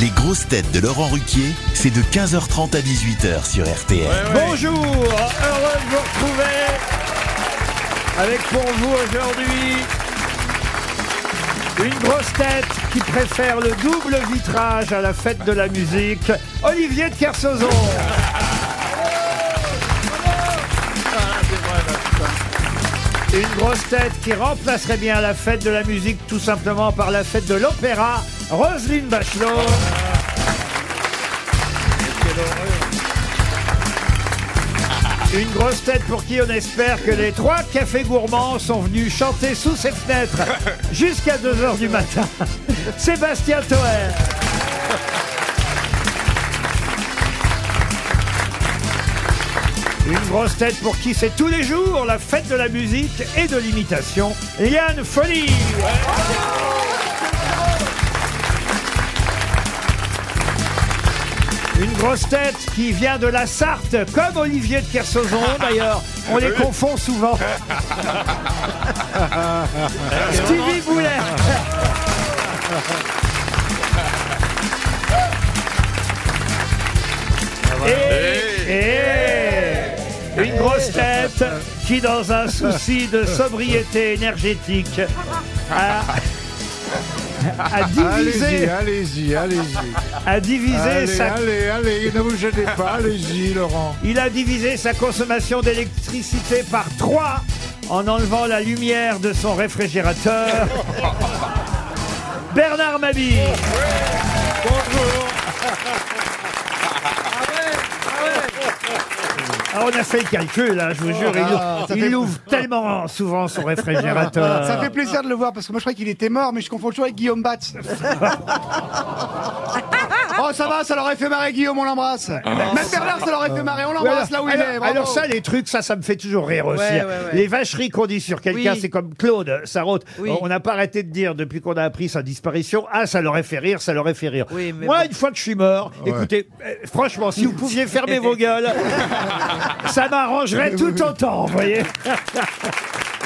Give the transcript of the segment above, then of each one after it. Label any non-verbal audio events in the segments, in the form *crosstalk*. Les grosses têtes de Laurent Ruquier, c'est de 15h30 à 18h sur RTL. Bonjour, heureux de vous retrouver avec pour vous *laughs* aujourd'hui une grosse tête qui préfère le double vitrage à la fête de la musique, Olivier de Kersauzon. Une grosse tête qui remplacerait bien la fête de la musique tout simplement par la fête de l'opéra, Roselyne Bachelot. Une grosse tête pour qui on espère que les trois cafés gourmands sont venus chanter sous ses fenêtres jusqu'à 2h du matin. *laughs* Sébastien Toer. Une grosse tête pour qui c'est tous les jours la fête de la musique et de l'imitation. Yann Folie. Une grosse tête qui vient de la Sarthe, comme Olivier de Kersauzon d'ailleurs. On les confond souvent. Stevie Boulet. Et- et une grosse tête qui, dans un souci de sobriété énergétique, a, *laughs* a Allez-y, hein. divisé, allez-y, allez-y. a divisé Allez, sa allez, allez, ne vous gênez *laughs* pas, allez-y, Laurent. Il a divisé sa consommation d'électricité par 3 en enlevant la lumière de *laughs* son réfrigérateur. Bernard Mabille. Ah, on a fait le calcul, hein, je Oh vous jure. il- il *laughs* ouvre tellement souvent son réfrigérateur. Ça fait plaisir de le voir parce que moi je croyais qu'il était mort, mais je confonds toujours avec Guillaume Batz. oh, ça va, ça l'aurait fait marrer, Guillaume, on l'embrasse. Ah. Même Bernard, ça l'aurait fait marrer, on Ouais, l'embrasse là où il Ah. alors- est. bravo. Alors ça, les trucs, ça, ça me fait toujours rire aussi. Ouais, hein. ouais, ouais. Les vacheries qu'on dit sur quelqu'un, Oui. c'est comme Claude Sarraute. Oui. On n'a pas arrêté de dire depuis qu'on a appris sa disparition, ah, ça l'aurait fait rire, ça l'aurait fait rire. Oui, mais Moi, bon. une fois que je suis mort, écoutez, euh, franchement, si vous pouviez fermer *laughs* vos gueules, ça m'arrangerait tout autant, vous voyez.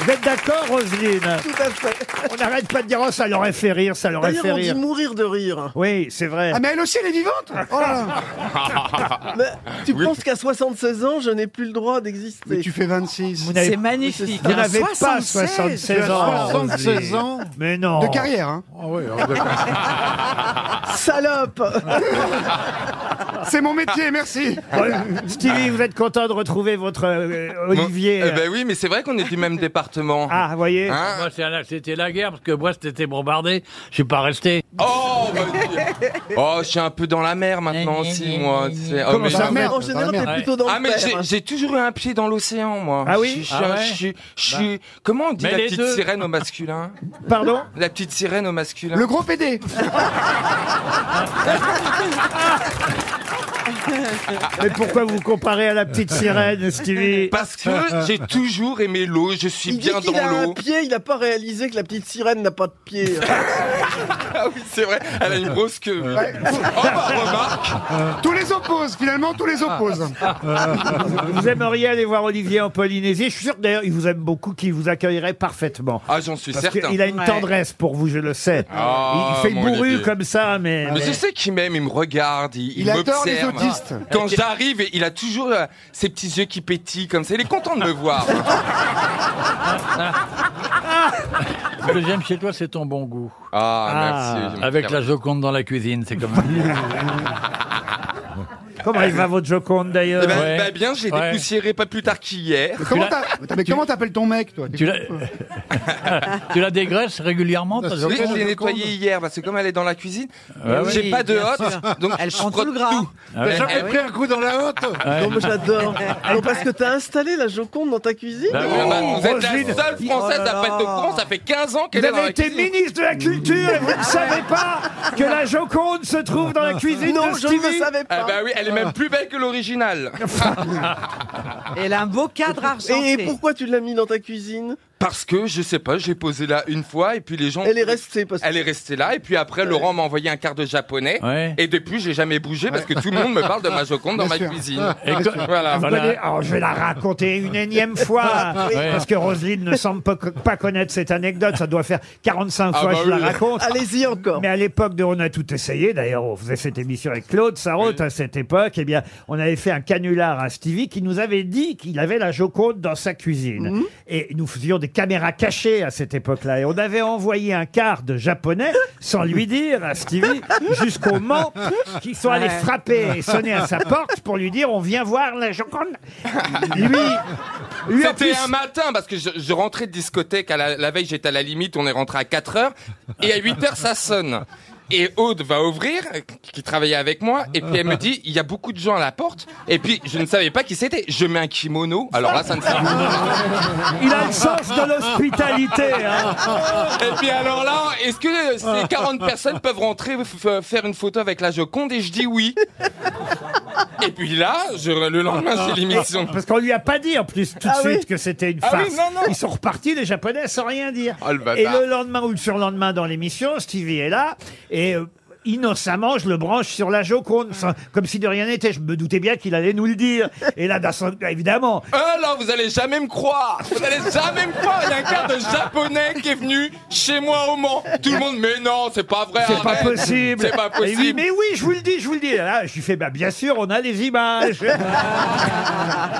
Vous êtes d'accord, Roselyne Tout à fait. On n'arrête pas de dire, oh, ça l'aurait fait rire, ça l'aurait D'ailleurs, fait on dit rire. mourir de rire. Oui, c'est vrai. Ah, mais elle aussi, elle est vivante Oh là là. Mais tu penses qu'à 76 ans, je n'ai plus le droit Mais d'exister. tu fais 26. Vous n'avez- C'est magnifique. vous hein. n'avez pas 76. 76 ans. 76 Roselyne. ans Mais non. De carrière, hein. Ah oui, alors, d'accord. *laughs* Ah. Salope C'est mon métier, merci. Voilà. Stevie, vous êtes content de retrouver votre euh, Olivier. Eh ben oui, mais c'est vrai qu'on est du *laughs* même département. Ah, vous voyez Hein Moi, c'est la- c'était la guerre, parce que Brest était bombardé. Je suis pas resté. *laughs* oh, vas-y. oh, je suis un peu dans la mer maintenant Eh, aussi, moi. tu sais. Oh, Comment mais ça, j'ai- merde En général, t'es Ouais. plutôt dans ah le mais j'ai- père. j'ai toujours eu un pied dans l'océan moi. Ah Bah. oui Je suis Ah un- ouais je suis- je suis- comment on dit Mais la les petite deux. sirène au masculin Pardon La petite sirène au masculin. Le gros PD. Ah. Mais pourquoi vous comparez à la petite sirène, *laughs* Stevie Parce que j'ai toujours aimé l'eau, je suis Il dit bien qu'il a dans un l'eau. pied, il n'a pas réalisé que la petite sirène n'a pas de *laughs* pied. Ah oui, c'est vrai, elle a une grosse queue. Oh bah remarque Tous les opposent, finalement, tous Ah. *laughs* les opposent. euh, Vous aimeriez aller voir Olivier en Polynésie Je suis sûr que d'ailleurs, il vous aime beaucoup, qu'il vous accueillerait parfaitement. Ah j'en suis Parce certain. qu'il a une Ouais. tendresse pour vous, je le sais. Ah, il il fait mon bourru Olivier. comme ça, mais... Mais je sais qu'il m'aime, il me regarde, il, Il adore m'observe. les autistes. Quand j'arrive, il a toujours euh, ses petits yeux qui pétillent comme ça. Il est content de me voir. Le que j'aime chez toi, c'est ton bon goût. Ah, Ah. merci. Avec la Joconde dans la cuisine, c'est *laughs* comme Comment il va votre Joconde d'ailleurs Eh ben, Ouais. bah bien, j'ai Ouais. dépoussiéré pas plus tard qu'hier. Euh, Comment l'as- t'as- mais comment t'appelles ton mec, toi tu la... *laughs* tu la dégraisses régulièrement, ta Oui, je Joconde l'ai nettoyée hier parce que comme elle est dans la cuisine, Ah oui, j'ai pas de bien hotte, donc Elle je prend tout frotte le gras. Ah ouais. Eh, J'avais pris un coup dans la hotte. Ouais. Non, mais j'adore. Non, parce que t'as installé la Joconde dans ta cuisine. Oh. Bah Ah bah, vous êtes Roselyne. la seule française Oh là à pas être au là. courant, ça fait 15 ans qu'elle Vous est dans avez la été cuisine. ministre de la Culture et vous ne savez pas *laughs* que la Joconde se trouve dans la cuisine Non, de je ne Stevie le savais Ah pas. bah oui, elle est même plus belle que *laughs* l'original. Elle a un beau cadre Et argenté. pourquoi tu l'as mis dans ta cuisine Parce que, je sais pas, j'ai posé là une fois et puis les gens... Elle est restée parce que. Elle est restée là et puis après Laurent m'a envoyé un quart de japonais Ouais. et depuis j'ai jamais bougé parce que tout le monde me parle de *laughs* ma Joconde dans ma sûr. cuisine. Et que- Voilà. Ah, Voilà. Ah. Vous connaissez- alors, je vais la raconter une énième fois, parce que Roselyne ne semble pas, pas connaître cette anecdote. Ça doit faire 45 Ah fois que bah je oui. la raconte. Allez-y encore. Mais à l'époque de On a tout essayé, d'ailleurs, on faisait cette émission avec Claude Sarraute à cette époque, eh bien, on avait fait un canular à Stevie qui nous avait dit qu'il avait la Joconde dans sa cuisine. Mhm. Et nous faisions des caméras cachées à cette époque-là. Et on avait envoyé un quart de japonais, sans lui dire, à Stevie, jusqu'au Mans, qui sont allés frapper et sonner à sa porte pour lui dire on vient voir la Joconde. Lui, lui en C'était plus, un matin parce que je, je rentrais de discothèque à la, la veille, j'étais à la limite, on est rentré à 4 heures et à 8 heures ça sonne. Et Aude va ouvrir, qui travaillait avec moi, et puis elle me dit, il y a beaucoup de gens à la porte, et puis je ne savais pas qui c'était. Je mets un kimono, alors là ça ne sert à rien. il a le sens de l'hospitalité. hein. Et puis alors là, est-ce que ces 40 personnes peuvent rentrer, f- f- faire une photo avec la Joconde Et je dis oui. Et puis là, je, le lendemain, c'est l'émission. Parce qu'on lui a pas dit en plus tout de Ah suite oui. que c'était une Ah farce. oui, non, non. Ils sont repartis les Japonais sans rien dire. Oh, le bâtard. et le lendemain ou le surlendemain dans l'émission, Stevie est là et euh, innocemment je le branche sur la Joconde sans- comme si de rien n'était. Je me doutais bien qu'il allait nous le dire. Et là, d'un seul- évidemment, Ah là, vous allez jamais me croire Vous allez jamais me croire Il y a un quart de japonais qui est venu chez moi au Mans. Tout le monde, mais non, c'est pas vrai. c'est pas arrête. possible. C'est pas Et oui, possible. mais oui, je vous le dis, je vous le dis. Et Là, je lui fais, bah, bien sûr, on a les *laughs* images. *laughs*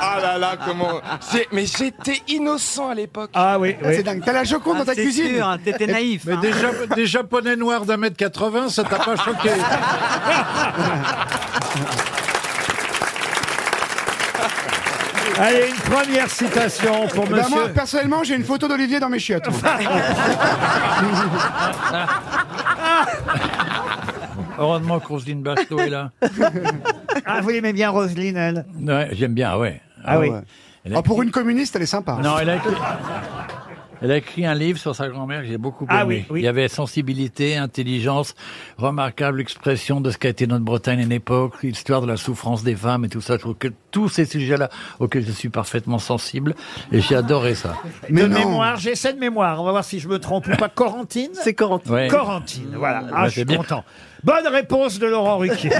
Ah là là, comment C'est- Mais j'étais innocent à l'époque. ah oui, oui. C'est dingue. T'as la Joconde Ah, dans ta cuisine. hein, T'étais naïf. Mais des, Jap- des Japonais noirs d'un mètre 80, ça t'a pas *laughs* choqué. Allez, une première citation pour Eh ben, moi, monsieur. personnellement, j'ai une photo d'Olivier dans *laughs* mes chiottes. Heureusement que Roselyne Bachelot est là. *laughs* Ah, vous l'aimez bien, Roselyne, elle Ouais, J'aime bien, ah ouais. Ah oui. Ah, pour une communiste, elle est sympa. Non, elle a écrit... Elle a écrit un livre sur sa grand-mère que j'ai beaucoup aimé. Ah oui, oui. Il y avait sensibilité, intelligence, remarquable expression de ce qu'a été notre Bretagne à une époque, histoire de la souffrance des femmes et tout ça. Je trouve que tous ces sujets-là auxquels je suis parfaitement sensible et j'ai adoré ça. Mais de non. mémoire, j'essaie de mémoire. On va voir si je me trompe ou pas. Corentine C'est Corentine. Ouais. Corentine, voilà. Ah, Ouais, je suis c'est bien. content. Bonne réponse de *laughs* Laurent Ruquier. *laughs*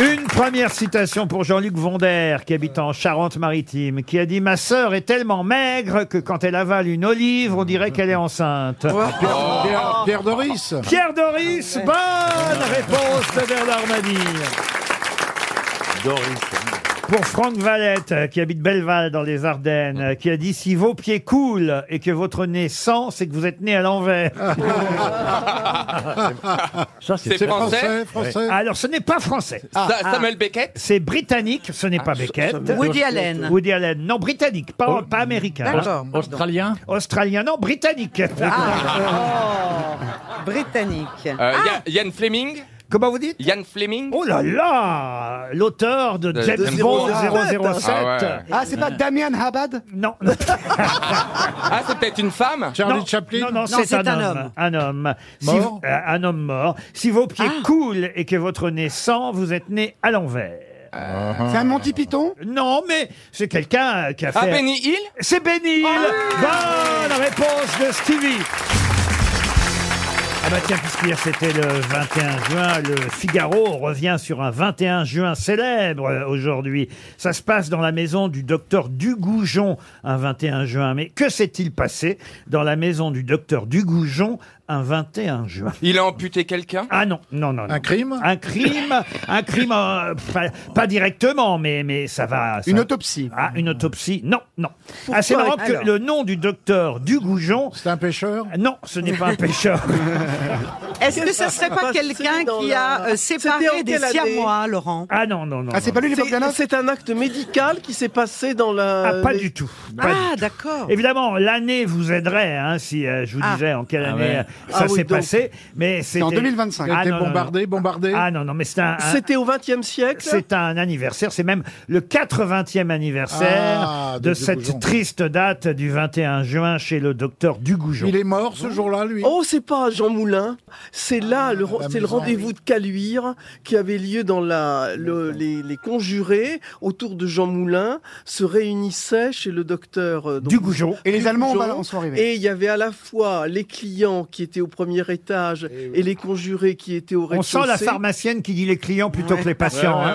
Une première citation pour Jean-Luc Vonder, qui habite en Charente-Maritime, qui a dit « Ma sœur est tellement maigre que quand elle avale une olive, on dirait qu'elle est enceinte. Pierre, Pierre Doris. » Pierre Doris, bonne réponse de Bernard Madire. Doris. Pour Franck Valette, euh, qui habite Belleval dans les Ardennes, euh, qui a dit si vos pieds coulent et que votre nez sent, c'est que vous êtes né à l'envers. Ça, c'est C'est français. Français, français. Alors ce n'est pas français, Sa- Samuel Beckett Ah, c'est britannique, ce n'est pas Beckett. Woody Allen. Woody Allen, non britannique, pas, pas américain. D'accord. Australien Australien, non britannique. Ah, *laughs* Britannique. Euh, Ya- Ian Fleming Comment vous dites Ian Fleming Oh là là L'auteur de De- James de Bond 007. 007. Ah ouais. Ah, c'est pas Damien Habad Non. *laughs* Ah, c'est peut-être une femme Charlie non, Chaplin. Non, non, c'est un, homme. Un homme. Si Mort vous- euh, un homme mort. Si vos pieds coulent et que votre nez sent, vous êtes né à l'envers. Ah. C'est un Monty Python Non, mais c'est quelqu'un euh, qui a fait. Ah, Benny Hill C'est Benny Hill. Bonne réponse de Stevie. Ah bah tiens, puisqu'hier c'était le 21 juin, le Figaro revient sur un 21 juin célèbre euh, aujourd'hui. Ça se passe dans la maison du docteur Dugoujon, un 21 juin. Mais que s'est-il passé dans la maison du docteur Dugoujon un 21 juin Il a amputé quelqu'un Ah non, non, non, non. Un crime Un crime, un crime, euh, pas, pas directement, mais, mais ça va. ça- Une autopsie. ah, une autopsie Non, non. Ah, c'est marrant que le nom du docteur Dugoujon. C'est un pêcheur Non, ce n'est pas un pêcheur. Est-ce que ça serait pas Parce que quelqu'un dans qui la- a euh, Oh C'était en séparé des quelle année siamois, Laurent Ah non, non, non. Ah, c'est non. pas lui les C'est- Bogdanov C'est un acte médical qui s'est passé dans la. Ah, pas les- du tout. Pas du Ah, tout. d'accord. Évidemment, l'année vous aiderait, hein, si euh, je vous Ah. disais en quelle Ah année ouais. euh, ça Ah oui, s'est donc. passé. Mais c'était en 2025. Ah, T'es non, non, non. bombardé, bombardé. Ah non, non, mais c'est un, un- C'était au XXe siècle c'est un anniversaire, c'est même le 80e anniversaire Ah, de de cette Dugoujon. triste date du 21 juin chez le docteur Dugoujon. Il est mort ce jour-là, lui. Ah, Oh, c'est pas Jean Moulin, c'est là, le, ren- la c'est le maison, rendez-vous de Caluire qui avait lieu dans la, le- les, les conjurés autour de Jean Moulin se réunissaient chez le docteur euh, donc, Dugoujon. Et les Allemands en Jean, bah, bas, en sont arrivés. Et il y avait à la fois les clients qui étaient au premier étage Eh et, les conjurés qui étaient au On rez-de-chaussée. sent la pharmacienne qui dit les clients plutôt que les patients. hein.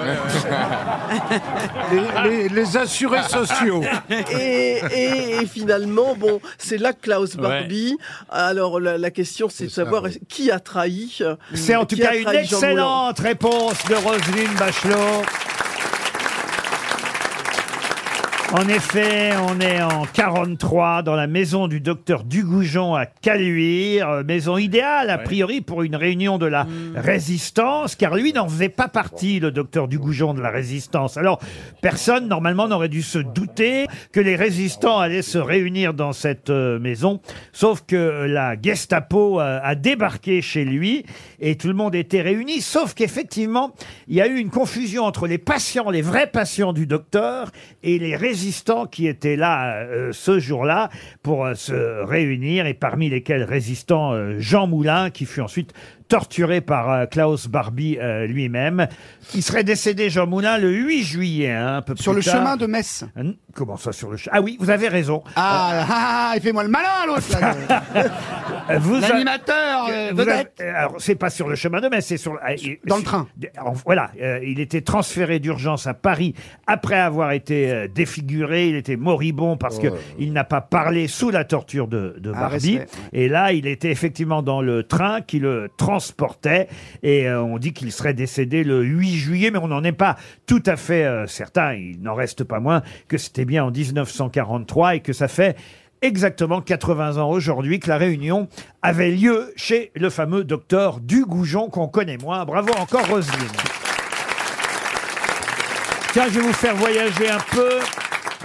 Les, les- les assurés sociaux. et, et- et finalement, bon, c'est là que Klaus Barbie. Alors la, la question, c'est de savoir est-ce- qui a trahi. euh, C'est en tout qui a cas une trahi Jean Moulin. excellente réponse de Roselyne Bachelot. En effet, on est en 43 dans la maison du docteur Dugoujon à Caluire, euh, maison idéale a priori pour une réunion de la résistance, car lui n'en faisait pas partie, le docteur Dugoujon de la résistance. Alors, personne normalement n'aurait dû se douter que les résistants allaient se réunir dans cette euh, maison, sauf que la Gestapo euh, a débarqué chez lui et tout le monde était réuni, sauf qu'effectivement, il y a eu une confusion entre les patients, les vrais patients du docteur, et les résistants qui étaient là euh, ce jour-là pour euh, se réunir, et parmi lesquels résistant euh, Jean Moulin, qui fut ensuite torturé par euh, Klaus Barbie euh, lui-même. Il serait décédé, Jean Moulin, le 8 juillet, hein, un peu Sur le plus tard. chemin de Metz. Hum, Comment ça, sur le chemin Ah oui, vous avez raison. Ah, là, ah, ah, il fait moi le malin, l'autre, là. Euh, Vous a- L'animateur, euh, Vous vedette. avez- alors, c'est pas sur le chemin de Metz, c'est sur. euh, il- Dans le sur- train. d- alors, voilà, euh, il était transféré d'urgence à Paris après avoir été euh, défiguré. Il était moribond parce Oh. que il n'a pas parlé sous la torture de, de Ah, Barbie. respect, Et là, il était effectivement dans le train qui le transportait. Et euh, on dit qu'il serait décédé le 8 juillet, mais on n'en est pas tout à fait euh, certain. Il n'en reste pas moins que c'était bien en 1943 et que ça fait exactement 80 ans aujourd'hui que la réunion avait lieu chez le fameux docteur Dugoujon qu'on connaît moins. Bravo encore Roselyne. Tiens, je vais vous faire voyager un peu.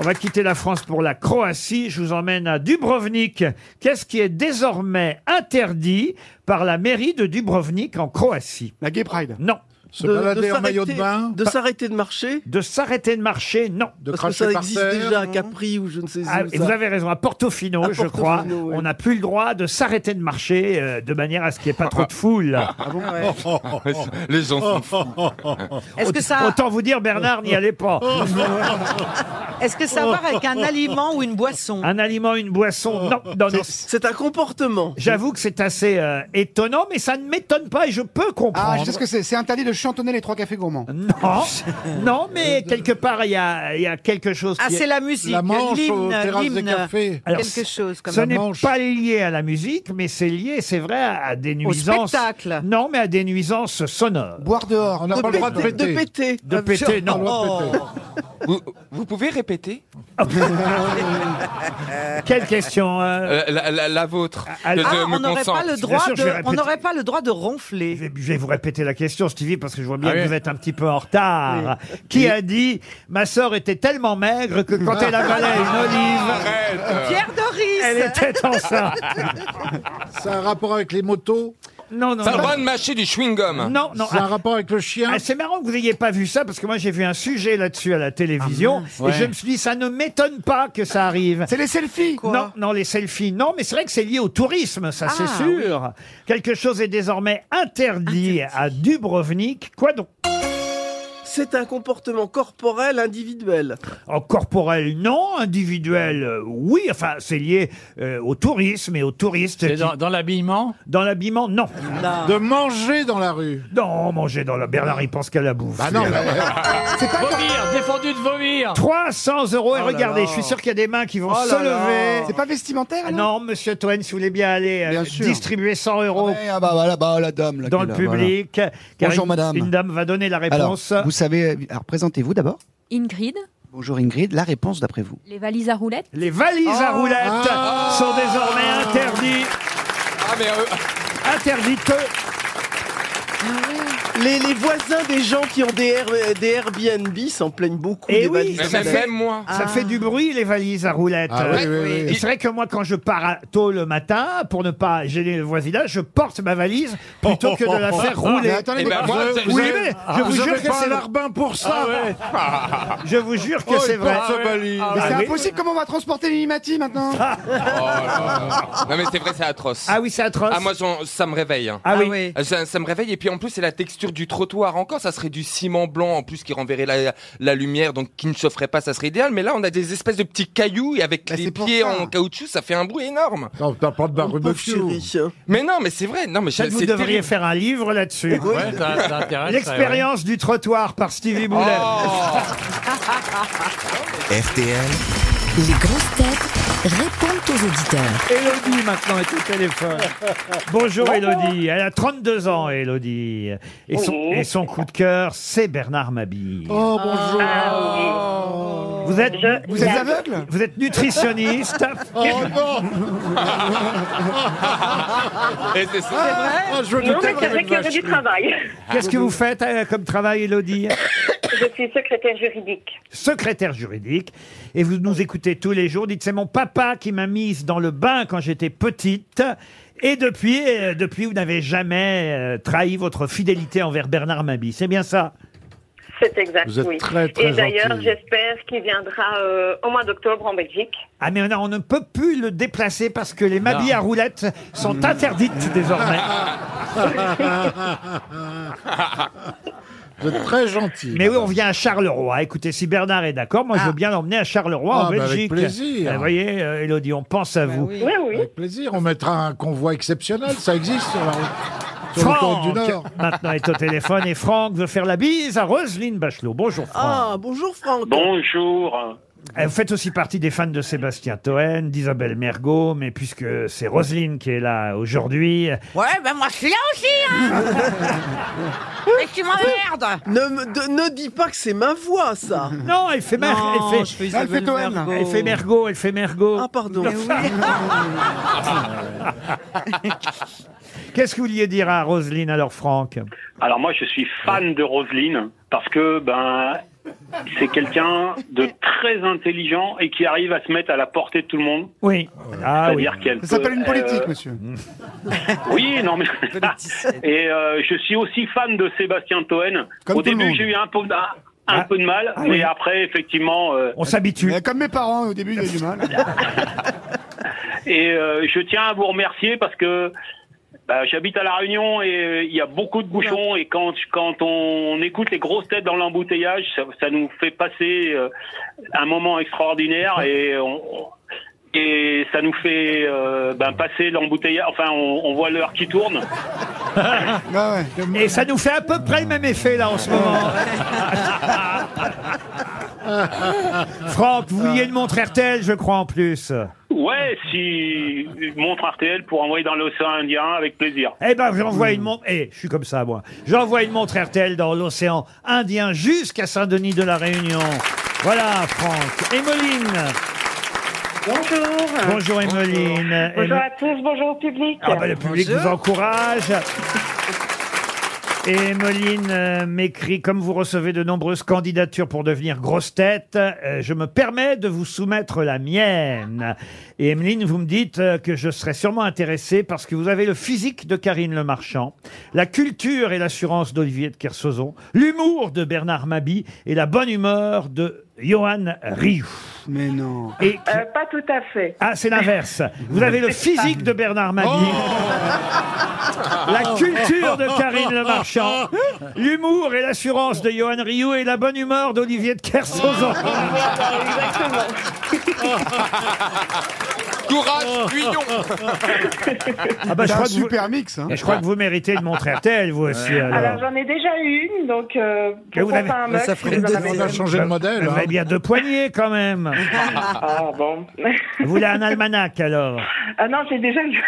On va quitter la France pour la Croatie. Je vous emmène à Dubrovnik. Qu'est-ce qui est désormais interdit par la mairie de Dubrovnik en Croatie La Gay Pride. Non. Se balader en maillot de s'arrêter- bain. de s'arrêter de marcher. De s'arrêter de marcher Non. De Parce que cracher ça par existe terre. déjà à Capri ou je ne sais où. Ah, et vous ça. avez raison, à Portofino, À je Portofino, crois, oui. on n'a plus le droit de s'arrêter de marcher euh, de manière à ce qu'il n'y ait pas trop de foule. Ah Ouais. *laughs* Les gens sont fous. Est-ce que ça, Autant vous dire, Bernard, n'y allez pas. *laughs* est-ce que ça a à voir avec un aliment ou une boisson Un aliment, une boisson, non, non, non. C'est un comportement. J'avoue que c'est assez euh, étonnant, mais ça ne m'étonne pas et je peux comprendre. Ah, je sais ce que c'est. C'est interdit de chantonner les trois cafés gourmands. *laughs* Non, non, mais quelque part, il y a, il y a quelque chose Euh, Ah, qui est- c'est la musique, La manche aux l'hymne, terrasses des l'hymne, cafés. Alors, quelque chose comme Ce ça. n'est manche. pas lié à la musique, mais c'est lié, c'est vrai, à à des nuisances. spectacle. Non, mais à des nuisances sonores. Boire dehors. On n'a pas le droit de De péter. péter. De péter, non. Vous, vous pouvez répéter *laughs* Quelle question euh, Euh, la, la- la vôtre Ah, que je Ah, me on n'aurait pas concentre. le droit sûr, je vais de, on répéter. n'aurait pas le droit de Je ronfler. vais, je vais vous répéter la question, Stevie, parce que je vois bien Ah que oui. vous êtes un petit peu en retard. Qui a dit Ma sœur était tellement maigre que quand elle avalait une Ah, olive, Arrête, euh, Pierre elle Doris. *laughs* était enceinte. C'est un rapport avec les motos. Non, non, T'as le droit non. de mâcher du chewing-gum. Non, non. C'est un rapport avec le chien. Ah, c'est marrant que vous n'ayez pas vu ça parce que moi j'ai vu un sujet là-dessus à la Ah, télévision et je me suis dit ça ne m'étonne pas que ça arrive. C'est les selfies. Non, non, les selfies, non, mais c'est vrai que c'est lié au tourisme, ça c'est Ah, sûr. Quelque chose est désormais interdit, à Dubrovnik. Quoi donc C'est un comportement corporel individuel. En corporel, non. Individuel, euh, oui. Enfin, c'est lié euh, au tourisme et aux touristes. C'est qui- dans, dans l'habillement Dans l'habillement, non. De manger dans la rue. Non, manger dans la... Bernard, il pense qu'à la bouffe. Bah non, mais- Vomir, défendu de vomir 300 euros. Et Oh là regardez, là. je suis sûr qu'il y a des mains qui vont Oh se là lever. là. C'est pas vestimentaire, Ah Non, alors monsieur Toen, si vous voulez bien aller euh, Bien sûr. distribuer 100 euros Ouais, ah bah voilà, bah, la dame. là, dans qui est le là, voilà. public. car Bonjour, une, madame. Une dame va donner la Alors, réponse. vous savez, alors présentez-vous d'abord. Ingrid, Bonjour Ingrid, la réponse d'après vous. les valises à roulettes. Les valises à roulettes Ah. sont désormais interdites. Ah, mais euh, Interdites. Les, les voisins des gens qui ont des, Air- des Airbnb s'en plaignent beaucoup Eh des oui, valises. ça en Même, fait- Italie. même moi. Ça fait du bruit, les valises à roulettes. Ah oui, Euh, oui, oui. et C'est vrai que moi, quand je pars à- tôt le matin, pour ne pas gêner le voisinage, je porte ma valise plutôt que de la *laughs* faire rouler. Ah, Mais attendez, Eh ben, mais moi, vous- c'est- vous Oui, avez- Ah, mais je vous vous jure avez que pas c'est un vrai. Ah larbin pour ça. Je vous jure que Oh, c'est il vrai. porte sa valise. Mais Ah c'est oui. impossible, comment on va transporter Mimimati maintenant Oh, Non mais c'est vrai, c'est atroce. Ah oui, c'est atroce. Ah, moi, j'en- ça me réveille. hein. Ah oui. Euh, Ça, ça me réveille et puis en plus c'est la texture du trottoir encore, ça serait du ciment blanc en plus qui renverrait la, la lumière donc qui ne chaufferait pas, ça serait idéal mais là on a des espèces de petits cailloux et avec Bah, les c'est pour pieds ça. en caoutchouc ça fait un bruit énorme. Non, t'as pas de Pauvre barbecue. chérie. Mais non mais c'est vrai, non mais Peut-être c'est vous c'est devriez terrible. faire un livre là-dessus. Ouais, ça, *laughs* ça intéresse, L'expérience du trottoir par Stevie Boulet. Oh. RTL, Les grosses têtes répondent aux auditeurs. Elodie maintenant est au téléphone. Bonjour Elodie. Elle a 32 ans, Elodie. Et son, et son coup de cœur, c'est Bernard Mabille. Oh bonjour Ah, Oh. Vous êtes, Vous êtes aveugle vous êtes *laughs* nutritionniste. Oh non *laughs* Et c'est ça. Oh, je veux Non, tout mais c'est avouer, vrai qu'il y aurait du vacherie. travail. Qu'est-ce que vous faites euh, comme travail, Elodie Je suis secrétaire juridique. Secrétaire juridique. Et vous nous écoutez tous les jours. Dites, c'est mon papa qui m'a mise dans le bain quand j'étais petite. Et depuis, euh, depuis vous n'avez jamais euh, trahi votre fidélité envers Bernard Mabille. C'est bien ça C'est exact, Vous êtes oui. très, très Et d'ailleurs, gentil. j'espère qu'il viendra euh, au mois d'octobre en Belgique. Ah mais non, on ne peut plus le déplacer parce que les Mabilles à roulettes sont interdites désormais. *laughs* Vous êtes très gentil. Mais oui, on madame. vient à Charleroi. Écoutez, si Bernard est d'accord, moi je veux bien l'emmener à Charleroi Ah, en bah, avec Belgique. plaisir. Ah, Vous voyez, euh, Elodie, on pense Bah à vous. Oui, oui. Avec plaisir, on mettra un convoi exceptionnel, ça existe sur la route. Sur le Franck, côte du Nord. maintenant est au téléphone et Franck veut faire la bise à Roselyne Bachelot. Bonjour Franck. Ah, bonjour Franck. Bonjour. Eh, Vous faites aussi partie des fans de Sébastien Toen, d'Isabelle Mergot, mais puisque c'est Roselyne qui est là aujourd'hui, Ouais, ben moi je suis là aussi, hein Mais tu m'emmerdes Ne, me- de- ne dis pas que c'est ma voix, ça. non, elle fait, mer- elle fait, Isabelle Mergo. elle fait Mergot, elle fait Mergot. Ah, pardon. *laughs* Qu'est-ce que vous vouliez dire à Roselyne alors, Franck Alors moi, je suis fan de Roselyne parce que ben c'est quelqu'un de très intelligent et qui arrive à se mettre à la portée de tout le *laughs* monde. Oui. Ah oui. C'est-à-dire qu'elle Ça s'appelle peut, une politique, euh, monsieur. Oui, non mais. et euh, je suis aussi fan de Sébastien Toen. Comme Au tout le début, monde. j'ai eu un peu, un, un Ah. peu de mal, Ah mais oui. après, effectivement. euh, *laughs* On s'habitue. Mais Comme mes parents, au début, j'ai du mal. Et euh, je tiens à vous remercier parce que bah, j'habite à La Réunion et euh, il y a beaucoup de bouchons et quand, quand on écoute les grosses têtes dans l'embouteillage, ça, ça nous fait passer euh, un moment extraordinaire et on... Et ça nous fait euh, ben, passer l'embouteillage. Enfin, on, on voit l'heure qui tourne. *laughs* Ah ouais. Et ça nous fait à peu près le même effet là en ce moment. *laughs* Franck, vous vouliez une montre Ah. RTL, je crois en plus. Ouais, si montre RTL pour envoyer dans l'océan Indien avec plaisir. Eh ben, j'envoie une *laughs* montre. Eh, je suis comme ça moi. J'envoie une montre RTL dans l'océan Indien jusqu'à Saint-Denis de la Réunion. Voilà, Franck. Émeline. Bonjour. Bonjour, Émeline. Bonjour Éme- à tous. Bonjour au public. Ah bah, le public vous encourage. Et Moline euh, m'écrit comme vous recevez de nombreuses candidatures pour devenir grosse tête, euh, je me permets de vous soumettre la mienne. Et Emeline, vous me dites euh, que je serais sûrement intéressée parce que vous avez le physique de Karine Le Marchand, la culture et l'assurance d'Olivier de Kersauzon, l'humour de Bernard Mabi et la bonne humeur de Johan Rioux. Mais non. Et Euh, pas tout à fait. ah, c'est l'inverse. Vous avez le physique de Bernard Mabie, Oh. la culture de Karine Le Marchand, l'humour et l'assurance de Johan Rioux et la bonne humeur d'Olivier de *laughs* Kersauzon. Courage, Guyon. Ah bah, je C'est un crois, que vous, super mix. Hein. je crois que vous méritez une montre RTL, vous aussi. Alors Alors. j'en ai déjà une, donc euh, Mais vous pourquoi avez- pas un mug ça si ferait vous en deux avez On a une changé de modèle. Vous hein. avez bien deux poignées quand même. Ah bon Vous voulez *laughs* un almanach alors Ah non, j'ai déjà *laughs* eu.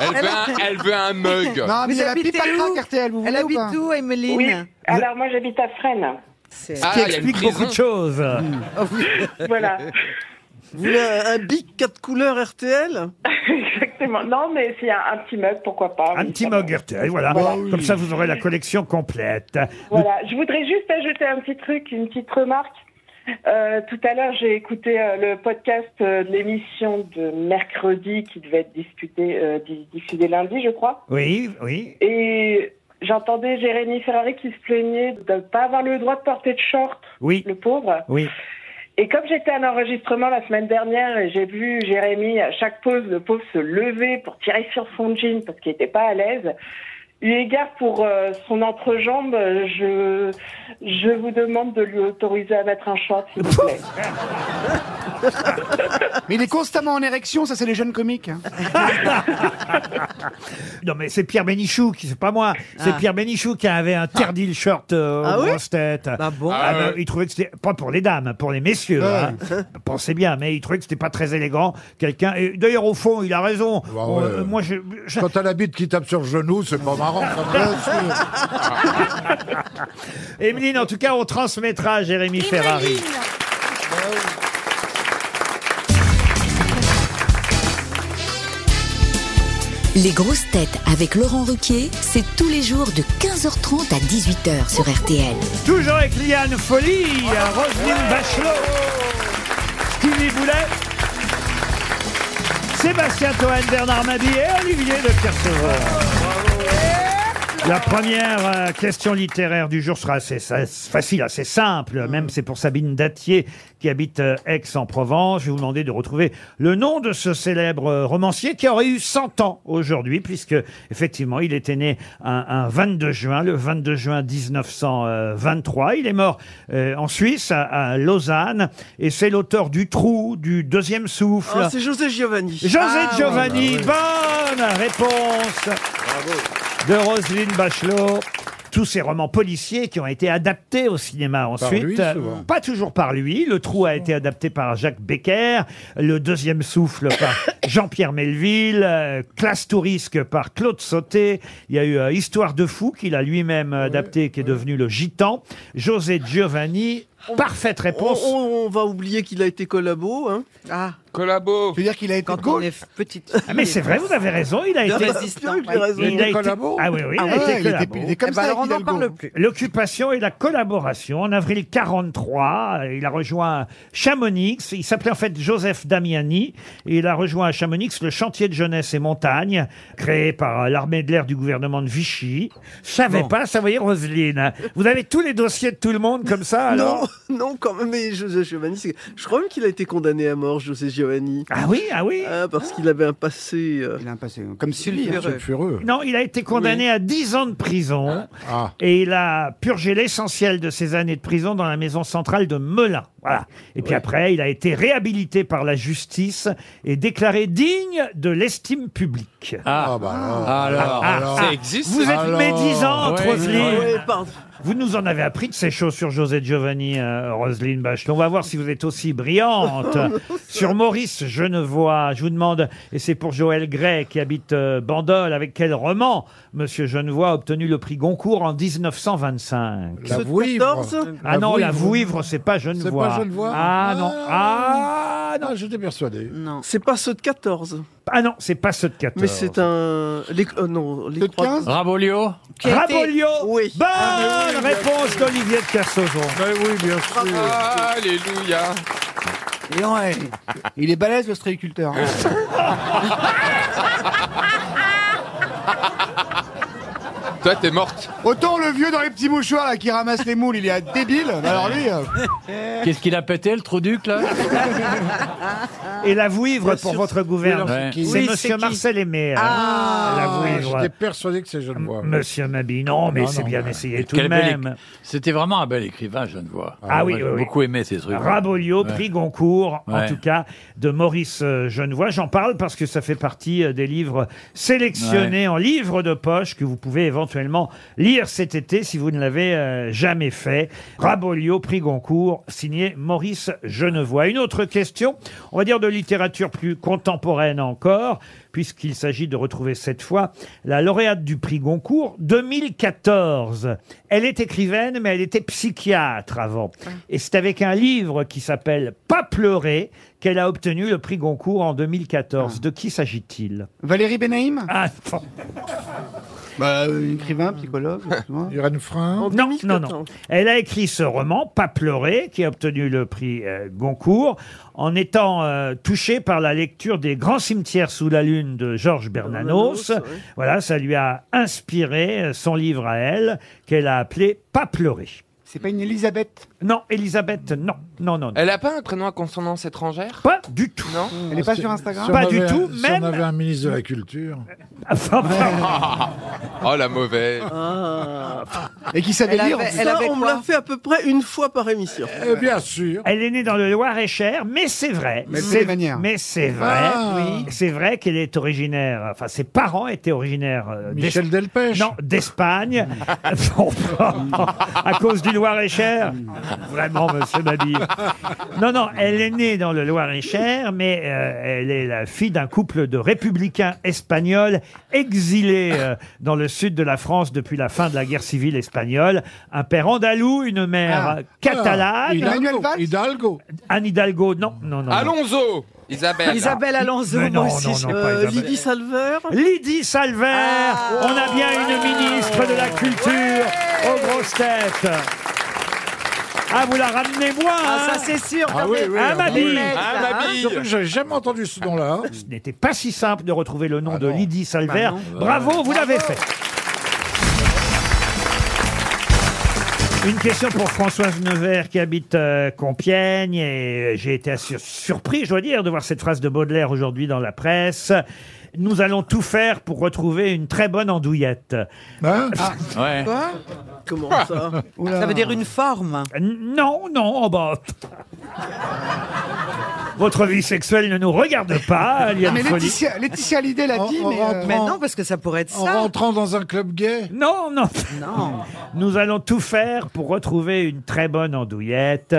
Elle veut un, elle veut un mug. Non, mais il y a la habitez pipe à où crack RTL, vous Elle voulez habite ou pas où, Emeline Oui. Alors moi j'habite à Fresnes. C'est- Ah, Qui il y a une explique beaucoup prison. de choses. Hmm. Ah Voilà. Vous voulez un, un bic 4 couleurs RTL Exactement. Non, mais c'est un, un petit mug, pourquoi pas. Un oui, petit ça va. mug Hurtel, voilà. Bah Voilà. Comme ça, vous aurez la collection complète. Voilà, je voudrais juste ajouter un petit truc, une petite remarque. Euh, tout à l'heure, j'ai écouté euh, le podcast euh, de l'émission de mercredi qui devait être discuté, euh, di- diffusé lundi, je crois. Oui, oui. Et j'entendais Jérémy Ferrari qui se plaignait de ne pas avoir le droit de porter de short, Oui. le pauvre. Oui. Et comme j'étais à l'enregistrement la semaine dernière et j'ai vu Jérémy à chaque pause, le pauvre se lever pour tirer sur son jean parce qu'il n'était pas à l'aise. Eu égard pour euh, son entrejambe, euh, je, je vous demande de lui autoriser à mettre un short, s'il vous plaît. Mais il est constamment en érection, ça c'est les jeunes comiques. hein. Non, mais c'est Pierre Bénichou, qui, c'est pas moi, c'est Ah. Pierre Bénichou qui avait interdit le short euh, aux Ah oui grosses têtes. Ah Ah bah, ouais. Il trouvait que c'était pas pour les dames, pour les messieurs. Ah hein. *laughs* Pensez bien, mais il trouvait que c'était pas très élégant. Quelqu'un. et D'ailleurs, au fond, il a raison. On- Bah ouais. euh, moi, je, je- Quand t'as la bite qui tape sur le genou, c'est pas marrant. Ah, quand même. *laughs* Emeline, en tout cas, on transmettra à Jérémy Ferrari. Les grosses têtes avec Laurent Ruquier, c'est tous les jours de 15h30 à 18h sur RTL. Toujours avec Liane Folly, hein, Roselyne Bachelot, Stevie Boulet, Sébastien Toen, Bernard Mabie et Olivier de Kersauzon. La première euh, question littéraire du jour sera assez sa- facile, assez simple. Même c'est pour Sabine Dattier qui habite euh, Aix-en-Provence. Je vais vous demander de retrouver le nom de ce célèbre euh, romancier qui aurait eu 100 ans aujourd'hui, puisque effectivement il était né un, un 22 juin, le 22 juin 1923. Il est mort euh, en Suisse, à, à Lausanne, et c'est l'auteur du Trou, du Deuxième Souffle. Ah, c'est José Giovanni. José Ah, Giovanni, oui. bonne réponse de Roselyne Bachelot. Tous ces romans policiers qui ont été adaptés au cinéma ensuite. lui, souvent. pas toujours par lui. Le Trou a été adapté par Jacques Becker. Le Deuxième Souffle *coughs* par Jean-Pierre Melville. euh, Classe Tourisque par Claude Sauté. Il y a eu euh, Histoire de Fou qu'il a lui-même adapté, qui est devenu le Gitan. José Giovanni, parfaite réponse. On, on- on va oublier qu'il a été collabo. Hein. Ah. Collabo. Tu veux dire qu'il a été Quand on est petite. Ah, mais c'est vrai, vous avez raison, il a Le été. résistant, il il a raison. a Il était été- collabo Ah oui, oui, Ah il a ouais, été il était- collabo. il est comme Eh ben ça, alors, on n'en Hidalgo. parle plus. L'occupation et la collaboration. En avril 43, euh, il a rejoint Chamonix. Il s'appelait en fait Joseph Damiani. Et il a rejoint à Chamonix le chantier de jeunesse et montagne, créé par euh, l'armée de l'air du gouvernement de Vichy. Je savais Bon. pas, ça voyait Roselyne. hein. Vous avez tous les dossiers de tout le monde comme ça, alors non, *laughs* non, quand même. Mais José Giovanni, c'est- je crois même qu'il a été condamné à mort, José Giovanni. Ah oui, ah oui. parce qu'il avait un passé. euh, Il a un passé comme Sully. hein. Non, il a été condamné à 10 ans de prison Ah. et il a purgé l'essentiel de ses années de prison dans la maison centrale de Melun. Voilà. Et puis après, il a été réhabilité par la justice et déclaré digne de l'estime publique. Ah, alors, Ah, alors. ah. Ça existe, Vous êtes ça Alors. médisante, Ouais, Roselyne. ouais, Vous nous en avez appris de ces choses sur José Giovanni, euh, Roselyne Bachelot. On va voir si vous êtes *laughs* aussi brillante. Oh, sur Maurice Genevois, je vous demande, et c'est pour Joël Gray qui habite euh, Bandol, avec quel roman Monsieur Genevois a obtenu le prix Goncourt en 1925 La Sous Vouivre. 14? Ah non, La la Vouivre. Vouivre, c'est pas C'est Genevois. pas Genevois Ah non, ah non. J'étais persuadé. C'est pas ceux de 14. Ah non, c'est pas ceux de 14. Mais c'est un. Les... euh, non, les croix- Rabolio Qui a été- Rabolio Oui. Bonne Ah, mais oui, bien réponse sûr. d'Olivier de Kersauzon. oui, bien Ah, *laughs* Alléluia. Et ouais, il est balèze le stréiculteur. *laughs* hein. Toi, t'es morte. Autant le vieux dans les petits mouchoirs là qui ramasse les moules, il est débile. mais Alors lui. euh, Qu'est-ce qu'il a pété, le trouduc, là Et la Vouivre Bien pour sûr. votre gouverne, Oui, alors, c'est qui c'est Oui, Monsieur c'est qui Marcel Aimé. hein. Ah. la Vouivre. J'étais persuadé que c'est Genevois. Monsieur Mabi, non, mais c'est bien essayé tout de Quel bel éc- même. C'était vraiment un bel écrivain, Genevois. Ah oui, moi, j'ai oui, oui. beaucoup aimé ces trucs. Rabolio, Ouais. prix Goncourt, en Ouais. tout cas, de Maurice euh, Genevois. J'en parle parce que ça fait partie euh, des livres sélectionnés en livres de poche que vous pouvez éventuellement lire lire cet été si vous ne l'avez euh, jamais fait. Rabolio, prix Goncourt, signé Maurice Genevois. Une autre question, on va dire de littérature plus contemporaine encore, puisqu'il s'agit de retrouver cette fois la lauréate du prix Goncourt 2014. Elle est écrivaine, mais elle était psychiatre avant. Et c'est avec un livre qui s'appelle Pas pleurer qu'elle a obtenu le prix Goncourt en 2014. De qui s'agit-il Ah, Valérie Benaïm Bah, euh, écrivain, psychologue, Irène Frein. non, non, non. Elle a écrit ce roman, Pas pleurer, qui a obtenu le prix euh, Goncourt, en étant euh, touchée par la lecture des Grands cimetières sous la lune de Georges Bernanos. Bernanos, oui. Voilà, ça lui a inspiré euh, son livre à elle, qu'elle a appelé Pas pleurer. C'est pas une Elisabeth Non, Elisabeth, non. Non, non, non. Elle a pas un prénom à consonance étrangère Pas du tout. Non. Elle est pas sur Instagram Si on Pas du avait un- tout, euh, si même- on avait un ministre de la Culture. *laughs* oh la mauvaise. Ah. Et qui savait elle lire, avait- en plus. elle Ça, avait on me quoi l'a fait à peu près une fois par émission. Eh bien sûr. Elle est née dans le Loir-et-Cher, mais c'est vrai. Mais de c'est quelle manière Mais c'est vrai. Ah. oui, C'est vrai qu'elle est originaire. Enfin, ses parents étaient originaires. euh, d'Es- Michel Delpech. Non, d'Espagne. Bon, à cause du Loir-et-Cher. Vraiment, monsieur Mabille. Non, non, elle est née dans le Loir-et-Cher, mais euh, elle est la fille d'un couple de républicains espagnols exilés euh, dans le sud de la France depuis la fin de la guerre civile espagnole. Un père andalou, une mère Ah. catalane. Ah, Hidalgo. Hidalgo. Anne Hidalgo, non, non, non. non. Alonso Isabelle. Isabelle Alonso, Mais non, moi non, aussi. non, je- pas euh, Isabelle. Lydie Salver. Ah. Lydie Salver, on a bien une ministre de la Culture aux grosses têtes. Ah, vous la ramenez moi Ah, hein ça c'est sûr. Ah oui, oui. Ah, ma oui. bille. ça, Ah, ma hein. bille. Surtout que j'avais jamais entendu ce nom-là. hein. Ah Ce n'était pas si simple de retrouver le nom de non. Lydie Salver. Bah Bravo, vous l'avez fait. Une question pour Françoise Nevers qui habite euh, Compiègne et euh, j'ai été assur- surpris, je dois dire, de voir cette phrase de Baudelaire aujourd'hui dans la presse. Nous allons tout faire pour retrouver une très bonne andouillette. Ah. Hein Ouais. Quoi Comment ça *laughs* Ça veut dire une forme. N- Non, non, oh bah. Votre vie sexuelle ne nous regarde Ah, pas, Liane Mais Folie. Laetitia, Laetitia Hallyday l'a En- dit, en mais... euh, rentrant- Mais non, parce que ça pourrait être en ça. rentrant dans un club gay. Non, non. Non. Nous allons tout faire pour retrouver une très bonne andouillette.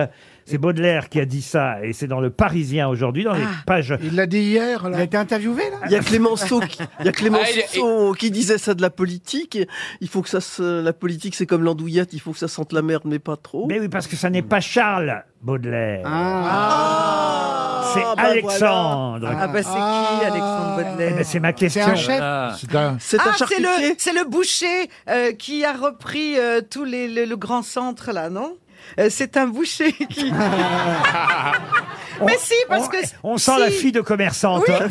C'est Baudelaire qui a dit ça, et c'est dans le Parisien aujourd'hui, dans les pages. Il l'a dit hier. Elle a Là. été interviewée, là Il y a Clémenceau qui, il y a Clémenceau Ah, il- qui disait ça de la politique. Il faut que ça se, la politique, c'est comme l'andouillette, il faut que ça sente la merde, mais pas trop. Mais oui, parce que ça n'est pas Charles Baudelaire. Ah, C'est bah Alexandre. Ah bah c'est Ah. qui, Alexandre Eh ben, Baudelaire c'est ma C'est question. un chef Ah. C'est un- C'est un Ah, c'est le, charcutier. c'est le boucher euh, qui a repris euh, tous les, le, le grand centre, là, non Euh, C'est un boucher *laughs* qui... *laughs* Mais si, parce on, que... on sent si. la fille de commerçante. Oui. hein. *laughs*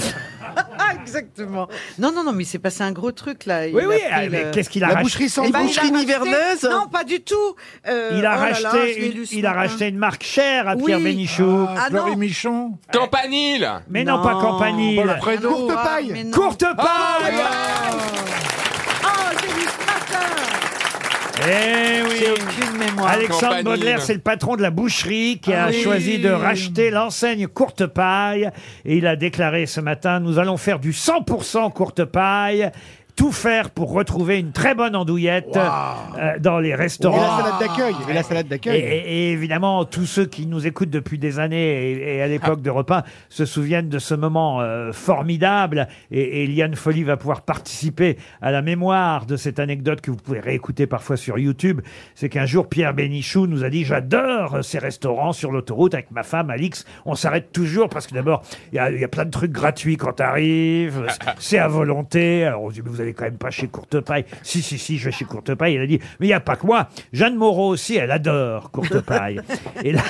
*laughs* Ah, exactement. Non, non, non, mais il s'est passé un gros truc, là. Il Oui, a oui, pris ah, mais le- qu'est-ce qu'il a La racheté boucherie sans Eh ben, doute. boucherie il a nivernaise racheté- Non, pas du tout. Euh, Il a, oh là là, je racheté, l'ai une- lu ce il a matin. racheté une marque chère à Oui. Pierre Bénichou. Ah, Ah, non. Fleury Michon. Campanile Mais non, pas Non. Campanile. Paul Fredo. Ah non, Courte ah, paille. mais non. Courte paille Oh, j'ai lu ce matin Eh oui J'ai aucune mémoire. Alexandre Campanile. Baudelaire, c'est le patron de la boucherie qui a Ah oui. choisi de racheter l'enseigne Courte Paille. Et il a déclaré ce matin, nous allons faire du 100% Courte Paille. Tout faire pour retrouver une très bonne andouillette euh, dans les Et restaurants. la salade d'accueil. Et la salade Et, d'accueil. et- et évidemment, tous ceux qui nous écoutent depuis des années et, et à l'époque de repas se souviennent de ce moment euh, formidable. Et, et Liane Folly va pouvoir participer à la mémoire de cette anecdote que vous pouvez réécouter parfois sur YouTube. C'est qu'un jour, Pierre Bénichou nous a dit J'adore ces restaurants sur l'autoroute avec ma femme, Alix. On s'arrête toujours parce que d'abord, il y a, il y a plein de trucs gratuits quand t'arrives. C'est à volonté. Alors on se dit Mais vous allez quand même pas chez Courtepaille. Si, si, si, je vais chez Courtepaille. Il a dit Mais il n'y a pas que moi. Jeanne Moreau aussi, elle adore Courtepaille. Et là.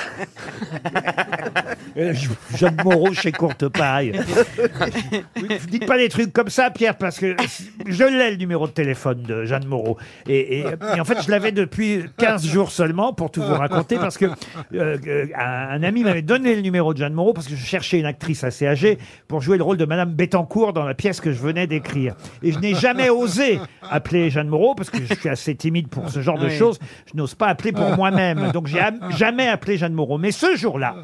Euh, Je- Jeanne Moreau chez Courtepaille. Vous vous dites pas des trucs comme ça, Pierre, parce que je l'ai le numéro de téléphone de Jeanne Moreau. Et, et- et en fait, je l'avais depuis 15 jours seulement pour tout vous raconter, parce que euh, euh, un ami m'avait donné le numéro de Jeanne Moreau parce que je cherchais une actrice assez âgée pour jouer le rôle de Madame Bettencourt dans la pièce que je venais d'écrire. Et je n'ai jamais osé appeler Jeanne Moreau parce que je suis assez timide pour ce genre de Oui. Ah. choses. Je n'ose pas appeler pour moi-même. Donc j'ai am- jamais appelé Jeanne Moreau. Mais ce jour-là,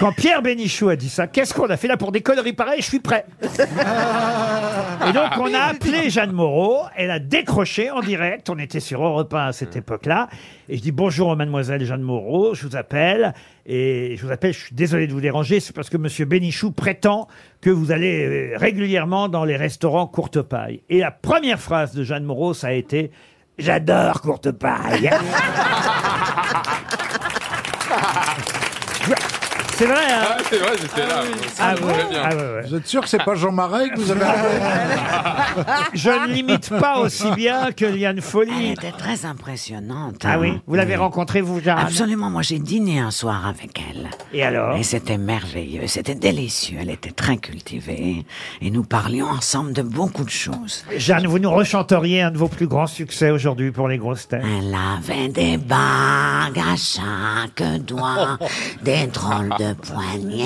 Quand Pierre Bénichou a dit ça, qu'est-ce qu'on a fait là pour des conneries pareilles Je suis prêt. Et donc, *laughs* on a appelé Jeanne Moreau. Elle a décroché en direct. On était sur Europe 1 à cette époque-là. Et je dis bonjour, mademoiselle Jeanne Moreau. Je vous appelle. Et je vous appelle. Je suis désolé de vous déranger. C'est parce que monsieur Bénichou prétend que vous allez euh, régulièrement dans les restaurants courte paille. Et la première phrase de Jeanne Moreau, ça a été J'adore courte paille. C'est vrai, hein Ah, c'est vrai, j'étais là. Ah C'est bon très bien. Ah ouais, ouais. Vous êtes sûr que c'est pas Jean Marais que vous avez Je ne l'imite pas aussi bien que Liane Elle Folly. était très impressionnante. Ah hein. oui, vous l'avez Oui. rencontrée, vous, Jeanne Ah, Absolument, moi j'ai dîné un soir avec elle. Et alors Et c'était merveilleux, c'était délicieux, elle était très cultivée et nous parlions ensemble de beaucoup de choses. Jeanne, vous nous rechanteriez un de vos plus grands succès aujourd'hui pour les grosses têtes. Elle avait des bagues à chaque doigt, des drôles de Ah. poignets.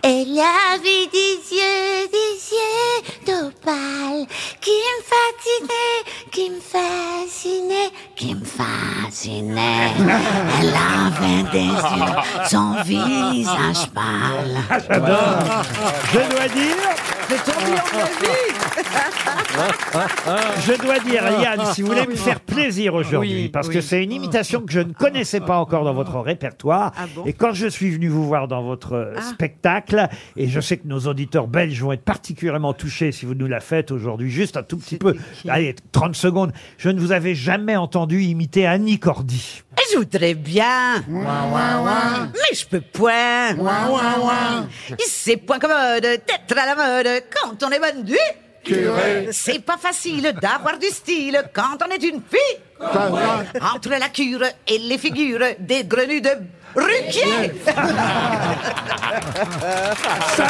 Elle avait des yeux, des yeux d'opale qui me fascinaient, qui me fascinaient, qui me fascinaient. Elle avait des yeux, son visage pâle. Ah, J'adore. Je dois dire. C'est *laughs* Je dois dire, Yann, si vous voulez me faire plaisir aujourd'hui, Oui, parce oui. que c'est une imitation que je ne connaissais pas encore dans votre répertoire. Ah bon Ah. et quand je suis venu vous voir dans votre euh, spectacle, et je sais que nos auditeurs belges vont être particulièrement touchés si vous nous la faites aujourd'hui, juste un tout petit peu, allez, 30 secondes, je ne vous avais jamais entendu imiter Annie Cordy. Je voudrais bien. Mais je peux point. C'est point commode d'être à la mode quand on est bonne du. Curé. C'est pas facile d'avoir du style quand on est une fille. Entre la cure et les figures des grenus de *laughs* Ruquier. Ça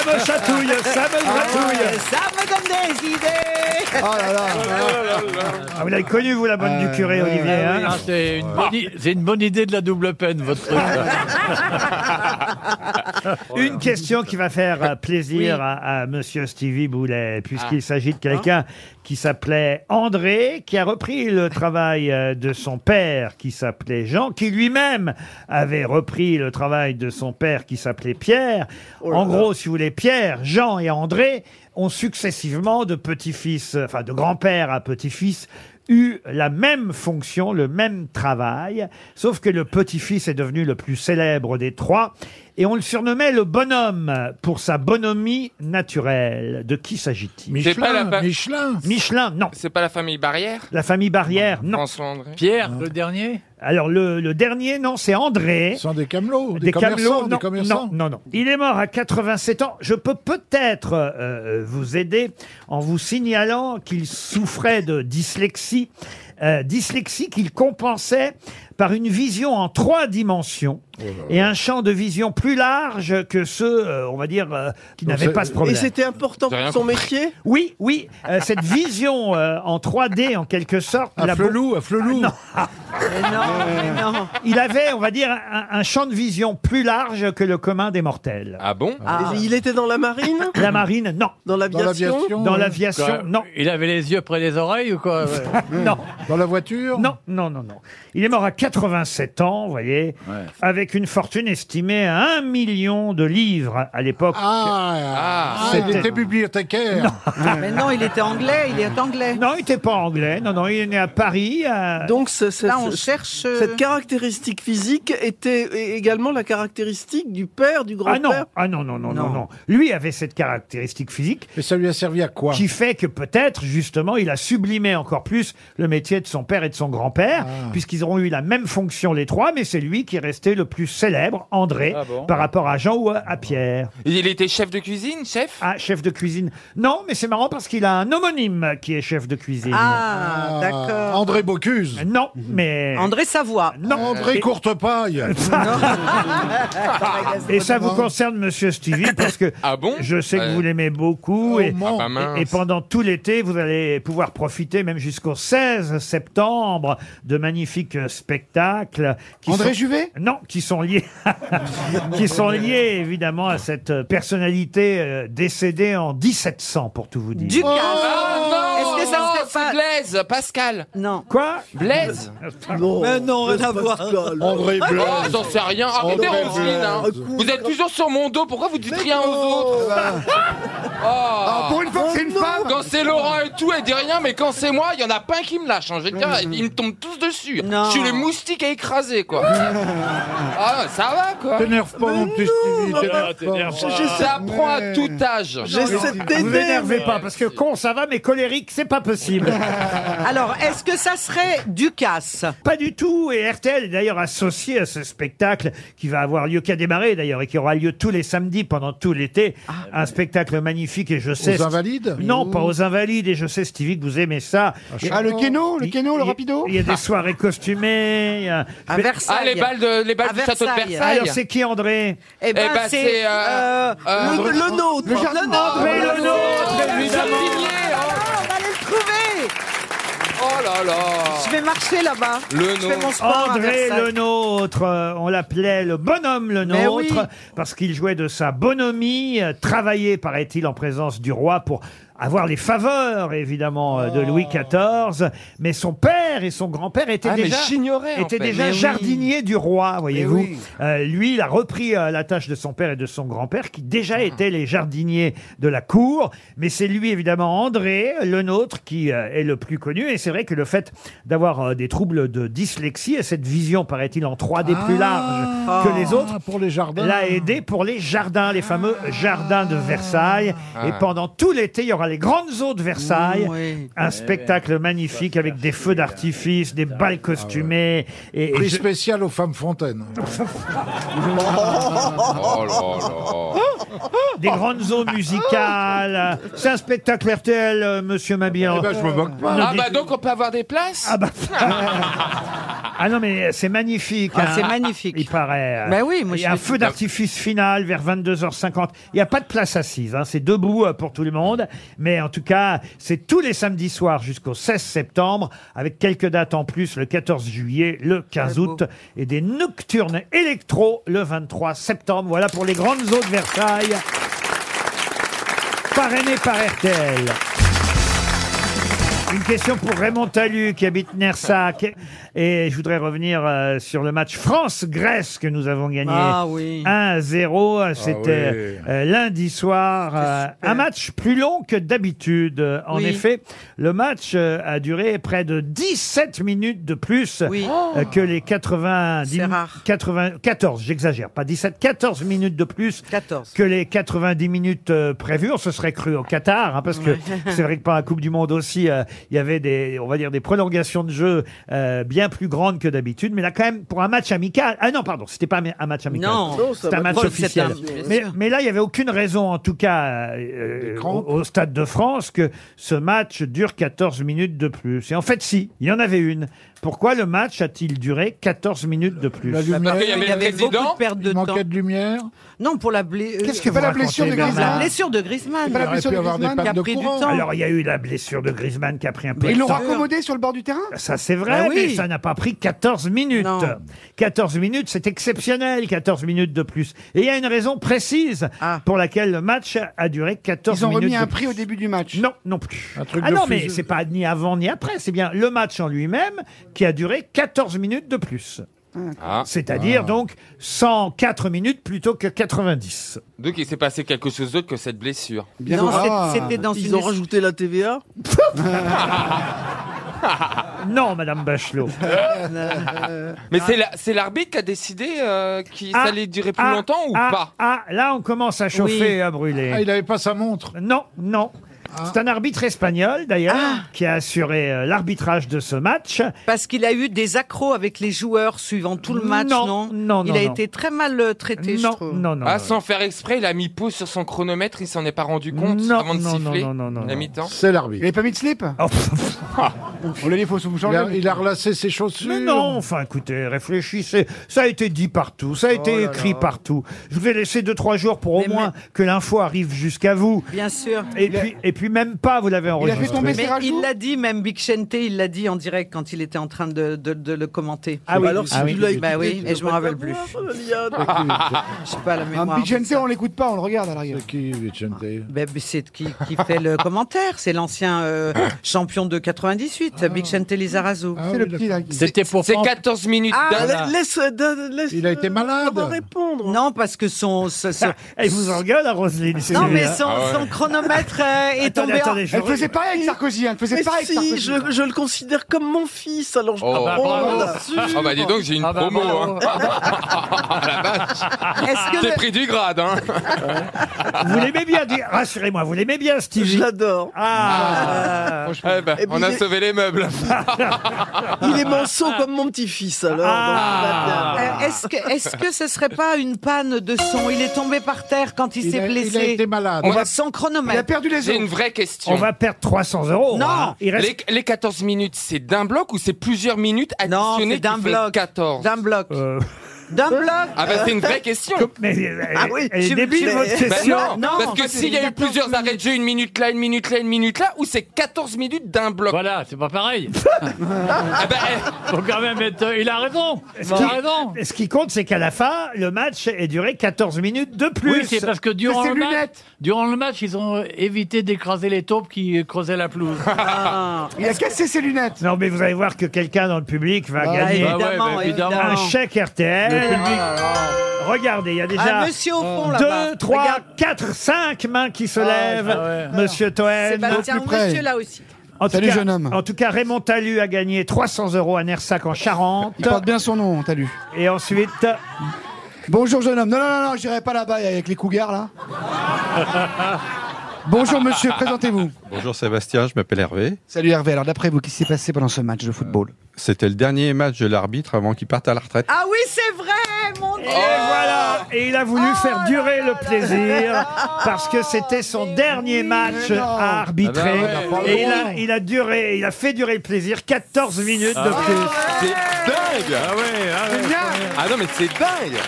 me chatouille, ça me gratouille. ça me donne des idées. Oh Ah, vous l'avez connu, vous, la bonne du curé, Olivier. hein Ah, c'est une, bonne i- c'est une bonne idée de la double peine, votre truc. Une question qui va faire euh, plaisir Oui. à, à Monsieur Stevie Boulet, puisqu'il Ah. s'agit de quelqu'un qui s'appelait André, qui a repris le travail euh, de son père, qui s'appelait Jean, qui lui-même avait repris le travail de son père, qui s'appelait Pierre. en gros, si vous voulez, Pierre, Jean et André ont successivement de petits-fils, euh, enfin de grand-père à petit-fils, eu la même fonction, le même travail, sauf que le petit-fils est devenu le plus célèbre des trois, et on le surnommait le bonhomme pour sa bonhomie naturelle. De qui s'agit-il C'est pas la fa- Michelin Michelin, non. C'est pas la famille Barrière La famille Barrière, non. Pierre, le dernier Alors le, le dernier, non, c'est André. Ce sont des camelots, des, camelots, commerçants, non, des commerçants. Non, non, non. Il est mort à 87 ans. Je peux peut-être euh, vous aider en vous signalant qu'il souffrait de dyslexie. Euh, dyslexie qu'il compensait par une vision en trois dimensions Oh et un champ de vision plus large que ceux, euh, on va dire, euh, qui Donc n'avaient c'est- pas ce problème. Et c'était important J'ai pour rien son compris. métier Oui, oui. euh, cette vision euh, en 3D, en quelque sorte. À l'a beau- Flelou, à Flelou. il avait, on va dire, un, un champ de vision plus large que le commun des mortels. Ah bon Ah. Il était dans la marine La marine, non. Dans l'aviation Dans l'aviation, Quoi, non. Il avait les yeux près des oreilles ou quoi *laughs* Non. Dans la voiture Non, non, non, non. Il est mort à 87 ans, vous voyez, avec une fortune estimée à 1 million de livres à l'époque. Ah, il C'était- était bibliothécaire. Mais non, il était anglais, il est anglais. Non, il n'était pas anglais. Non, non, il est né à Paris. euh, Donc, ce- ce- Là, on ce- cherche, euh, Cette caractéristique physique était é- également la caractéristique du père, du Ah non, grand-père. ah non, non, non, non, non. Lui avait cette caractéristique physique. Mais ça lui a servi à quoi Qui fait que peut-être, justement, il a sublimé encore plus le métier de son père et de son grand-père, Ah. puisqu'ils auront eu la même fonction les trois, mais c'est lui qui est resté le plus célèbre, André, Ah bon Ah par rapport à Jean ou à à Pierre. Il était chef de cuisine, chef Ah, chef de cuisine. Non, mais c'est marrant parce qu'il a un homonyme qui est chef de cuisine. Ah, d'accord. André Bocuse. Non, mais. André Savoie. Non. André Et- *laughs* Courtepaille. Ah. Et ça vous concerne, monsieur Stevie, parce que je sais que Ah Ouais. vous l'aimez beaucoup. Oh, et, mon. Ah bah mince. et- et pendant tout l'été, vous allez pouvoir profiter, même jusqu'au 16 septembre, de magnifiques euh, spectacles. André Juvet Non, qui sont liés, qui sont liés évidemment à cette euh, personnalité euh, décédée en 1700, pour tout vous dire. Ducasse. Est-ce que ça se fait Oh, ah, c'est Blaise, Pascal. Non. Quoi *laughs* Blaise Non. Mais non, rien à voir. André Blaise. Oh, j'en sais rien. Arrêtez, André Roselyne. hein. Blaise. Vous êtes toujours sur mon dos. Pourquoi vous dites rien aux autres Ah, pour une fois que c'est une femme. Quand c'est Laurent et tout, elle dit rien, mais quand c'est moi, il y en a pas un qui me lâche. hein. Je veux dire, ils me tombent tous dessus. Je suis le moustique à écraser, quoi. ah, ça va, quoi. T'énerve pas, mon petit Stevie. non, t'énerve non, pas. t'énerve pas. Ça apprend à tout âge. J'essaie de t'aider, Vous énervez mais- pas, parce que con, ça va, mais colérique, c'est pas possible. *laughs* Alors, est-ce que ça serait Ducasse Pas du tout. Et RTL est d'ailleurs associé à ce spectacle qui va avoir lieu, qui a démarré d'ailleurs et qui aura lieu tous les samedis pendant tout l'été. Ah un spectacle magnifique et je sais. Aux Invalides Non, pas aux Invalides. Et je sais, Stevie, que vous aimez ça. Ah, le Keno, le Il- Keno, le il- rapido Ah. Il y a des soirées costumées. il y a- À Mais- Versailles. Ah, les balles de- les balles À du château de Versailles. Versailles. Alors, c'est qui, André Eh ben, c'est euh, euh, le, le nôtre. le jardin- André Le Nôtre, évidemment. Oh, on allait le trouver. Oh là là. Je vais marcher là-bas. Je fais mon sport à André Versailles. le nôtre, euh, on l'appelait le bonhomme le Mais nôtre, oui. parce qu'il jouait de sa bonhomie, euh, travaillait, paraît-il, en présence du roi pour avoir les faveurs, évidemment, euh, de Louis Oh. XIV. Mais son père et son grand-père étaient Ah, mais déjà, j'ignorais, en étaient fait. déjà Mais oui. jardiniers du roi, voyez-vous. oui. Euh, lui, il a repris euh, la tâche de son père et de son grand-père, qui déjà étaient les jardiniers de la cour. Mais c'est lui, évidemment, André, le nôtre, qui euh, est le plus connu. Et c'est vrai que le fait d'avoir euh, des troubles de dyslexie et cette vision, paraît-il, en 3D plus large que les autres, Ah, pour les jardins. l'a aidé pour les jardins, les fameux jardins de Versailles. Ah. Et pendant tout l'été, il y aura les grandes eaux de Versailles, Mmh, oui. Eh un spectacle magnifique avec des hein. feux d'artifice, Ah des bals costumés. et, et Prix je- spécial aux femmes fontaines. Oh là là. *laughs* des grandes eaux *laughs* musicales. C'est un spectacle RTL, euh, monsieur Mabillon. Eh ben, je me moque Ne Ah dites- bah donc on peut avoir des places Ah bah. Ah non, mais c'est magnifique. hein. Ah, c'est magnifique. Il paraît. hein. Ben oui, moi, Il y je a un l'ai feu dit. d'artifice final vers 22h50. Il n'y a pas de place assise. hein. C'est debout euh, pour tout le monde. Mais en tout cas, c'est tous les samedis soirs jusqu'au 16 septembre, avec quelques dates en plus, le 14 juillet, le 15 août, et des nocturnes électro le 23 septembre. Voilà pour les grandes eaux de Versailles. Parrainé par RTL. Une question pour Raymond Talu qui habite Nersac. Et je voudrais revenir euh, sur le match France-Grèce que nous avons gagné. Ah oui. Ah 1-0, c'était oui. euh, lundi soir. euh, un match plus long que d'habitude. Euh, En Oui. effet, le match euh, a duré près de 17 minutes de plus Oh. euh, que les 90, 80 14, j'exagère, pas 17, 14 minutes de plus que les 90 minutes euh, prévues. On se serait cru au Qatar, hein, parce Ouais. *laughs* que c'est vrai que pendant la Coupe du Monde aussi, euh, il y avait des, on va dire, des prolongations de jeu euh, bien plus grandes que d'habitude. Mais là, quand même, pour un match amical. Ah non, pardon, c'était pas un match amical. Non. Non, ça c'était un va match être- officiel. c'est un- bien Mais, sûr. mais là, il n'y avait aucune raison, en tout cas, euh, au, au Stade de France, que ce match dure 14 minutes de plus. Et en fait, si, il y en avait une. Pourquoi le match a-t-il duré 14 minutes de plus La lumière. Parce qu'il y avait le président. beaucoup de pertes de Il manquait temps. de lumière. Non, pour la blessure. euh, Qu'est-ce que vous racontez, Bernard La blessure de Griezmann. Il aurait pu avoir des Griezmann qui a pannes de pris du courant. temps. Alors, il y a eu la blessure de Griezmann qui a pris un peu Ils de l'ont temps. raccommodé sur le bord du terrain Ça, c'est vrai, Bah Ah oui. mais ça n'a pas pris 14 minutes. 14 minutes, c'est exceptionnel, 14 minutes de plus. Et il y a une raison précise pour laquelle le match a duré 14 Ah. Ils ont minutes. remis de un plus. prix au début du match. Non, non plus. truc ah de non, fou. mais c'est pas ni avant ni après, c'est bien le match en lui-même qui a duré 14 minutes de plus. Ah. C'est-à-dire donc 104 minutes plutôt que 90. *laughs* Donc il s'est passé quelque chose d'autre que cette blessure. Non, c'est- Ah. c'était dans Ils ont rajouté la TVA Non, Madame Bachelot. Euh, Mais c'est la- c'est l'arbitre qui a décidé euh, qui ça allait durer plus ah, longtemps ou ah, pas Ah, là, on commence à chauffer Oui. et à brûler. Ah, il n'avait pas sa montre. Ah. Non, non. C'est un arbitre espagnol, d'ailleurs, Ah. qui a assuré euh, l'arbitrage de ce match. Parce qu'il a eu des accros avec les joueurs suivant tout le match, Non, non non, Il non, a non. été très mal euh, traité, je trouve. Oh, Non, non. Ah, sans faire exprès, il a mis pause sur son chronomètre, il s'en est pas rendu compte avant de non, siffler. non, non, non, non, La non. mi-temps. Ah. C'est l'arbitre. Il n'avait pas mis de slip Oh, On l'a dit, il faut se changer. Il a- il a relacé ses chaussures. Mais non, enfin, écoutez, réfléchissez. Ça a été dit partout, ça a été Oh là écrit là. partout. Je vous ai laissé deux, trois jours pour au moins que l'info arrive jusqu'à vous. Bien sûr. Et puis, et puis même pas, vous l'avez enregistré. Mais il l'a dit, même Big Chente, il l'a dit en direct quand il était en train de, de- de le commenter. Ah oui. alors Ah oui. tu l'as écouté, Bah oui, tu et dois je m'en pas rappelle savoir, Oh, Ah. Je sais pas la mémoire. Un Vicente, on l'écoute pas, on le regarde à l'arrière. C'est qui, Vicente Ben, ben, c'est qui, qui fait le commentaire C'est l'ancien euh, champion de 98, Big Chente Lizarazu. oui, le petit, là, qui- C'était pour. C'est 14 minutes Ah, d'un- la- laisse, Il a été malade. répondre. Non, parce que son. ce- ce- Elle vous engueule, hein, Roselyne. c'est Non, mais bien. son, Ah son chronomètre euh, est Attendez, tombé. en- attendez, je Elle faisait pareil avec Sarkozy. hein, Elle Mais si, je, je le considère comme mon fils, alors je Oh, bah, comprends. Ah bah dis donc, j'ai une Ah bah, promo. bravo. hein. *laughs* Ah, la vache. Est-ce que T'es le- pris du grade. Hein. Vous l'aimez bien, dis- rassurez-moi, vous l'aimez bien, Stevie Je l'adore. Ah, *laughs* Eh ben, on a sauvé les meubles. Il est manceau comme mon petit-fils, alors. Ah. donc, Euh, Est-ce que, est-ce que ce serait pas une panne de son Il est tombé par terre quand il, Il s'est a- il blessé. a été malade. On On va va- sans chronomètre. C'est une vraie question. On va perdre 300 euros. Non, hein. Il reste- les, les 14 minutes, c'est d'un bloc ou c'est plusieurs minutes additionnées c'est d'un qui font bloc. 14 D'un bloc. D'un bloc. Ah bah c'est une vraie question. Euh. Mais euh, Ah oui, elle est tu- débile, tu- votre Bah question. non, Non, en parce fait, que s'il y a eu 14 plusieurs arrêts de jeu, une minute là, une minute là, une minute là, ou c'est 14 minutes d'un bloc. Voilà, c'est pas pareil. ah *laughs* bah, eh, Faut quand même être. euh, Il a raison. Ce Il a raison. qui, ce qui compte, c'est qu'à la fin, le match ait duré 14 minutes de plus. Oui, c'est parce que durant le, match, durant le match, ils ont euh, évité d'écraser les taupes qui euh, creusaient la pelouse. *laughs* Il a cassé ses lunettes. Non, mais vous allez voir que quelqu'un dans le public va Ah, gagner bah ouais, bah Évidemment, évidemment. un chèque RTL. Le public. Ah, Regardez, il y a Ah, déjà Un monsieur au fond, là-bas. 2, 3, Regarde. 4, 5 mains qui se Ah, lèvent. bah ah ouais. Monsieur Toen. Sébastien, monsieur là aussi. En tout Salut, cas- jeune homme. En tout cas, Raymond Talu a gagné 300 euros à Nersac en Charente. Il porte bien son nom, t'as lu. Et ensuite. Bonjour jeune homme. Non, non, non, non, j'irai pas là-bas avec les cougars là. *laughs* Bonjour monsieur, présentez-vous. Bonjour Sébastien, je m'appelle Hervé. Salut Hervé. Alors d'après vous, qu'est-ce qui s'est passé pendant ce match de football Euh, C'était le dernier match de l'arbitre avant qu'il parte à la retraite. Ah oui, c'est vrai, mon Dieu. Et voilà Et il a voulu faire durer le plaisir parce que c'était son dernier match Mais non. à arbitrer. Ah bah ouais. Et il a, il a duré, il a fait durer le plaisir 14 minutes de Ah. plus. c'est dingue. Ah ouais, ah Ah non mais c'est dingue.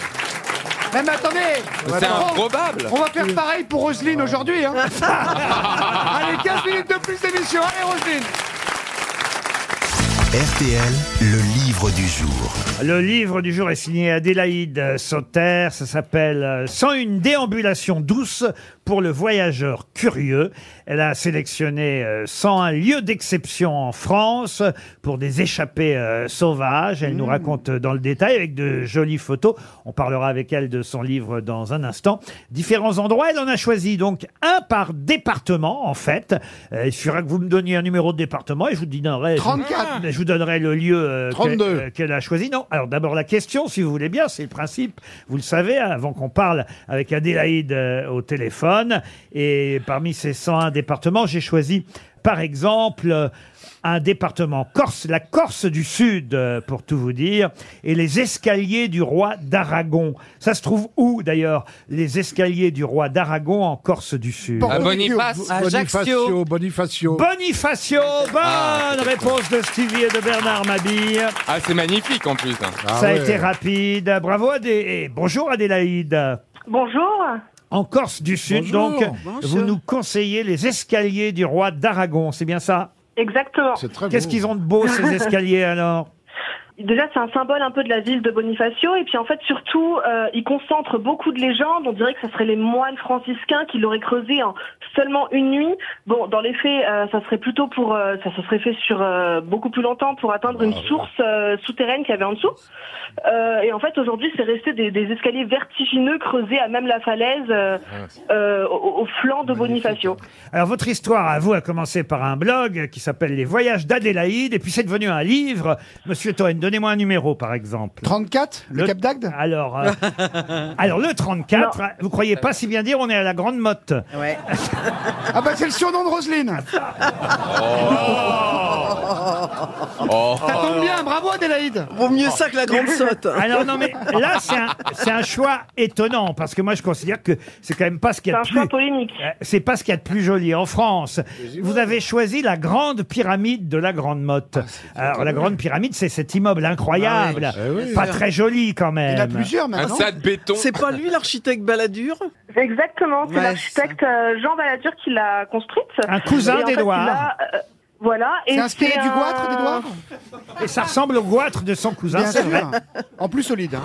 Ah, Mais, mais attendez C'est improbable. On va faire pareil pour Roselyne aujourd'hui. *laughs* Hein. Allez, 15 minutes de plus d'émission. Allez, Roselyne RTL, le livre du jour. Le livre du jour est signé Adélaïde Sauter. Ça s'appelle euh, « Sans une déambulation douce pour le voyageur curieux ». Elle a sélectionné euh, 101 lieux d'exception en France pour des échappées euh, sauvages. Elle nous raconte dans le détail avec de jolies photos. On parlera avec elle de son livre dans un instant. Différents endroits, elle en a choisi donc un par département en fait. Euh, Il suffira que vous me donniez un numéro de département et je vous donnerai, 34. je vous donnerai le lieu euh, que- 32. euh, qu'elle a choisi. Non, alors d'abord la question, si vous voulez bien, c'est le principe, vous le savez, hein, avant qu'on parle avec Adélaïde euh, au téléphone. Et parmi ces 101 départements, j'ai choisi, par exemple, euh, un département Corse, la Corse du Sud, euh, pour tout vous dire, et les escaliers du roi d'Aragon. Ça se trouve où, d'ailleurs, les escaliers du roi d'Aragon en Corse du Sud Porto Vecchio, Bonifacio, Bonifacio. Bonifacio, bonne Ah. réponse de Stevie et de Bernard Mabille. Ah c'est magnifique en plus. hein. Ah Ça a été rapide. Bravo Adé. et Bonjour Adélaïde. Bonjour. En Corse du Sud, Bonjour. donc, Bonjour. vous nous conseillez les escaliers du roi d'Aragon, c'est bien ça Exactement. Qu'est-ce qu'ils ont de *laughs* beau ces escaliers alors Déjà, c'est un symbole un peu de la ville de Bonifacio. Et puis, en fait, surtout, euh, il concentre beaucoup de légendes. On dirait que ce serait les moines franciscains qui l'auraient creusé en seulement une nuit. Bon, dans les faits, euh, ça serait plutôt pour... euh, ça se serait fait sur euh, beaucoup plus longtemps pour atteindre une source euh, souterraine qu'il y avait en dessous. Euh, et en fait, aujourd'hui, c'est resté des, des escaliers vertigineux creusés à même la falaise euh, euh, au, au flanc de Bonifacio. Alors votre histoire à vous a commencé par un blog qui s'appelle Les Voyages d'Adélaïde et puis c'est devenu un livre. Monsieur Toen, donnez-moi un numéro par exemple. 34 Le, Cap d'Agde Alors, euh, alors le 34, vous croyez pas si bien dire, on est à la Grande Motte. Ouais. Ah bah c'est le surnom de Roselyne. Ça tombe bien, bravo Adélaïde Vaut mieux ça que la *laughs* grande sotte. Oh, Alors non, mais là, c'est un, c'est un choix étonnant, parce que moi, je considère que c'est quand même pas ce qu'il y a de plus... Euh, C'est pas ce qu'il y a de plus joli en France. Vous avez choisi la grande pyramide de la Grande Motte. Alors, la grande pyramide, c'est cet immeuble incroyable. Ah oui, eh oui. Pas très joli, quand même. Ah, C'est pas lui l'architecte Balladur C'est exactement, c'est Ouais, l'architecte euh, Jean Balladur qui l'a construite. Un cousin Et en fait, d'Édouard. il l'a, euh, Voilà. et C'est inspiré du un- goitre d'Édouard Et ça ressemble au goitre de son cousin, Bien c'est sûr. vrai. En plus solide. *laughs*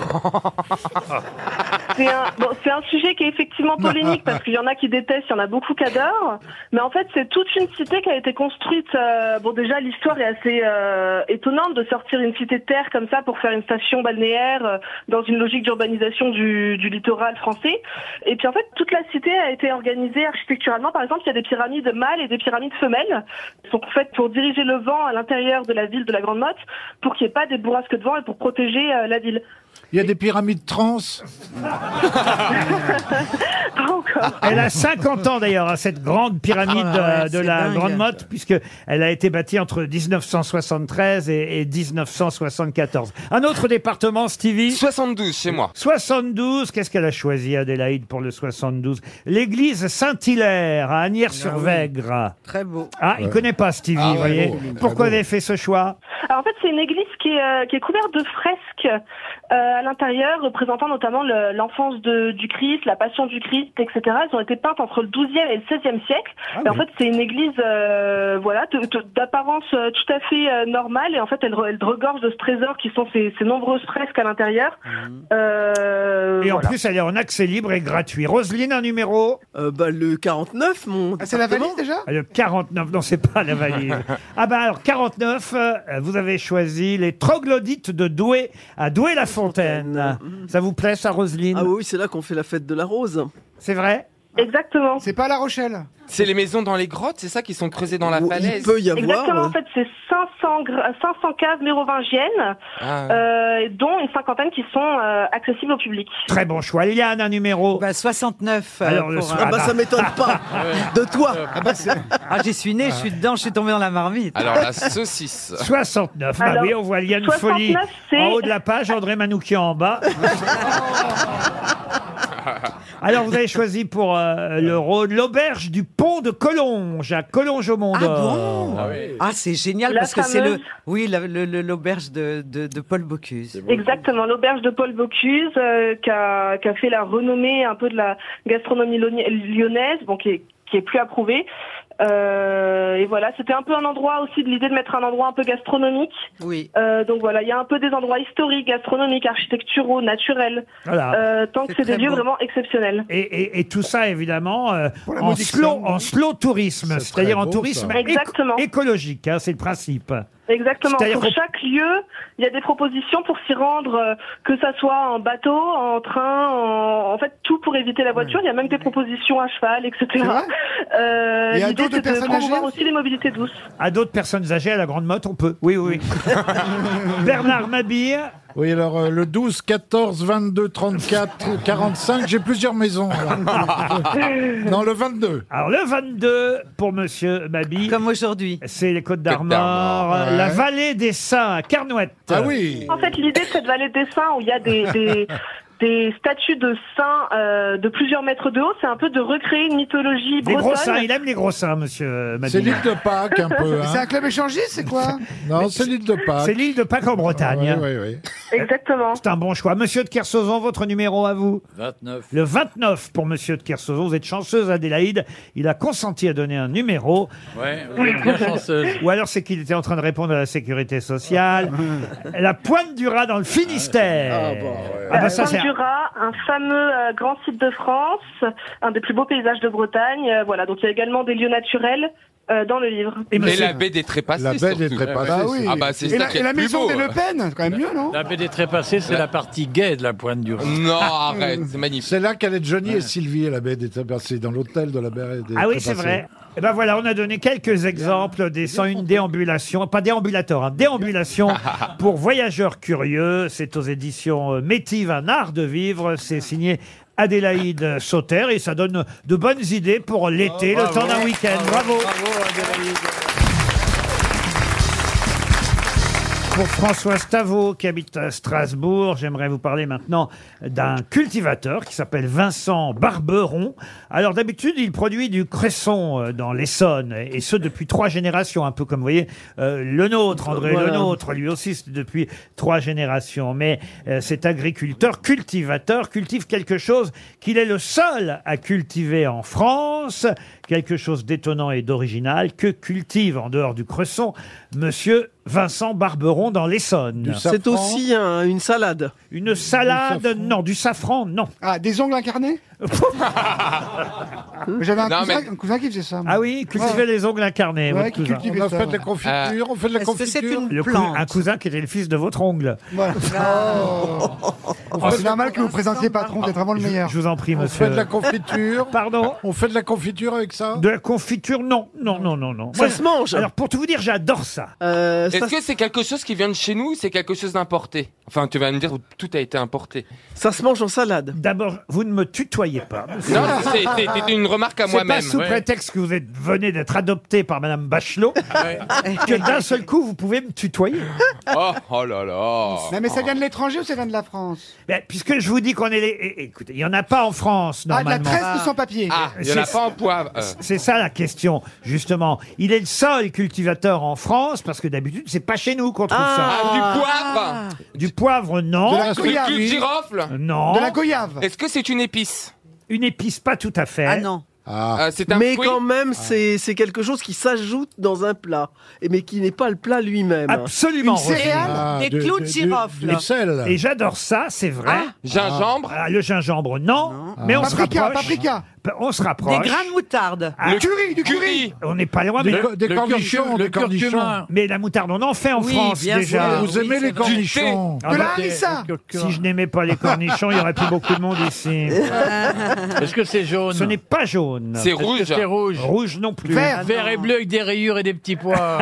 C'est un, bon, c'est un sujet qui est effectivement polémique parce qu'il y en a qui détestent, il y en a beaucoup qui adorent. Mais en fait, c'est toute une cité qui a été construite. euh, bon, déjà, l'histoire est assez euh, étonnante de sortir une cité de terre comme ça pour faire une station balnéaire euh, dans une logique d'urbanisation du, du littoral français. Et puis, en fait, toute la cité a été organisée architecturalement. Par exemple, il y a des pyramides mâles et des pyramides femelles qui sont faites pour diriger le vent à l'intérieur de la ville de la Grande Motte pour qu'il n'y ait pas des bourrasques de vent et pour protéger euh, la ville. Il y a des pyramides trans. Elle a 50 ans d'ailleurs, hein, cette grande pyramide Ah ouais, euh, de c'est la dingue. Grande Motte, puisque elle a été bâtie entre 1973 et, et 1974. Un autre département, Stevie 72 chez moi. 72, qu'est-ce qu'elle a choisi Adélaïde pour le 72 L'église Saint-Hilaire à Agnières-sur-Vègre. Très beau. Ah, il connaît pas Stevie, Ah vous ouais, voyez. beau, très Pourquoi beau. vous avez fait ce choix Alors, en fait, c'est une église qui est, euh, qui est couverte de fresques euh, à l'intérieur, représentant notamment le- l'enfance de- du Christ, la passion du Christ, etc. Elles ont été peintes entre le 12e et le 16e siècle. et en fait, c'est une église euh, voilà, de- de- d'apparence euh, tout à fait euh, normale. Et en fait, elle, re- elle regorge de ce trésor qui sont ces, ces nombreuses fresques à l'intérieur. Euh, Et en voilà. plus, elle est en accès libre et gratuit. Roselyne, un numéro Ah, bah, Le 49, mon. Ah, c'est la valise déjà Le 49, non, c'est pas *laughs* la valise. ah bah alors, 49, euh, vous avez choisi les troglodytes de Douai, à Douai-la-Fontaine. Ça vous plaît, ça, Roselyne Ah oui, c'est là qu'on fait la fête de la rose. C'est vrai Exactement. C'est pas La Rochelle C'est les maisons dans les grottes, c'est ça qui sont creusées dans la falaise. Exactement, euh, en fait, c'est 500, gra- 500 caves mérovingiennes, Ah. euh, dont une cinquantaine qui sont euh, accessibles au public. Très bon choix. Liane, un numéro Bah, 69. Alors, le soir- Ah bah, ça m'étonne pas. De toi. *laughs* Ah, j'y suis né, je suis dedans, je suis tombé dans la marmite. *laughs* Alors la *laughs* saucisse. 69, bah Alors, oui, on voit Liane 69, Folie c'est- en haut de la page, André Manoukian *laughs* en bas. Alors, vous avez choisi pour euh, le rôle l'auberge du pont de Collonges, à Collonges-au-Mont. Ah bon Ah, c'est génial La parce que c'est le fameuse- oui la- le- le- l'auberge de, de, de Paul Bocuse. Exactement, l'auberge de Paul Bocuse, euh, qui, a, qui a fait la renommée un peu de la gastronomie lyonna- lyonnaise, bon, qui, est, qui est plus approuvée. Euh, et voilà, c'était un peu un endroit aussi de l'idée de mettre un endroit un peu gastronomique. Oui. Euh, donc voilà, il y a un peu des endroits historiques, gastronomiques, architecturaux, naturels. Voilà. Euh, tant que C'est c'est des très lieux beau. vraiment exceptionnels. Et, et- et tout ça, évidemment, euh, la en, modique slow, en slow tourisme, c'est-à-dire très en beau, tourisme ça. éco- écologique, hein, c'est le principe. Euh, Exactement. C'est-à-dire Pour qu'on- chaque lieu, il y a des propositions pour s'y rendre, euh, que ça soit en bateau, en train, en, en fait tout pour éviter la voiture. Il y a même des propositions à cheval, etc. Euh, Il y a L'idée d'autres c'est de personnes âgées promouvoir aussi les mobilités douces. À d'autres personnes âgées, à la grande motte, on peut. *laughs* Oui, oui, oui. Bernard Mabille. Oui, alors euh, le 12, 14, 22, *laughs* 34, 45, j'ai plusieurs maisons. alors. non, le 22. Alors le 22 pour Monsieur Mabille. Comme aujourd'hui. C'est les Côtes d'Armor, Côtes d'Armor, ouais. Ah la vallée des Saints, à Carnouette. Ah En fait, l'idée de cette vallée des saints où il y a *laughs* des, des, des statues de saints euh, de plusieurs mètres de haut, c'est un peu de recréer une mythologie Des bretonne. gros seins, il aime les gros seins, Monsieur Mabille. C'est l'île de Pâques un peu. hein. *laughs* C'est un club échangiste, *laughs* c'est *laughs* quoi Non, c'est l'île de Pâques. C'est l'île de Pâques en Bretagne. Oui, oui, oui. Exactement. C'est un bon choix. Monsieur de Kersauzon, votre numéro à vous 29. Le 29 pour Monsieur de Kersauzon. Vous êtes chanceuse, Adélaïde. Il a consenti à donner un numéro. Ouais, vous êtes bien chanceuse. Ou alors c'est qu'il était en train de répondre à la sécurité sociale. la pointe du rat dans le Finistère. Ah, Ah bah ça, c'est un- du Raz, un fameux euh, grand site de France, un des plus beaux paysages de Bretagne. euh, voilà, donc il y a également des lieux naturels euh, dans le livre. Et, la baie des trépassés. La baie des surtout. euh, Trépassés, Ah, Bah oui. bah c'est ça qui est plus beau. hein. hein. Pen, quand même mieux, non La baie des trépassés, c'est la partie gay de la pointe du Rhin. Non, arrête, c'est magnifique. C'est là qu'allaient Johnny et Sylvie à la baie des Trépassés, dans l'hôtel de la baie des Ah oui, c'est Trépassés. vrai. Et ben voilà, on a donné quelques exemples des 101 déambulations, pas déambulateurs, hein, déambulations pour voyageurs curieux. C'est aux éditions euh, Métive, un art de vivre. C'est signé Adélaïde Sauter et ça donne de bonnes Ah, idées pour l'été, le temps d'un week-end. Bravo. pour François Stavot qui habite à Strasbourg. J'aimerais vous parler maintenant d'un cultivateur qui s'appelle Vincent Barberon. Alors d'habitude, il produit du cresson euh, dans l'Essonne et ce depuis trois générations, un peu comme vous voyez euh, le nôtre, André Voilà. le nôtre, lui aussi c'est depuis trois générations. Mais euh, cet agriculteur cultivateur cultive quelque chose qu'il est le seul à cultiver en France, quelque chose d'étonnant et d'original que cultive en dehors du cresson Monsieur Vincent Barberon dans l'Essonne. C'est aussi un- une salade. Une salade, non, du safran, non. Ah, des ongles incarnés Ah, J'avais un, Non, cousin- mais- un cousin qui faisait ça. moi. Ah oui, cultiver Ouais. les ongles incarnés. Ouais, votre qui cousin. cultivait On a ça, fait de la ouais. confiture, on fait de la Est-ce que c'est confiture. une Le cou- plante Un cousin qui était le fils de votre ongle. Voilà. Oh. C'est normal que vous présentiez patron, vous êtes vraiment le meilleur. Je vous en prie, On monsieur. fait de la confiture. Pardon On fait de la confiture avec ça De la confiture, non. Non, non, non, non. Ça se mange. Alors, pour tout vous dire, j'adore ça. Est-ce que c'est quelque chose qui vient de chez nous ou c'est quelque chose d'importé Enfin, tu vas me dire où tout a été importé. Ça se mange en salade. D'abord, vous ne me tutoyez pas. Non, c'est- c'est- c'était une remarque à C'est moi-même. pas sous Ouais. prétexte que vous êtes, venez d'être adopté par Madame Bachelot Ah *laughs* que d'un seul coup, vous pouvez me tutoyer. Oh, oh là là Non, mais ça vient de l'étranger ou ça vient de la France Ben, puisque je vous dis qu'on est les... eh, Écoutez, il n'y en a pas en France, Ah, de normalement. la tresse de sans papier. Ah, il n'y en a C'est- pas en poivre. euh. C'est ça la question, justement. Il est le seul cultivateur en France, parce que d'habitude, c'est pas chez nous qu'on trouve Ah, ça. du poivre Du poivre, non. De la Du goyave. cul de girofle Non. De la goyave Est-ce que c'est une épice Une épice, pas tout à fait. Ah non. mais quand même, c'est c'est quelque chose qui s'ajoute dans un plat, et mais qui n'est pas le plat lui-même. Absolument. Roselyne. Ah, Ah, Du Et j'adore ça, c'est vrai. Ah. Gingembre Ah, Le gingembre, non. Mais on Paprika, se rapproche. Bah, paprika. On se rapproche. Des grains de moutarde. Ah, Le curry, du curry. On n'est pas loin, Des mais co- des Le cornichons, curcuma, des le cornichons. curcuma. Mais la moutarde, on en fait en Oui, France bien déjà. sûr. Vous aimez les cornichons. Ah De la bah, harissa. Si je n'aimais pas les cornichons, il y aurait plus beaucoup de monde *laughs* ici. Est-ce que c'est jaune Ce n'est pas jaune. C'est Est-ce que rouge c'est rouge Rouge non plus. Vert. Vert et bleu avec des rayures et des petits *laughs* pois.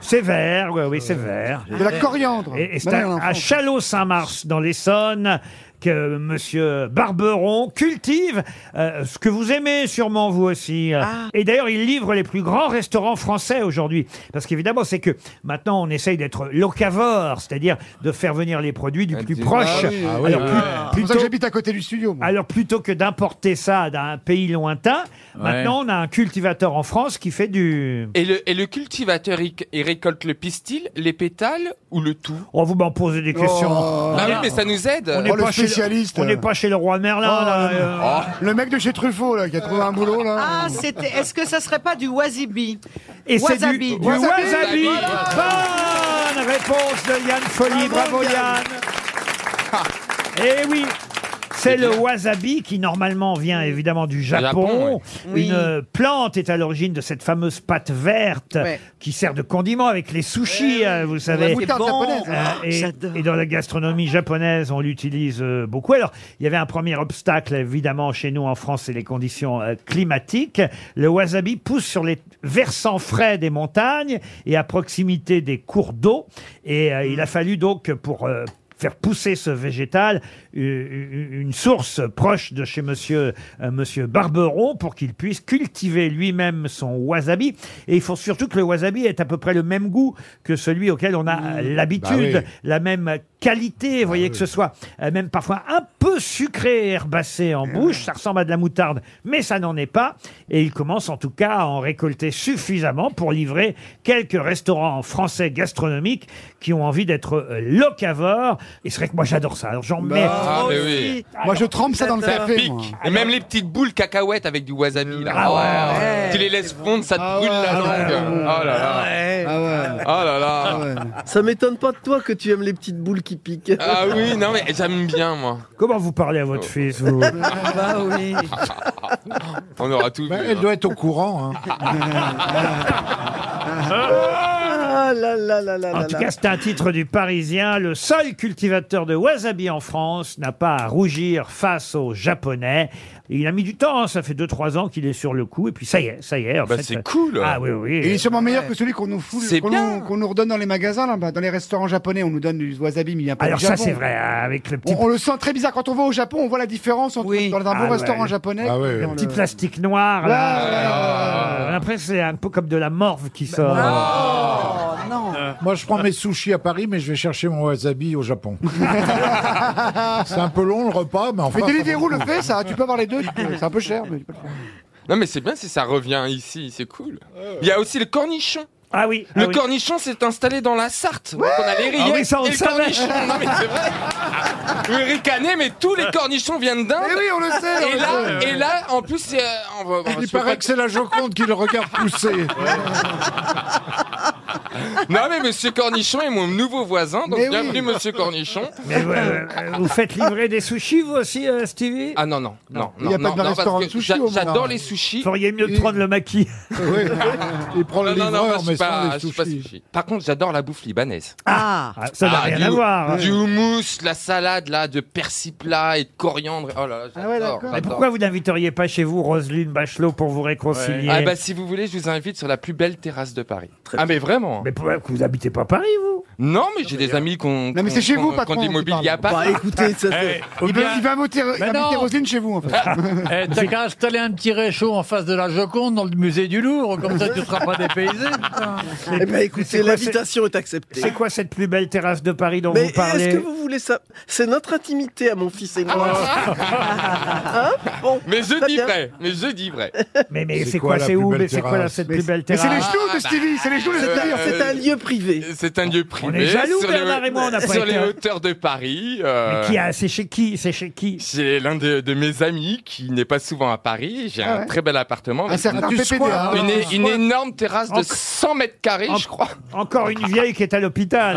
C'est vert, oui, oui, c'est vert. De la coriandre. Et, et c'est Madame à, l'enfant. à Chalot-Saint-Mars, dans l'Essonne, que Monsieur Barberon cultive euh, ce que vous aimez sûrement vous aussi. Et d'ailleurs, il livre les plus grands restaurants français aujourd'hui. Parce qu'évidemment, c'est que maintenant, on essaye d'être locavore, c'est-à-dire de faire venir les produits du plus dis- proche. Ah oui, ah oui, Alors, oui, plus- oui. C'est pour ça que plutôt- j'habite à côté du studio. moi. alors plutôt que d'importer ça d'un pays lointain, Ouais. maintenant on a un cultivateur en France qui fait du... Et le, et le cultivateur, il, il récolte le pistil, les pétales ou le tout On vous m'en posez des questions. Oh. Bah oui, mais ça nous aide. Oh, On n'est pas, chez le- on n'est pas chez le roi Merlin. Oh, là, le- euh. Le mec de chez Truffaut, là, qui a trouvé un boulot, là. Ah, c'était. Est-ce que ça serait pas du wasabi Et c'est du, Wasabi. du wasabi. Bonne réponse de Yann Folly. Bravo, Bravo, Ah, Yann. Yann. Eh oui. C'est le wasabi qui normalement vient évidemment du Japon. Japon, ouais. Une Oui. euh, plante est à l'origine de cette fameuse pâte verte Ouais. Eh qui sert de condiment avec les sushis, euh, vous savez. moutarde japonaise. Euh, et, et dans la gastronomie japonaise, on l'utilise euh, beaucoup. Alors, il y avait un premier obstacle, évidemment, chez nous en France, c'est les conditions euh, climatiques. Le wasabi pousse sur les versants frais des montagnes et à proximité des cours d'eau. Et euh, il a fallu donc pour... euh, faire pousser ce végétal euh, une source proche de chez monsieur euh, monsieur Barberon pour qu'il puisse cultiver lui-même son wasabi et il faut surtout que le wasabi ait à peu près le même goût que celui auquel on a euh, l'habitude Bah oui. la même qualité, vous voyez que ce soit euh, même parfois un peu sucré et herbacé en bouche, ça ressemble à de la moutarde, mais ça n'en est pas. Et il commence en tout cas à en récolter suffisamment pour livrer quelques restaurants français gastronomiques qui ont envie d'être euh, locavores. Et c'est vrai que moi j'adore ça, alors Bah, j'en mets. Ah, mais oui. Moi, je trempe ça dans le Ça café. pique. moi. Et même les petites boules cacahuètes avec du wasabi. Là. Ah Oh, Tu les laisses fondre, ça te brûle la langue. Oh là Ah là. Ah Oh là là. Ça m'étonne pas de toi que tu aimes les petites boules qui piquent. Ah oui, non mais j'aime bien moi. Comment vous parlez à votre Oh. fils vous Bah oui. *laughs* On aura tout vu. Ben, *laughs* elle hein. doit être au courant. hein. *laughs* Ah là là là là En là tout là. cas, c'est un titre du Parisien. Le seul cultivateur de wasabi en France n'a pas à rougir face aux Japonais. Et il a mis du temps, hein. ça fait 2-3 ans qu'il est sur le coup. Et puis ça y est, ça y est. en Bah, fait. c'est cool. Ah oui, oui. Il est sûrement meilleur que celui qu'on nous fout, C'est qu'on bien. nous, qu'on nous redonne dans les magasins, là, bah, dans les restaurants japonais, on nous donne du wasabi, mais il vient pas Alors du ça, Japon. c'est vrai, hein, avec le petit, On, on le sent très bizarre quand on va au Japon, on voit la différence entre dans un bon Ah ouais. restaurant japonais. le et dans petit le- plastique noir. Ouais, là. ouais, ouais, ouais, ouais, Après, c'est un peu comme de la morve qui sort. Oh non. Bah, Euh, Moi, je prends mes sushis à Paris, mais je vais chercher mon wasabi au *laughs* Japon. c'est un peu long le repas, mais enfin. Mais ça Deliveroo vaut le coup. fait, ça. Tu peux avoir les deux. tu peux- C'est un peu cher, mais tu peux le faire. Non, mais c'est bien si ça revient ici, c'est cool. Il y a aussi le cornichon. Ah oui. Le ah oui. cornichon s'est installé dans la Sarthe. Donc on a les Ah rillettes oui, ça, on et le le savait. cornichon. Non, mais c'est vrai. Vous ricanez, mais tous les cornichons viennent d'Inde. Mais Eh oui, on le sait, on Et le là, sait. et là, en plus, c'est, euh, on va- on va- Il paraît que c'est la Joconde qui le regarde pousser. Non, mais Monsieur Cornichon est mon nouveau voisin, donc Mais oui. bienvenue Monsieur Cornichon. *laughs* Mais ouais, ouais, ouais. vous faites livrer des sushis, vous aussi, euh, Stevie Ah non, non, non, Il y a non, pas de non, restaurant parce de que sushi j'a- au moins, J'adore alors. les sushis. Feriez mieux de prendre le maquis. *laughs* Il prend le non, non, non, moi, je livreur, suis mais sans pas, les je suis pas sushis. sushi. Par contre, j'adore la bouffe libanaise. Ah, ça n'a Ah, rien du- à voir. hein. Du houmous, la salade là, de persil plat et de coriandre. Oh là là, j'adore. Ah Mais j'adore. pourquoi vous n'inviteriez pas chez vous Roselyne Bachelot pour vous réconcilier Ah bah si vous voulez, je vous invite sur la plus belle terrasse de Paris. ah mais vraiment Mais pourquoi vous habitez pas Paris vous Non mais j'ai des amis qui ont Non, Ah, mais c'est chez euh, vous, patron, qu'on qui l'immobilier à parle. Paris. Eh, Bah, écoutez, ça, c'est- Il, veut- il va inviter, Mais inviter non. Roselyne chez vous, en fait. *laughs* Eh, T'as qu'à installer un petit réchaud en face de la Joconde dans le musée du Louvre, comme ça tu seras pas dépaysé. Eh ben, C'est écoutez, quoi, l'invitation est acceptée. C'est quoi cette plus belle terrasse de Paris dont Mais eh, vous parlez est-ce que vous voulez ça C'est notre intimité à mon fils et moi. Ah. Mais je dis vrai, mais je dis vrai. Mais, mais c'est quoi, c'est où Mais c'est quoi là, cette plus belle terrasse Ah, bah. C'est un- C'est un lieu privé. C'est un lieu privé. est jaloux, sur Bernard les, et moi, on n'a pas Sur été- les hauteurs de Paris. euh, Qui a C'est chez qui C'est chez qui C'est l'un de, de mes amis qui n'est pas souvent à Paris. J'ai Ah un ouais. très bel appartement. Un avec certain une- hein. PPDA. hein, Une, Ah, une ouais. énorme terrasse de En- 100 mètres carrés, je crois. Ah Encore une vieille qui est à l'hôpital.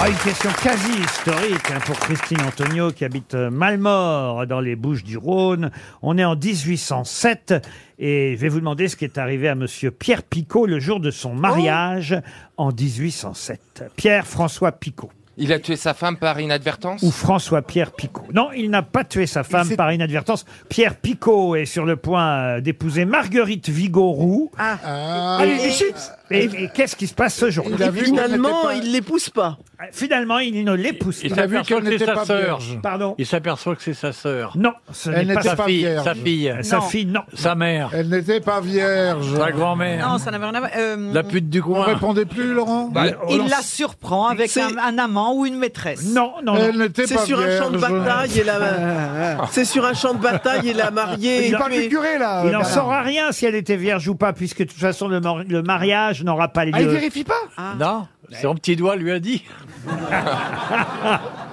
Ah, une question quasi historique hein, pour Christine Antonio qui habite euh, Malmort dans les Bouches du Rhône. On est en 1807 et je vais vous demander ce qui est arrivé à monsieur Pierre Picot le jour de son mariage en 1807. Pierre François Picot. Il a tué sa femme par inadvertance *laughs* Ou François-Pierre Picot. Non, il n'a pas tué sa femme par inadvertance. Pierre Picot est sur le point euh, d'épouser Marguerite Vigoroux. Ah, Et- Et, et qu'est-ce qui se passe ce jour Et finalement, il l'épouse pas. Finalement, il ne l'épouse pas. Il s'aperçoit que c'est sa sœur. Pardon Il s'aperçoit que c'est sa sœur. Non, ce Elle n'est pas n'était sa pas fille. vierge. Sa fille. Sa fille, non. Sa mère. Elle n'était pas vierge. Sa grand-mère. Non, ça n'avait rien à voir. Euh, La pute du Vous coin. répondez plus, Laurent il la surprend avec C'est- un, un amant ou une maîtresse. Non, non, Elle non. n'était C'est pas sur un champ de vierge. Ah. bataille et *laughs* la. C'est sur un champ de bataille et la mariée. Il en- est tuée. Il n'en saura rien si elle était vierge ou pas, puisque de toute façon, le, mari- le mariage n'aura pas lieu. Ah, il vérifie pas Non, son petit doigt lui a dit.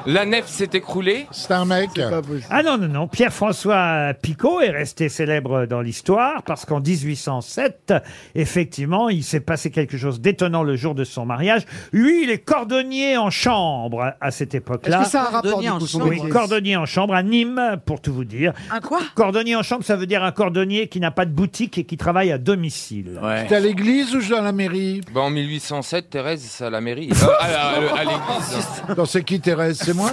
La nef s'est écroulée. C'est un mec. Ah non, non, non. Pierre-François Picot est resté célèbre dans l'histoire parce qu'en 1807, effectivement, il s'est passé quelque chose d'étonnant le jour de son mariage. Lui, il est cordonnier en chambre à cette époque-là. Est-ce que ça a un rapport, Cordonnier du coup, en son chambre Oui, cordonnier en chambre à Nîmes, pour tout vous dire. Un quoi Cordonnier en chambre, ça veut dire un cordonnier qui n'a pas de boutique et qui travaille à domicile. J'étais à l'église ou j'étais à la mairie Bah, en 1807, Thérèse, c'est à la mairie. Euh, à, la- à l'église. *laughs* Non, c'est qui Thérèse C'est moi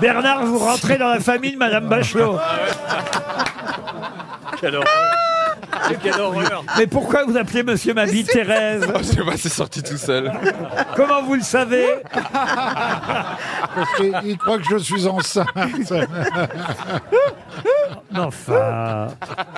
Bernard, vous rentrez dans la famille de Madame Bachelot. Quelle horreur. Quelle horreur. Mais pourquoi vous appelez Monsieur Mabie Thérèse Oh, je sais pas, c'est sorti tout seul. Comment vous le savez Parce qu'il croit que je suis enceinte. Mais Enfin.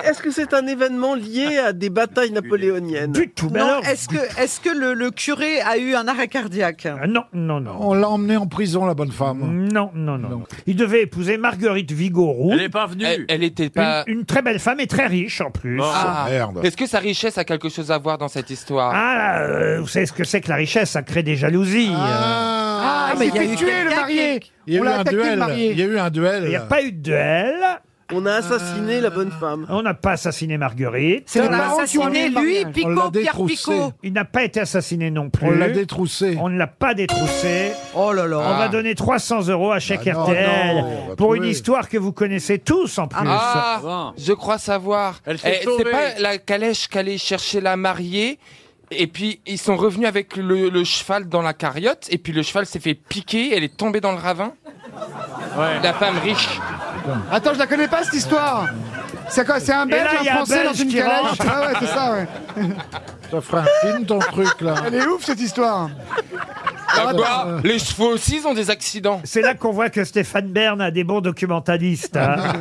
Est-ce que c'est un événement lié à des batailles napoléoniennes Du tout. Ah, Non, est-ce que, est-ce que le, le curé a eu un arrêt cardiaque Non, non, non. On l'a emmenée en prison, la bonne femme. Non, non, non. non. Il devait épouser Marguerite Vigoroux. n'est pas venue. Elle, elle était pas. Une, une très belle femme et très riche en plus. Ah. merde. Est-ce que sa richesse a quelque chose à voir dans cette histoire Ah, euh, vous savez ce que c'est que la richesse, ça crée des jalousies. Ah, mais il s'est fait tuer, le marié Il y a On eu l'a un attaqué, le duel. marié. Il y a eu un duel. Il n'y a pas eu de duel. On a assassiné la bonne femme. On n'a pas assassiné Marguerite. C'est les On l'a parents qui ont assassiné, annulé le lui, mariage. On l'a Picot, Pierre détroussé. Picot. Il n'a pas été assassiné non plus. On l'a détroussé. On ne l'a pas détroussé. Oh là là. On va donner 300 euros à chaque Bah non, RTL non, on va pour une trouver. histoire que vous connaissez tous en plus. Ah, je crois savoir. Elle s'est Eh, sauvée. C'est pas la calèche qu'allait chercher la mariée. Et puis ils sont revenus avec le, le cheval dans la carriote. Et puis le cheval s'est fait piquer. Elle est tombée dans le ravin. La femme riche. *laughs* Attends, je la connais pas, cette histoire C'est quoi C'est un Belge, là, il y a un un Français dans Belge une qui calèche rentre. Ah ouais, *laughs* c'est ça, ouais. Ça ferait un film, ton truc, là. Elle est ouf, cette histoire Comme Ah, quoi, les chevaux aussi, ils ont des accidents. C'est là qu'on voit que Stéphane Bern a des bons *laughs* documentalistes. hein.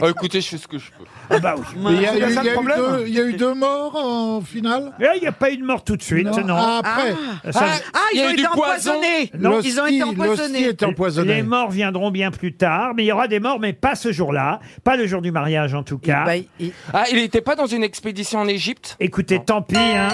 Oh, écoutez, je fais ce que je peux. Ah bah oui. Mais Il y, a eu- il y a eu deux- il y a eu deux morts en finale Eh, Il n'y a pas eu de mort tout de suite, non. Ah, après Ah, ça- Ah, ils ont été empoisonnés. Non, ils ont été empoisonnés. Les Bah morts viendront bien plus tard, mais il y aura des morts, mais pas ce jour-là. Pas le jour du mariage, en tout Eh cas. ben, Ah, il n'était pas dans une expédition en Égypte Écoutez, tant pis, hein.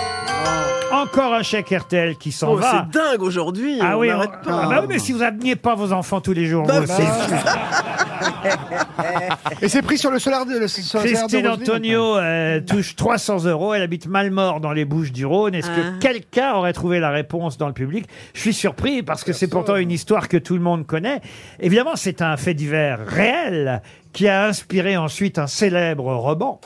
Encore un chèque RTL qui s'en Oh, va. c'est dingue aujourd'hui. Ah on oui, n'arrête on- pas. ah bah oui, mais si vous ameniez pas vos enfants tous les jours, Bah, vous aussi. *laughs* Et c'est pris sur le solar de. le- sur le solar de Christine Roseville. Antonio euh, touche 300 euros. Elle habite Malmort dans les Bouches du Rhône. Est-ce Ah. que quelqu'un aurait trouvé la réponse dans le public Je suis surpris parce que c'est pourtant une histoire que tout le monde connaît. Évidemment, c'est un fait divers réel qui a inspiré ensuite un célèbre roman,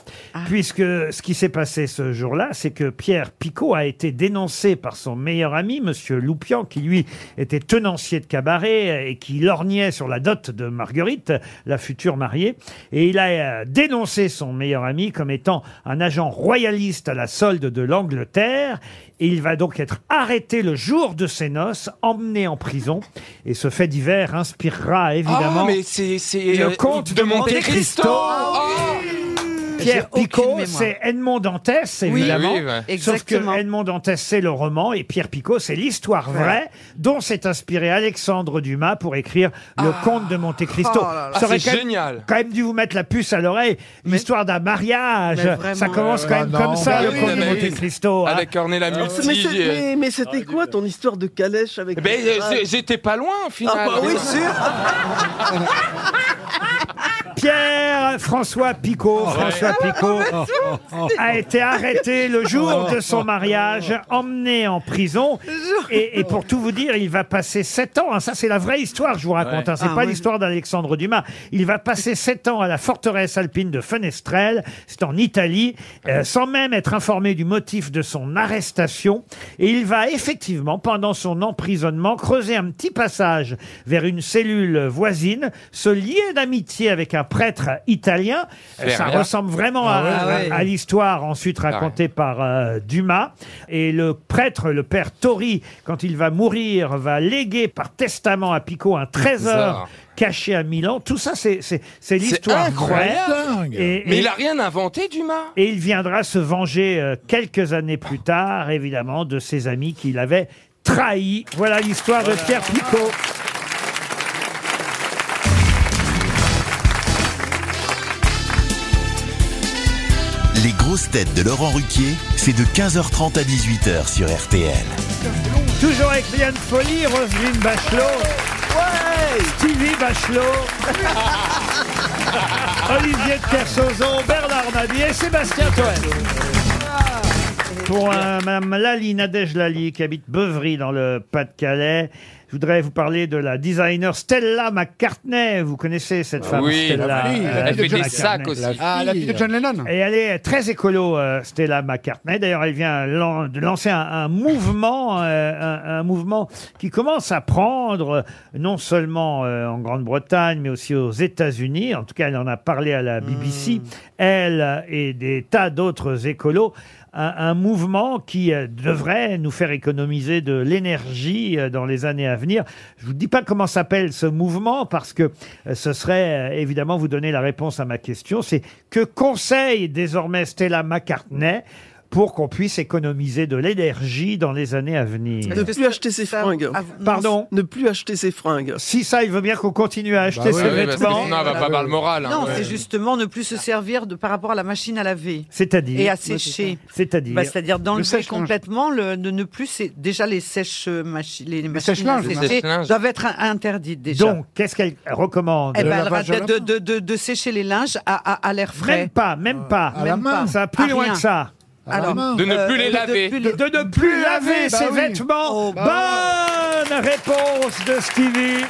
puisque ce qui s'est passé ce jour-là, c'est que Pierre Picot a été dénoncé par son meilleur ami, Monsieur Loupian, qui lui était tenancier de cabaret et qui lorgnait sur la dot de Marguerite, la future mariée. Et il a euh, dénoncé son meilleur ami comme étant un agent royaliste à la solde de l'Angleterre. Et il va donc être arrêté le jour de ses noces, emmené en prison. Et ce fait divers inspirera évidemment Ah, mais c'est- c'est, le euh, comte de Monte Cristo. Ah. Pierre Picot, c'est Edmond Dantès, Oui. évidemment. Oui, ouais. Sauf que Exactement. Edmond Dantès, c'est le roman, et Pierre Picot, c'est l'histoire vraie dont s'est inspiré Alexandre Dumas pour écrire Le Comte de Monte Cristo. Ah. Oh là là. Ça Ah, aurait c'est quand même- génial. Quand même dû vous mettre la puce à l'oreille. L'histoire d'un mariage. Mais vraiment. Ça commence Ouais, quand ouais. même Ah, comme non. ça, Mais Le oui, Comte de mais oui. Monte Cristo. hein. Avec Ornella Muti. Mais, c'est- euh, mais- mais c'était quoi ton histoire de calèche avec. Ben, les- euh, c'est- j'étais pas loin, au final. Ah bah oui, sûr. Pierre François Picot, Ah François Picot a été arrêté le jour de son mariage, emmené en prison. Et, et pour tout vous dire, il va passer sept ans. hein, Ça, c'est la vraie histoire, je vous raconte. Ouais. hein, C'est Ah pas ouais. l'histoire d'Alexandre Dumas. Il va passer sept ans à la forteresse alpine de Fenestrelle. C'est en Italie, Ah euh, sans même être informé du motif de son arrestation. Et il va effectivement, pendant son emprisonnement, creuser un petit passage vers une cellule voisine, se lier d'amitié avec un prêtre italien. Euh, Ça Ferrer. ressemble vraiment Ah à, ouais, à- ouais. à l'histoire ensuite Ah racontée par euh, Dumas. Et le prêtre, le père Tori, quand il va mourir, va léguer par testament à Picot un trésor Bizarre. caché à Milan. Tout ça, c'est c'est- c'est C'est l'histoire vraie. incroyable. Et- Mais et- il a rien inventé, Dumas. et il viendra se venger euh, quelques années plus tard, évidemment, de ses amis qu'il avait trahis. Voilà l'histoire de Pierre Picot. Les grosses têtes de Laurent Ruquier, c'est de 15h30 à 18h sur RTL. Toujours avec Liane Folly, Roselyne Bachelot, Stevie Bachelot, Olivier de Kersauzon, Bernard Mabie et Sébastien Toen. Pour euh, Madame Lali, Nadège Lali, qui habite Beuvry dans le Pas-de-Calais, je voudrais vous parler de la designer Stella McCartney. Vous connaissez cette femme, Ah Oui, Stella la fille, la fille de John McCartney. Lennon. La Ah, la fille. fille de John Lennon. Et elle est très écolo, euh, Stella McCartney. D'ailleurs, elle vient lan- de lancer un, un mouvement, euh, un, un mouvement qui commence à prendre, euh, non seulement euh, en Grande-Bretagne, mais aussi aux États-Unis. En tout cas, elle en a parlé à la Hmm. BBC. Elle euh, et des tas d'autres écolos. Un, un mouvement qui euh, devrait nous faire économiser de l'énergie euh, dans les années à venir. Je vous dis pas comment s'appelle ce mouvement parce que euh, ce serait euh, évidemment vous donner la réponse à ma question. C'est que conseille désormais Stella McCartney pour qu'on puisse économiser de l'énergie dans les années à venir. Ne plus acheter ses fringues. Ah, Pardon Ne plus acheter ses fringues. Bah Si ça, il veut bien qu'on continue à acheter ses vêtements. sinon, elle va pas avoir le moral, hein. Non, Ouais. c'est justement ne plus se servir de par rapport à la machine à laver. C'est-à-dire Et à sécher. C'est-à-dire Bah, C'est-à-dire d'enlever sèche-linge. complètement le, de ne plus. sé- Déjà, les sèches machines, les machines à sèche-linges, sécher les sèche-linges. doivent être in- interdites déjà. Donc, qu'est-ce qu'elle recommande Eh ben, elle ra- de, de- de- de sécher les linges à, à- à l'air frais. Euh, Même pas, même pas. À la main. Ça va plus À loin rien. que ça. À la Alors, main. de ne plus les laver. Euh, De, de ne plus laver bah ses oui. vêtements. Oh, Oh, bah bah. Bonne réponse de Stevie.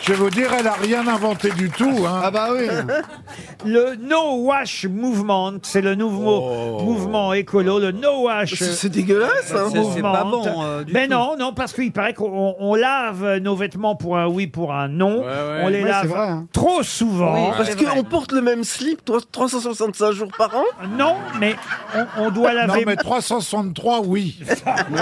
Je vais vous dire, elle a rien inventé du tout. Hein. Ah bah oui. *laughs* Le No Wash Movement, c'est le nouveau mouvement écolo, le No Wash. Oh. C'est- c'est dégueulasse, hein. C'est- c'est pas Movement. bon, euh, du Mais tout. non, non, parce qu'il paraît qu'on on- on lave nos vêtements pour un oui, pour un non. On les Ouais, lave c'est vrai, hein. trop souvent. Oui, parce qu'on porte *laughs* le même slip 365 jours par an Non, mais on, doit laver- Non, mais 363, oui.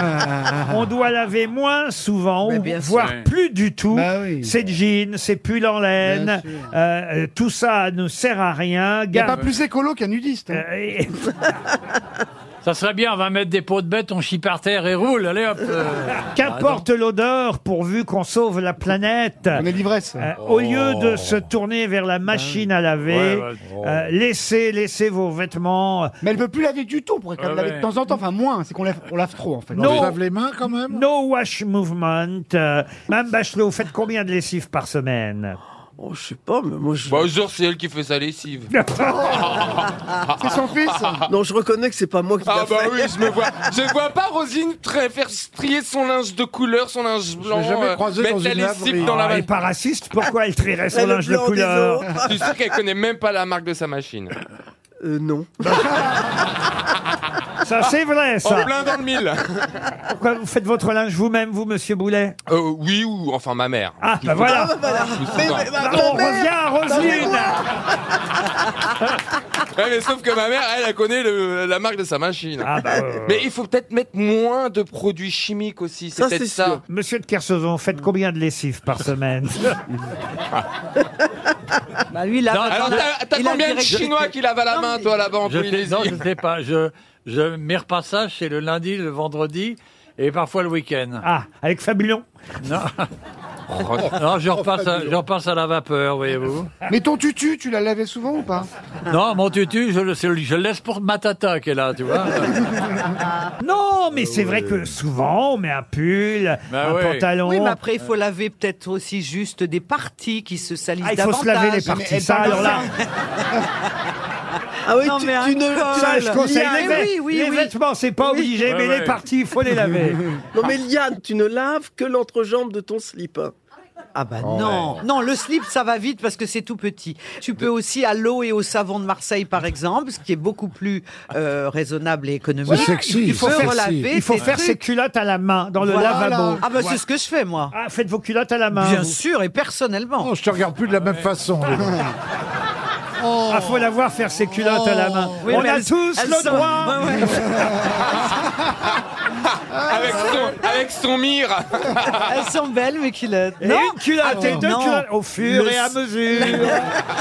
*laughs* on doit laver moins souvent, ou voire sûr. plus du tout. Bah Ces jeans, ces pulls en laine, euh, euh, tout ça ne sert à rien. Euh, Il n'y a pas Gar- plus écolo qu'un nudiste. hein. Ça serait bien, on va mettre des pots de bête, on chie par terre et roule, allez hop euh. Qu'importe l'odeur, pourvu qu'on sauve la planète. Euh, Au lieu de se tourner vers la machine à laver, Ouais, ouais. euh, laissez, laissez vos vêtements. euh, Mais elle peut plus laver du tout, on pourrait quand même Ah Ouais, laver ouais. de temps en temps, enfin moins, c'est qu'on lave, on lave trop en fait. Non. On On lave lave les mains quand même No wash movement. Euh, Madame Bachelot, vous faites combien de lessives par semaine Oh, je sais pas, mais moi je. Bonjour, c'est elle qui fait sa *laughs* lessive. C'est son fils *laughs* Non, je reconnais que c'est pas moi qui Ah l'a bah fait. oui, je me *laughs* vois. Je vois pas Rosine très faire trier son linge de couleur, son linge blanc. euh, mettre la lessive dans la Ah, elle est machine. pas raciste, pourquoi elle trierait son Elle est linge de blanc des couleur *laughs* Je suis sûr qu'elle connaît même pas la marque de sa machine. Euh, non. *laughs* Ça, c'est vrai, ça. En plein dans le mille. Pourquoi vous faites votre linge vous-même, vous, monsieur Boulet Euh, oui, ou enfin ma mère. Ah, bah voilà. Mais, On revient à Roselyne Ouais, mais sauf que ma mère, elle, elle connaît le- la marque de sa machine. bah, ouais, ouais. Mais il faut peut-être mettre moins de produits chimiques aussi. C'est peut-être ça. Monsieur de Kersauzon, faites combien de lessives par semaine Bah lui, il a- Non, alors, il a- t'as- t'as il a combien de direct- Chinois qui lavent à la Non, main, mais- toi, là-bas, en Je fais- Polynésie Non, je sais pas, je, je, mes repassages, c'est le lundi, le vendredi, et parfois le week-end. Ah, avec Fabulon *laughs* Non, non je, repasse à, je repasse à la vapeur, voyez-vous. Mais ton tutu, tu l'as lavé souvent ou pas Non, mon tutu, je le, c'est le- je le laisse pour ma tata qui est là, tu vois. Non, mais c'est vrai que souvent, on met un pull, Bah Bah un pantalon. Oui, mais après, il faut laver peut-être aussi juste des parties qui se salissent Ah, il faut davantage. se laver les parties, ça, alors là. ah oui, tu- mais tu un ne- col. Ça, je Il conseille y a- les, vêt- oui, oui, les oui. vêtements, c'est pas Oui. obligé, mais les parties, il faut les laver. *laughs* non, mais Liane, tu ne laves que l'entrejambe de ton slip. Ah bah non, non, le slip ça va vite parce que c'est tout petit. Tu peux aussi à l'eau et au savon de Marseille par exemple, ce qui est beaucoup plus euh, raisonnable et économique. il faut faire, relaver il faut tes faire trucs. ses culottes à la main, dans le Voilà. lavabo. Ah bah c'est ce que je fais moi. Ah, faites vos culottes à la main. Bien vous. sûr et personnellement. Je te regarde plus de la même façon. Ah, faut la voir faire ses culottes à la main. Oh. Oui, On mais a elles- tous elles le sont- droit. Ouais, *laughs* avec, son, avec son mire. *laughs* Elles sont belles mes culottes. Et non Ah, une culotte, et deux non. culottes, au fur Le et à s- mesure.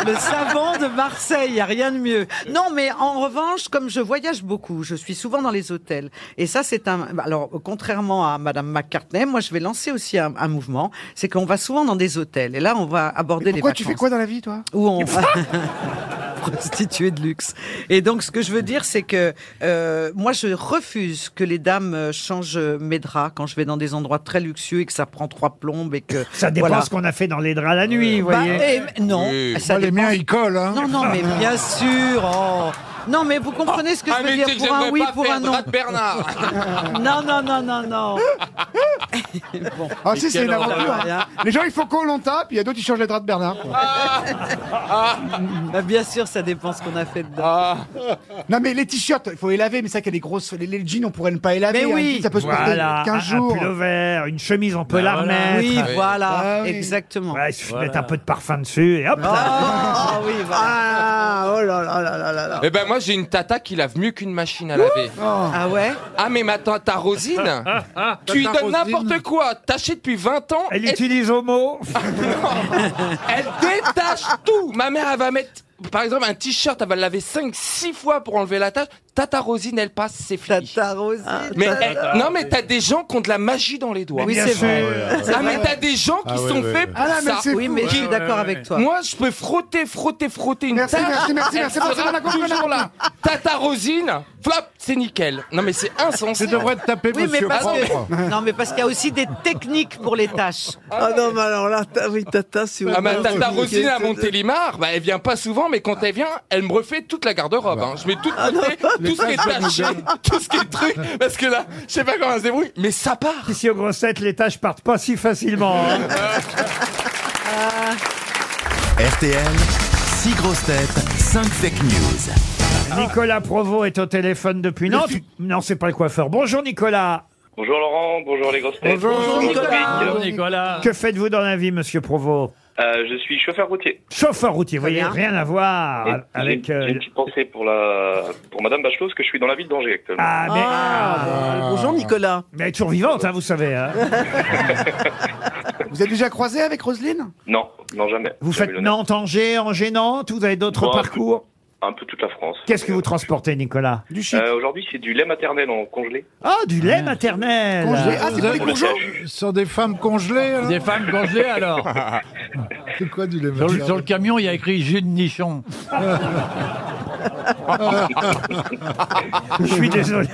Le savon de Marseille, il a rien de mieux. Non, mais en revanche, comme je voyage beaucoup, je suis souvent dans les hôtels. Et ça, c'est un. Alors, contrairement à Madame McCartney, moi, je vais lancer aussi un, un mouvement. C'est qu'on va souvent dans des hôtels. Et là, on va aborder les Pourquoi vacances. tu fais quoi dans la vie, toi Où *laughs* on. prostituée de luxe. Et donc, ce que je veux dire, c'est que euh, moi, je refuse que les dames euh, changent euh, mes draps quand je vais dans des endroits très luxueux et que ça prend trois plombes et que Ça dépend voilà. ce qu'on a fait dans les draps la nuit, vous Bah, voyez. eh, non, ça les dépend. miens, ils collent. Hein. Non, non, mais bien sûr. oh. Non, mais vous comprenez ce que Ah, je mais veux dire tu sais que pour un j'aimerais oui, pas pour faire un non. Brad Bernard. *laughs* non, non, non, non, non. bon. *laughs* Ah Mais si, c'est quelle une aventure. horreur, hein. hein. Les gens, il faut qu'on l'entape, puis il y a d'autres qui changent les draps de Bernard. quoi. Bah, bien sûr, ça dépend ce qu'on a fait dedans. *laughs* Non, mais les t-shirts, il faut les laver, mais ça, qu'il y a des grosses... Les, les jeans, on pourrait ne pas les laver. Mais hein. un oui. jean, ça peut se Voilà, porter un, 15 jours. un pullover, une chemise, on peut Ben la voilà. remettre. Oui, voilà, Ah oui. exactement. Ouais, il suffit de mettre un peu de parfum dessus et hop. Ah oui, voilà. Ah, oh là là là là là là. Eh ben moi j'ai une tata qui lave mieux qu'une machine à laver. Ah ouais Ah mais ma tata *laughs* Ah, Rosine, tu lui Tata donnes Rosine. n'importe quoi, tachée depuis 20 ans, Elle elle- *laughs* utilise Homo. Elle détache tout. Ma mère, elle va mettre, par exemple, un t-shirt, elle va le laver 5-6 fois pour enlever la tache. Tata Rosine, elle passe, c'est fini. Tata Rosine. Mais tata- elle- non, mais t'as des gens qui ont de la magie dans les doigts. Oui, Bien c'est sûr. vrai. Ah, mais t'as des gens qui Ah ouais, sont ouais, faits ouais. pour Ah là, mais ça. c'est Oui, fou. mais je Ouais, suis ouais, d'accord ouais. avec toi. Moi, je peux frotter, frotter, frotter une Merci, tache. merci, merci, merci, elle merci, sera merci, merci, merci, toujours merci. là. Tata Rosine, flop, c'est nickel. Non, mais c'est Tu insensé. devrais te taper, Oui, mais monsieur parce propre. que non, mais parce qu'il y a aussi des techniques pour les tâches. Ah non, mais alors là, ta- oui, Tata, c'est Ah, ma horrible. tata Rosine à Montélimar, bah, elle vient pas souvent, mais quand elle vient, elle me refait toute la garde-robe. hein. Je mets tout Ah Ah de côté, tout ce qui est taché, *laughs* tout ce qui est truc, parce que là, je sais pas comment elle se débrouille, mais ça part. Ici aux grossettes, les tâches partent *laughs* pas si facilement. hein. RTL, 6 grosses têtes, 5 fake news. Nicolas Provost est au téléphone depuis Nantes. Non, c'est pas le coiffeur. Bonjour Nicolas. Bonjour Laurent, bonjour les grosses têtes. Dominique. Que faites-vous dans la vie, monsieur Provost Euh, je suis chauffeur routier. Chauffeur routier, vous voyez, bien. rien à voir Et avec... j'ai- euh, j'ai une petite pensée pour la pour Madame Bachelot parce que je suis dans la ville d'Angers actuellement. Ah, mais... euh, Ah. bonjour, Nicolas. Mais elle est toujours vivante, hein, vous savez. *laughs* hein. Vous êtes déjà croisé avec Roselyne Non, non jamais. vous Jamais faites l'honneur. Nantes, Angers, Angers, Nantes, vous avez d'autres Bon, un peu- parcours. Un peu toute la France. Qu'est-ce que vous transportez, Nicolas Euh, Aujourd'hui, c'est du lait maternel en congelé. Ah, du lait maternel *laughs* Congelé. Ah, c'est pas les Pour le congeaux CHU. Ce sont des femmes congelées. alors Des femmes congelées alors *laughs* *laughs* C'est quoi du sur, lait le- maternel sur le camion, il y a écrit jus de nichon. *laughs* Je suis désolé.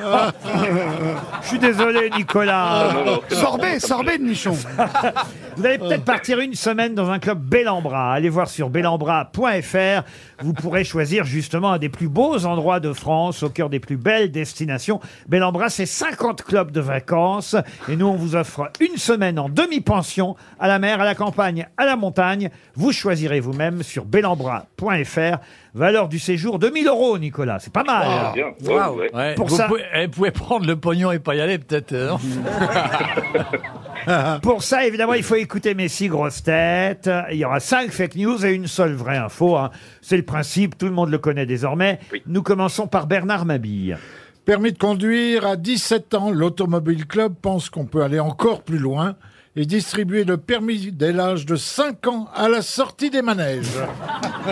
Je suis désolé, Ah, Nicolas. Sorbet, sorbet de nichon. *laughs* Vous allez peut-être partir une semaine dans un club Bellambra. Allez voir sur bellambra.fr. Vous pourrez choisir justement un des plus beaux endroits de France, au cœur des plus belles destinations. Bellambra, c'est 50 clubs de vacances. Et nous, on vous offre une semaine en demi-pension à la mer, à la campagne, à la montagne. Vous choisirez vous-même sur bellambra.fr. Valeur du séjour 2000 euros, Nicolas. C'est pas mal. Ah, bien. Waouh. ouais. Ouais, Pour vous ça- pouvez, eh, vous pouvez prendre le pognon et pas y aller, peut-être. euh, non *laughs* Pour ça, évidemment, il faut écouter mes six grosses têtes. Il y aura cinq fake news et une seule vraie info. hein. C'est le principe, tout le monde le connaît désormais. Nous commençons par Bernard Mabille. Permis de conduire à 17 ans, l'Automobile Club pense qu'on peut aller encore plus loin et distribuer le permis dès l'âge de 5 ans à la sortie des manèges.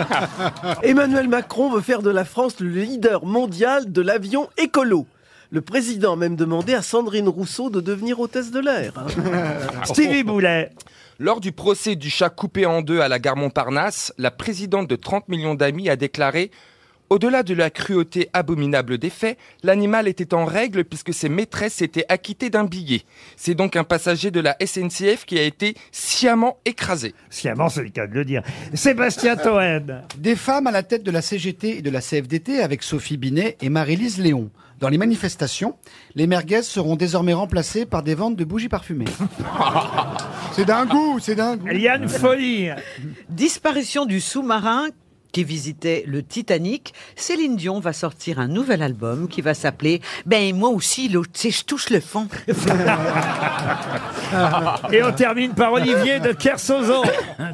*laughs* Emmanuel Macron veut faire de la France le leader mondial de l'avion écolo. Le président a même demandé à Sandrine Rousseau de devenir hôtesse de *laughs* l'air. Stevie Boulet. Lors du procès du chat coupé en deux à la gare Montparnasse, la présidente de 30 millions d'amis a déclaré Au-delà de la cruauté abominable des faits, l'animal était en règle puisque ses maîtresses étaient acquittées d'un billet. C'est donc un passager de la SNCF qui a été sciemment écrasé. Sciemment, c'est le cas de le dire. *laughs* Sébastien Toen. Des femmes à la tête de la CGT et de la CFDT avec Sophie Binet et Marie-Lise Léon. Dans les manifestations, les merguez seront désormais remplacées par des ventes de bougies parfumées. *laughs* C'est d'un goût, c'est d'un goût. Liane Folie. Disparition du sous-marin qui visitait le Titanic, Céline Dion va sortir un nouvel album qui va s'appeler Ben moi aussi, l'autre, tu sais, je touche le fond. *laughs* Et on termine par Olivier *laughs* de Kersozo.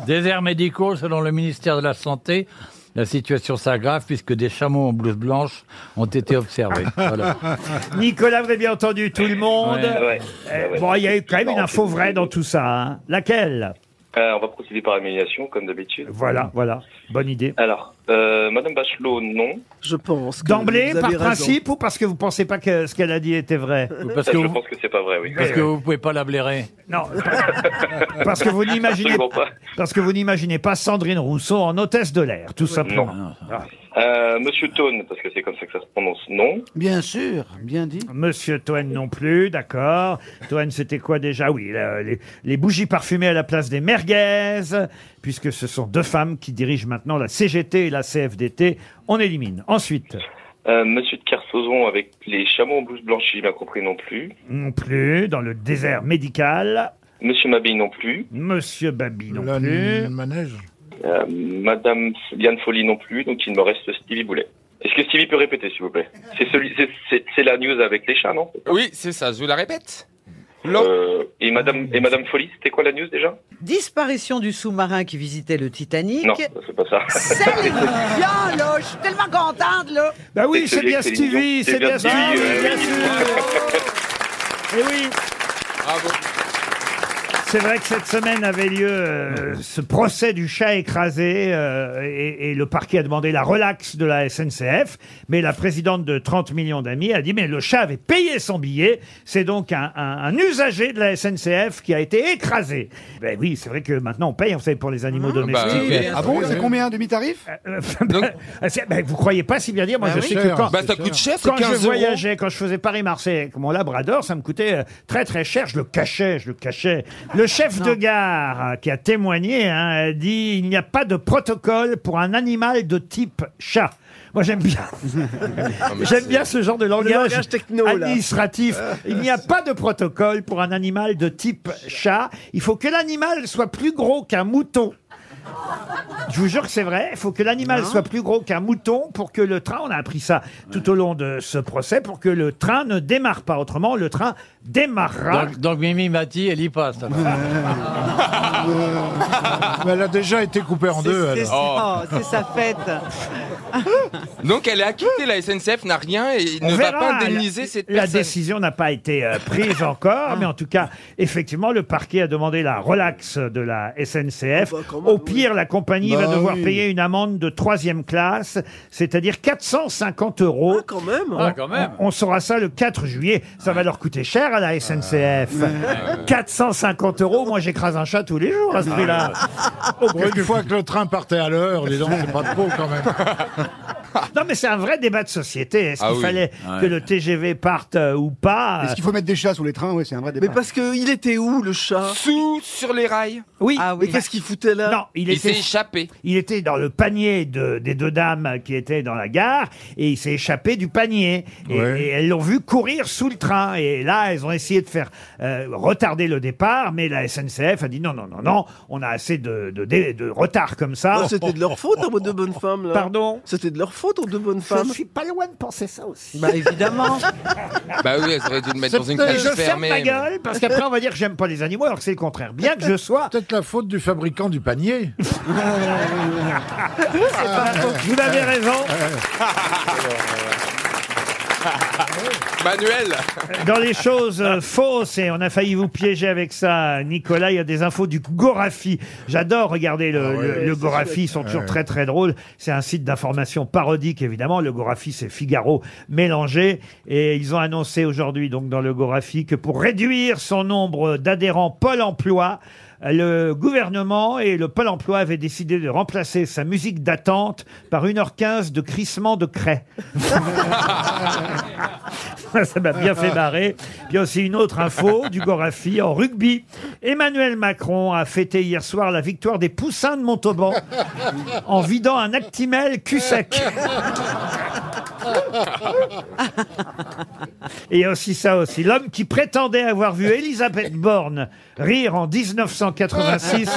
Déserts médicaux, selon le ministère de la Santé, la situation s'aggrave puisque des chameaux en blouse blanche ont *laughs* été observés. Voilà. Nicolas, vous avez bien entendu tout le monde. Ouais. Ouais. Eh, Ouais, Bon, ouais. il y a eu quand même une Non, info c'est- vraie dans tout ça. hein. Laquelle Euh, on va procéder par élimination comme d'habitude. Voilà, voilà. Bonne idée. Alors, euh, Madame Bachelot, non. Je pense. D'emblée, par principe, ou parce que vous pensez pas que ce qu'elle a dit était vrai Euh, je pense que c'est pas vrai, oui. Parce que vous pouvez pas la blairer. Non. Parce que vous n'imaginez Absolument pas. parce que vous n'imaginez pas Sandrine Rousseau en hôtesse de l'air, tout simplement. Ah. Euh, Monsieur Tone, parce que c'est comme ça que ça se prononce, non. Bien sûr, bien dit. Monsieur Toen non plus, d'accord. Toen, c'était quoi déjà Oui, la- les, les bougies parfumées à la place des merguez, puisque ce sont deux femmes qui dirigent maintenant la CGT et la CFDT. On élimine. Ensuite, Euh, Monsieur de Kersauzon avec les chameaux en blouse blanche, j'ai bien compris, non plus. non plus, dans le désert médical. Monsieur Mabille, non plus. Monsieur Babi non La plus. manège. Euh, Madame Liane Folly, non plus. Donc il me reste Stevie Boulet. Est-ce que Stevie peut répéter, s'il vous plaît C'est celui, c'est- c'est c'est la news avec les chats, non Oui, c'est ça, je vous la répète. Euh, et Madame et Madame Folly, c'était quoi la news déjà Disparition du sous-marin qui visitait le Titanic. Non, c'est pas ça. Céline Dion, là, je suis tellement contente, là. Bah oui, C'est c'est bien celui avec Stevie, Céline Dion. C'est c'est bien Stevie, bien Stevie, bien euh, ouais. sûr. Et oui. C'est vrai que cette semaine avait lieu euh, ce procès du chat écrasé euh, et, et le parquet a demandé la relaxe de la SNCF. Mais la présidente de 30 millions d'amis a dit mais le chat avait payé son billet. C'est donc un, un- un usager de la SNCF qui a été écrasé. Ben oui, c'est vrai que maintenant on paye, on savez, pour les animaux domestiques. Ah bon, c'est combien demi-tarif *laughs* Ah, c'est- ben, vous croyez pas si bien dire Moi, Bah je oui. sais Cher, que quand, bah, ça coûte cher, c'est quand 15 je euros. voyageais, quand je faisais Paris-Marseille avec mon Labrador, ça me coûtait euh, très très cher. Je le cachais, je le cachais. Le chef de gare euh, qui a témoigné hein, a dit il n'y a pas de protocole pour un animal de type chat. Moi, j'aime bien. *laughs* Ah, J'aime bien ce genre de langage, langage techno, là. Euh, Ah. administratif. Il *laughs* n'y a pas de protocole pour un animal de type chat. Il faut que l'animal soit plus gros qu'un mouton. Je vous jure que c'est vrai. Il faut que l'animal soit plus gros qu'un mouton pour que le train, on a appris ça tout au long de ce procès, pour que le train ne démarre pas. Autrement, le train démarrera. Donc, donc Mimi m'a dit, elle y passe. alors. Mais elle a déjà été coupée en deux. C'est elle. oh, c'est sa fête. *laughs* Donc elle est acquittée, la SNCF n'a rien et On ne va verra. pas La- indemniser cette La personne. décision n'a pas été euh, prise encore, mais en tout cas, effectivement, le parquet a demandé la relax de la SNCF. Au pire, la compagnie Bah va devoir oui. payer une amende de troisième classe, c'est-à-dire 450 euros. quand même. On, Ah, quand même. on- on saura ça le 4 juillet. Ça va leur coûter cher à la SNCF. Ouais. Ah, 450 euros, moi j'écrase un chat tous les jours à ce prix-là. Pour une fois que le train partait à l'heure, les gens, c'est pas trop quand même. *laughs* Non mais c'est un vrai débat de société. Est-ce Ah qu'il oui. fallait Ouais. que le TGV parte euh, ou pas Est-ce qu'il faut mettre des chats sur les trains Oui, c'est un vrai débat. Mais parce qu'il était où le chat Sous, sur les rails. Ah Oui. Mais qu'est-ce qu'il foutait là Non, il, Il était, s'est échappé. Il était dans le panier de- des deux dames qui étaient dans la gare et il s'est échappé du panier. Et, Ouais. et elles l'ont vu courir sous le train. Et là, elles ont essayé de faire euh, retarder le départ, mais la SNCF a dit non, non, non, non, on a assez de, de, dé- de retard comme ça. Non, C'était de leur faute, hein, de bonnes femmes. Là. Pardon C'était de leur faute, aux deux bonnes femmes. pas loin de penser ça aussi. Bah, *laughs* évidemment. Bah oui, elle aurait dû le mettre dans une Et cage je ferme fermée. ma gueule parce qu'après on va dire que j'aime pas les animaux alors que c'est le contraire. Bien *laughs* que je sois. Peut-être la faute du fabricant du panier. Vous avez raison. Manuel *laughs* Dans les choses euh, fausses, et on a failli vous piéger avec ça, Nicolas, il y a des infos du Gorafi. J'adore regarder le, le- le Gorafi, ils sont toujours Ouais. très très drôles. C'est un site d'information parodique, évidemment. Le Gorafi, c'est Figaro mélangé. Et ils ont annoncé aujourd'hui, donc dans le Gorafi, que pour réduire son nombre d'adhérents Pôle emploi, le gouvernement et le Pôle emploi avaient décidé de remplacer sa musique d'attente par 1h15 de crissement de craie. Ça, *laughs* ça m'a bien fait marrer. Puis il y a aussi une autre info du Gorafi en rugby. Emmanuel Macron a fêté hier soir la victoire des Poussins de Montauban en vidant un actimel cul sec. Et il y a aussi ça aussi. L'homme qui prétendait avoir vu Elisabeth Borne rire en 1986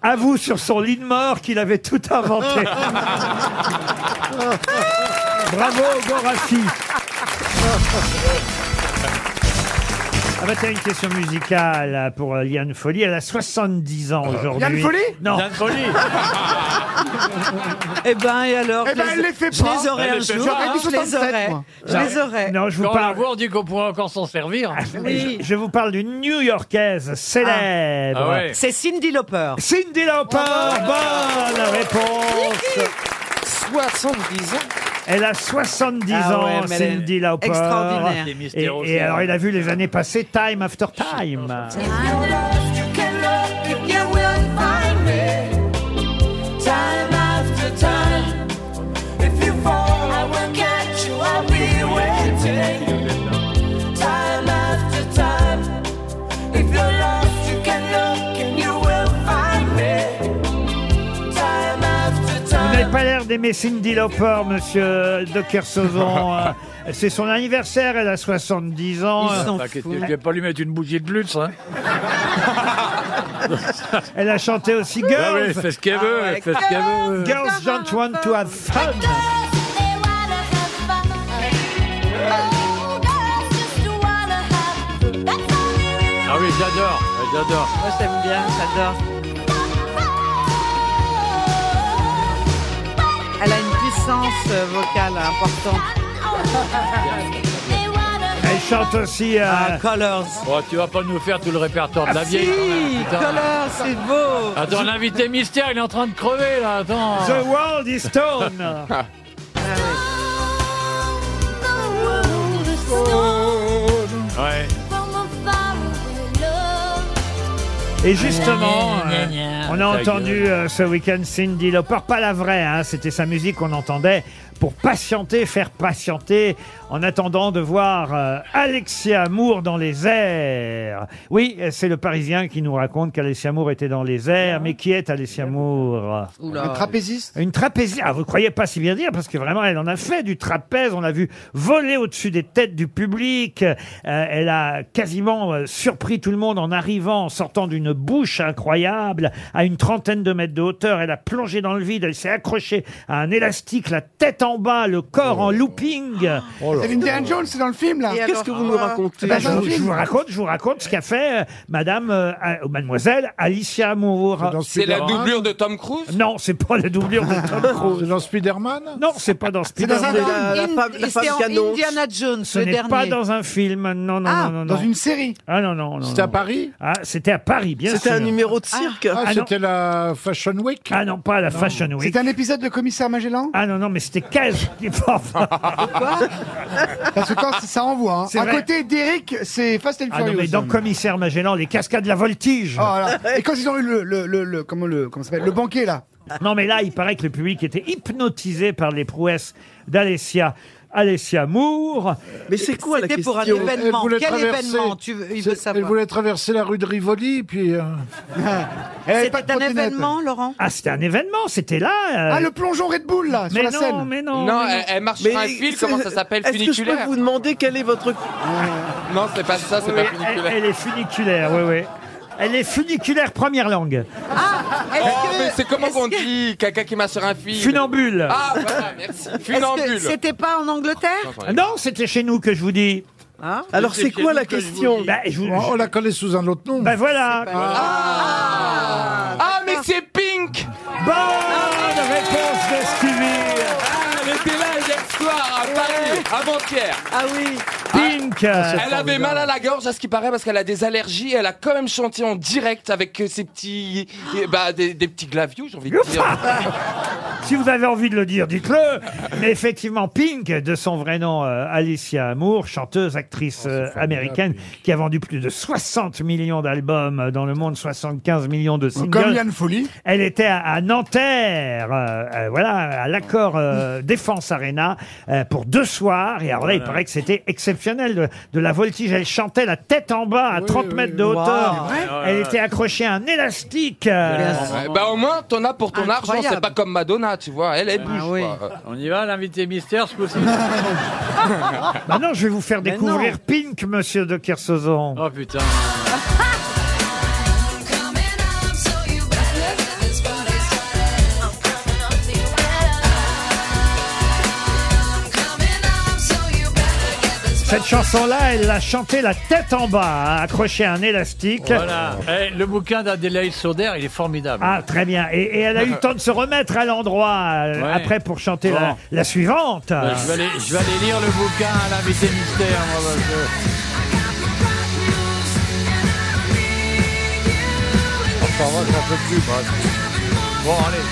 avoue sur son lit de mort qu'il avait tout *laughs* inventé. Bravo Gorafi. Ah bah t'as une question musicale pour euh, Liane Folly. Elle a 70 ans aujourd'hui. Yann Folly Non. *laughs* *laughs* Eh ben, et alors Eh ben, je elle les fait Je pas. les aurais Elle un les fait jour. pas. Je les aurais. Je les aurais. Non, je vous Quand on la parle. voit, on dit qu'on pourrait encore s'en servir. Je, je vous parle d'une New-Yorkaise célèbre. Ah ouais. C'est Cindy Lauper. Cindy Lauper. Bonne réponse. 70 ans Elle a 70 Ah ans, ouais, mais elle est Cindy Lauper. extraordinaire. Elle est Et, mystérieuse. et alors, il a vu les années passer, time after time. Vous n'avez pas l'air d'aimer Cindy Lauper, monsieur De *laughs* Kersozon. Euh, C'est son anniversaire, elle a 70 ans. Ils Euh, s'en foutent. Je vais pas lui mettre une bougie de plus. Hein. Elle a chanté aussi Girls. Bah oui, fais ce qu'elle veut, Ah ouais. fais ce qu'elle veut. Girls don't want to have fun. Ah oui, j'adore, j'adore. Moi, j'aime bien, j'adore. Elle a une puissance euh, vocale *laughs* importante. Elle chante aussi. euh, Ah, Colors. Oh, tu vas pas nous faire tout le répertoire de la Ah, vieille. si, quand même, putain. Colors, c'est beau. Attends, l'invité mystère, il est en train de crever là. Attends. The world is stone. *laughs* Ouais. Et justement, Gna, gna, euh, gna, gna. on a Ta entendu gueule. euh, ce week-end Cindy Lauper, pas la vraie, hein, c'était sa musique qu'on entendait, pour patienter, faire patienter, en attendant de voir euh, Alexia Amour dans les airs. Oui, c'est le Parisien qui nous raconte qu'Alexia Amour était dans les airs, mais qui est Alexia Amour Oula. Une trapéziste Une trapéziste. Ah, vous ne croyez pas si bien dire, parce que vraiment, elle en a fait du trapèze. On l'a vu voler au-dessus des têtes du public. Euh, elle a quasiment euh, surpris tout le monde en arrivant, en sortant d'une bouche incroyable, à une trentaine de mètres de hauteur. Elle a plongé dans le vide, elle s'est accrochée à un élastique, la tête en bas, le corps en looping. C'est l'Indiana Jones, c'est dans le film là. Euh, Ah. bah, je, dans le vous- je film. vous raconte, je vous raconte ce qu'a fait euh, Madame, euh, euh, Mademoiselle Alicia Amour. C'est la doublure de Tom Cruise Non, c'est pas la doublure de Tom Cruise. Ah, C'est dans Spider-Man Non, c'est pas dans C'est dans un Spider-Man. film. Euh, c'est en Indiana Jones, Ce le n'est dernier. pas dans un film, non, non, Ah, non, non, dans une série Ah non, non, non. C'était à non. Paris Ah, c'était à Paris, bien sûr. C'était un numéro de cirque. Ah, c'était la Fashion Week Ah non, pas la Fashion Week. C'est un épisode de Commissaire Magellan Ah non, non, mais c'était quasi... *laughs* Enfin, Parce que quand ça envoie. hein. C'est À vrai. côté d'Eric, c'est Fast and Ah non, Furious. mais dans Commissaire Magellan, les cascades de la voltige. Oh, voilà. Et quand ils ont eu le, le, le, le- comment le, comment ça s'appelle, le banquet là. Non, mais là, il paraît que le public était hypnotisé par les prouesses d'Alessia. Alessia Moore. Mais c'est quoi C'était pour un événement. voulait Quel traverser- événement tu veux, il c'est- veut Elle savoir. voulait traverser la rue de *laughs* Rivoli, puis... euh, C'était un événement, Laurent Ah, c'était un événement, c'était là. euh. Ah, le plongeon Red Bull là, sur Mais la non, scène. mais Non, elle, elle marche sur un fil, comment ça s'appelle Est-ce que je Funiculaire peux vous demander quel est *laughs* votre... Non, c'est pas ça, c'est Oui, pas elle, funiculaire. elle est funiculaire, oui, oui. Elle est funiculaire première langue. Ah, Oh, mais c'est comment qu'on dit Quelqu'un qui marche sur un fil Funambule. *laughs* Ah, voilà, merci. Est-ce Funambule. que c'était pas en Angleterre Ah Non, c'était chez nous que je vous dis. Hein Alors, c'est quoi la question Bah, je vous- Oh, on, on la connaît sous un autre nom. bah, Ah, voilà. Ah, mais c'est Pink Bonne réponse de Stevie. Ah, Elle était là hier soir à Paris, avant-hier. Ah oui. Pink. euh, Elle avait mal à la gorge, à ce qui paraît, parce qu'elle a des allergies. Elle a quand même chanté en direct avec euh, ses petits, eh, bah, des, des petits glavios, j'ai envie de dire. *laughs* Euh, Si vous avez envie de le dire, dites-le. Mais effectivement, Pink, de son vrai nom euh, Alicia Amour, chanteuse, actrice euh, américaine, qui a vendu plus de 60 millions d'albums euh, dans le monde, 75 millions de singles. Comme Yann Folie. Elle était à, à Nanterre, euh, euh, voilà, à l'accord euh, Défense Arena euh, pour deux soirs. Et alors là, il paraît que c'était exceptionnel de, de la voltige. Elle chantait la tête en bas à 30 mètres de oui. hauteur. Wow. C'est vrai Elle était accrochée à un élastique. euh, Ouais, bah, au moins, t'en as pour ton Incroyable. argent. C'est pas comme Madonna, tu vois. Elle, elle bouge. Ah oui. quoi. On y va, l'invité mystère, ce coup-ci *laughs* Maintenant, Bah je vais vous faire Mais découvrir Pink, monsieur de Kersozon. Oh putain Cette chanson-là, elle l'a chantée la tête en bas, hein, accrochée à un élastique. Voilà. Eh, le bouquin d'Adélaïde Sauder, il est formidable. Ah, très bien. Et, et elle a eu le temps de se remettre à l'endroit euh, Ouais. après pour chanter Bon. la, la suivante. Bah, je, vais aller, je vais aller lire le bouquin à l'invité mystère. moi, parce que- Enfin, moi, j'en peux plus, moi. Bon, allez.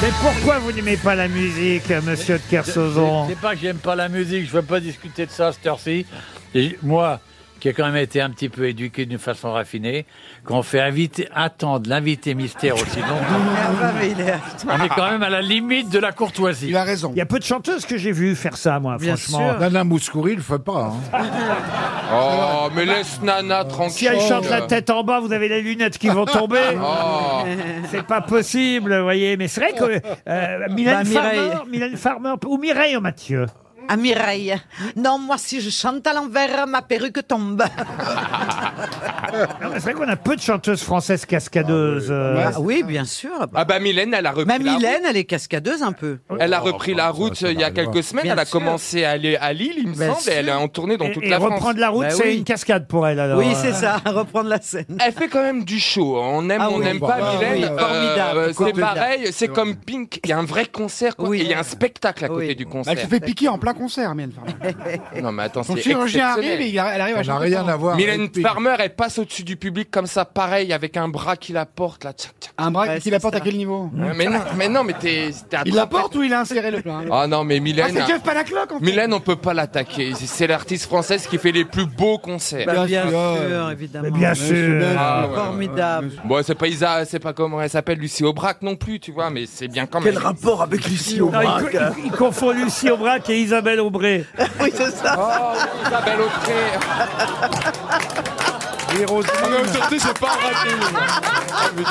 Mais pourquoi vous n'aimez pas la musique, euh, monsieur de Kersozon C'est c'est pas que j'aime pas la musique, je veux pas discuter de ça à cette heure-ci. Et Moi, qui ai quand même été un petit peu éduqué d'une façon raffinée, quand on fait inviter, attendre l'invité mystère aussi longtemps, on est quand même à la limite de la courtoisie. Il a raison. Il y a peu de chanteuses que j'ai vues faire ça, moi, Bien franchement. sûr. Nana Mouskouri, il le fait pas. hein. Oh, mais laisse Nana tranquille. Si elle chante la tête en bas, vous avez les lunettes qui vont *laughs* tomber. Oh. C'est pas possible, vous voyez. Mais c'est vrai que euh, Mylène, Bah, Mireille. Farmer, Mylène Farmer ou Mireille Mathieu. À Ah, Mireille. Non, moi, si je chante à l'envers, ma perruque tombe. *laughs* Ah. Non, mais C'est vrai qu'on a peu de chanteuses françaises cascadeuses. Bah, euh, Ah oui, bien sûr. Ah bah Mylène, elle a repris Même la Mylène, elle est cascadeuse un peu. route. Elle a repris Oh, la route il y a quelques semaines. Bien elle a sûr. commencé à aller à Lille, il me Bien semble, et elle est en tournée dans et toute et la France. reprendre la route, Bah c'est oui. une cascade pour elle, alors. oui, c'est euh. ça, reprendre la scène. Elle fait quand même du show. hein. On aime, Ah on oui. n'aime Bah, pas bah, oui, Mylène. euh, formidable, c'est formidable. pareil, c'est comme Pink. Il y a un vrai concert, quoi. Oui. Et il y a un spectacle à côté Oui. du Bah, concert. Elle se fait piquer en plein concert, Mian Farmer. *laughs* Non, mais attends, Son c'est chirurgien exceptionnel. arrive et il a- elle arrive à Ça n'a chanter rien son- à voir Mylène avec Pink. Farmer, elle passe passe au-dessus du public comme ça, pareil, avec un bras qui la porte, là. tchac, tchac. Un bras qui l'apporte à quel niveau Ouais, Mais non, mais Eh non, mais t'es, t'es Il attrapé. l'apporte ou il a inséré le plat Ah non, mais Mylène. Ah, c'est Jeff Panacloc, en fait. Mylène, on peut pas l'attaquer. C'est- C'est l'artiste française qui fait les plus beaux concerts. Bah, bien sûr, évidemment. bien sûr. Ah, ouais, ouais, Formidable. Bon, c'est pas Isa, c'est pas comment elle s'appelle, Lucie Aubrac non plus, tu vois, mais c'est bien quand même. Quel rapport avec Lucie Non, il, il- il confond Lucie Aubrac et Isabelle Aubré. Oui, c'est ça. Oh, Isabelle Aubré. Ah, mais aujourd'hui, c'est pas raté. Ah, putain.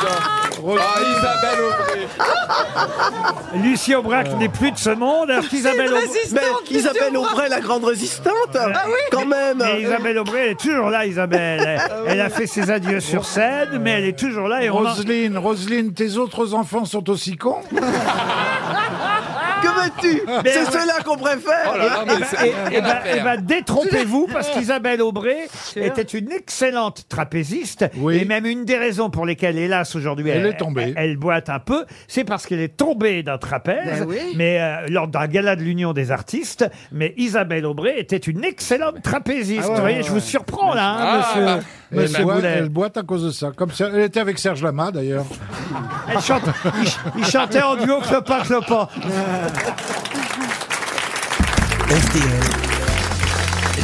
Ah, Isabelle Aubré. Lucie Aubrac n'est plus de ce monde, alors qu'Isabelle Euh, Aubray- Ah. Mais Isabelle Aubray, la grande résistante Ah, Quand même Mais Isabelle Aubray, elle est toujours là, Isabelle. Elle, Ah elle a fait ses adieux sur scène, mais elle est toujours là et on en- Roselyne, Roselyne, tes autres enfants sont *laughs* aussi cons Que veux-tu Mais C'est ouais. cela qu'on préfère Oh Eh ben, eh ben, eh ben, eh ben, détrompez-vous parce qu'Isabelle Aubray était une excellente trapéziste et même une des raisons pour lesquelles, hélas, aujourd'hui, Elle elle, est tombée. elle- elle boite un peu, c'est parce qu'elle est tombée d'un trapèze, Ben oui. mais euh, lors d'un gala de l'Union des artistes. Mais Isabelle Aubray était une excellente trapéziste. Ah ouais, vous voyez, ouais, je vous surprends là, hein, Ah, monsieur, Elle monsieur boite- Boulet. Elle boite à cause de ça. Comme ça- elle était avec Serge Lama d'ailleurs. Elle chante, il, ch- il chantait en duo clopin clopin.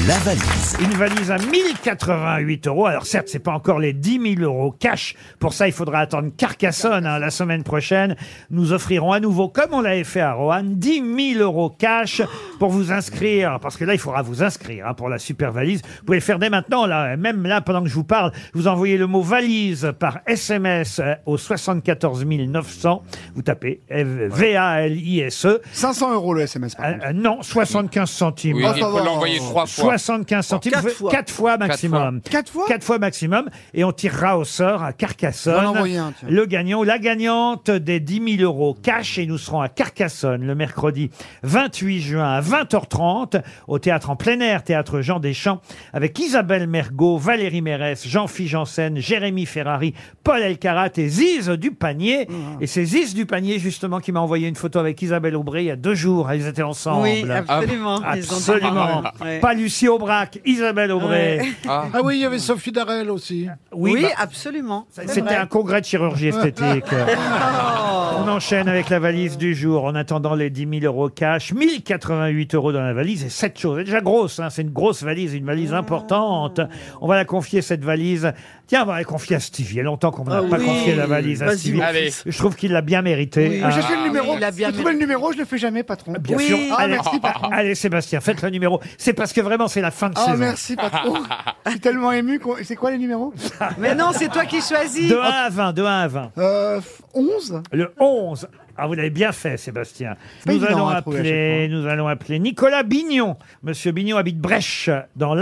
La valise. Une valise à 1088 euros. Alors certes, c'est pas encore les 10 000 euros cash. Pour ça, il faudra attendre Carcassonne hein, la semaine prochaine. Nous offrirons à nouveau, comme on l'avait fait à Roanne, 10 000 euros cash pour vous inscrire. Parce que là, il faudra vous inscrire hein, pour la super valise. Vous pouvez le faire dès maintenant. Là, même là, pendant que je vous parle, vous envoyez le mot valise par SMS euh, au 74 900. Vous tapez euh, V-A-L-I-S-E. 500 euros le SMS par E. Euh, non, 75 centimes. Oui, il faut l'envoyer trois fois. 75 Oh. centimes, Quatre vous faites fois. quatre fois maximum. Quatre Quatre fois Quatre fois maximum. Et on tirera au sort à On va Carcassonne. en envoyer un, tiens. le gagnant ou la gagnante des 10 000 euros cash. Et nous serons à Carcassonne le mercredi 28 juin à 20h30 au théâtre en plein air, théâtre Jean Deschamps, avec Isabelle Mergot, Valérie Mérès, Jean-Philippe Janssen, Jérémy Ferrari, Paul Elkarat et Ziz du Panier. Et c'est Ziz du Panier justement qui m'a envoyé une photo avec Isabelle Aubray il y a deux jours. Ils étaient ensemble ensemble. Oui, absolument. Ils ont Absolument. démarré. Ouais. Pas Lucie Aubrac, Isabelle Aubray. Ouais. *laughs* Ah. oui, il y avait Sophie Darel aussi. Oui, bah, absolument. c'était un congrès de *laughs* chirurgie esthétique. Oh. On enchaîne avec la valise du jour. En attendant les 10 000 euros cash, 1088 euros dans la valise et 7 choses. Elle est déjà grosse, hein, c'est une grosse valise, une Oh. valise importante. On va la confier, cette valise. Tiens, on va la confier à Stevie. Il y a longtemps qu'on n'a Ah pas oui. confié la valise à Vas-y, Stevie. mon fils. Je trouve qu'il l'a bien mérité. Oui, Ah. J'ai fait le numéro. il a bien J'ai trouvé le numéro, je le fais jamais, patron. Bien sûr. Ah, allez, merci, patron. *laughs* allez, Sébastien, faites le numéro. C'est parce que vraiment, c'est la fin de Oh, Ah, saison. merci, *laughs* patron. Je suis tellement ému. qu'on- C'est quoi les numéros Mais non, c'est toi qui choisis. De 1 à 20, de 1 à 20. Euh, 11 Le 11. Ah, vous l'avez bien fait, Sébastien. C'est pas Nous évident allons, à trouver à appeler, nous allons appeler Nicolas Bignon. Monsieur Bignon habite Brèche, dans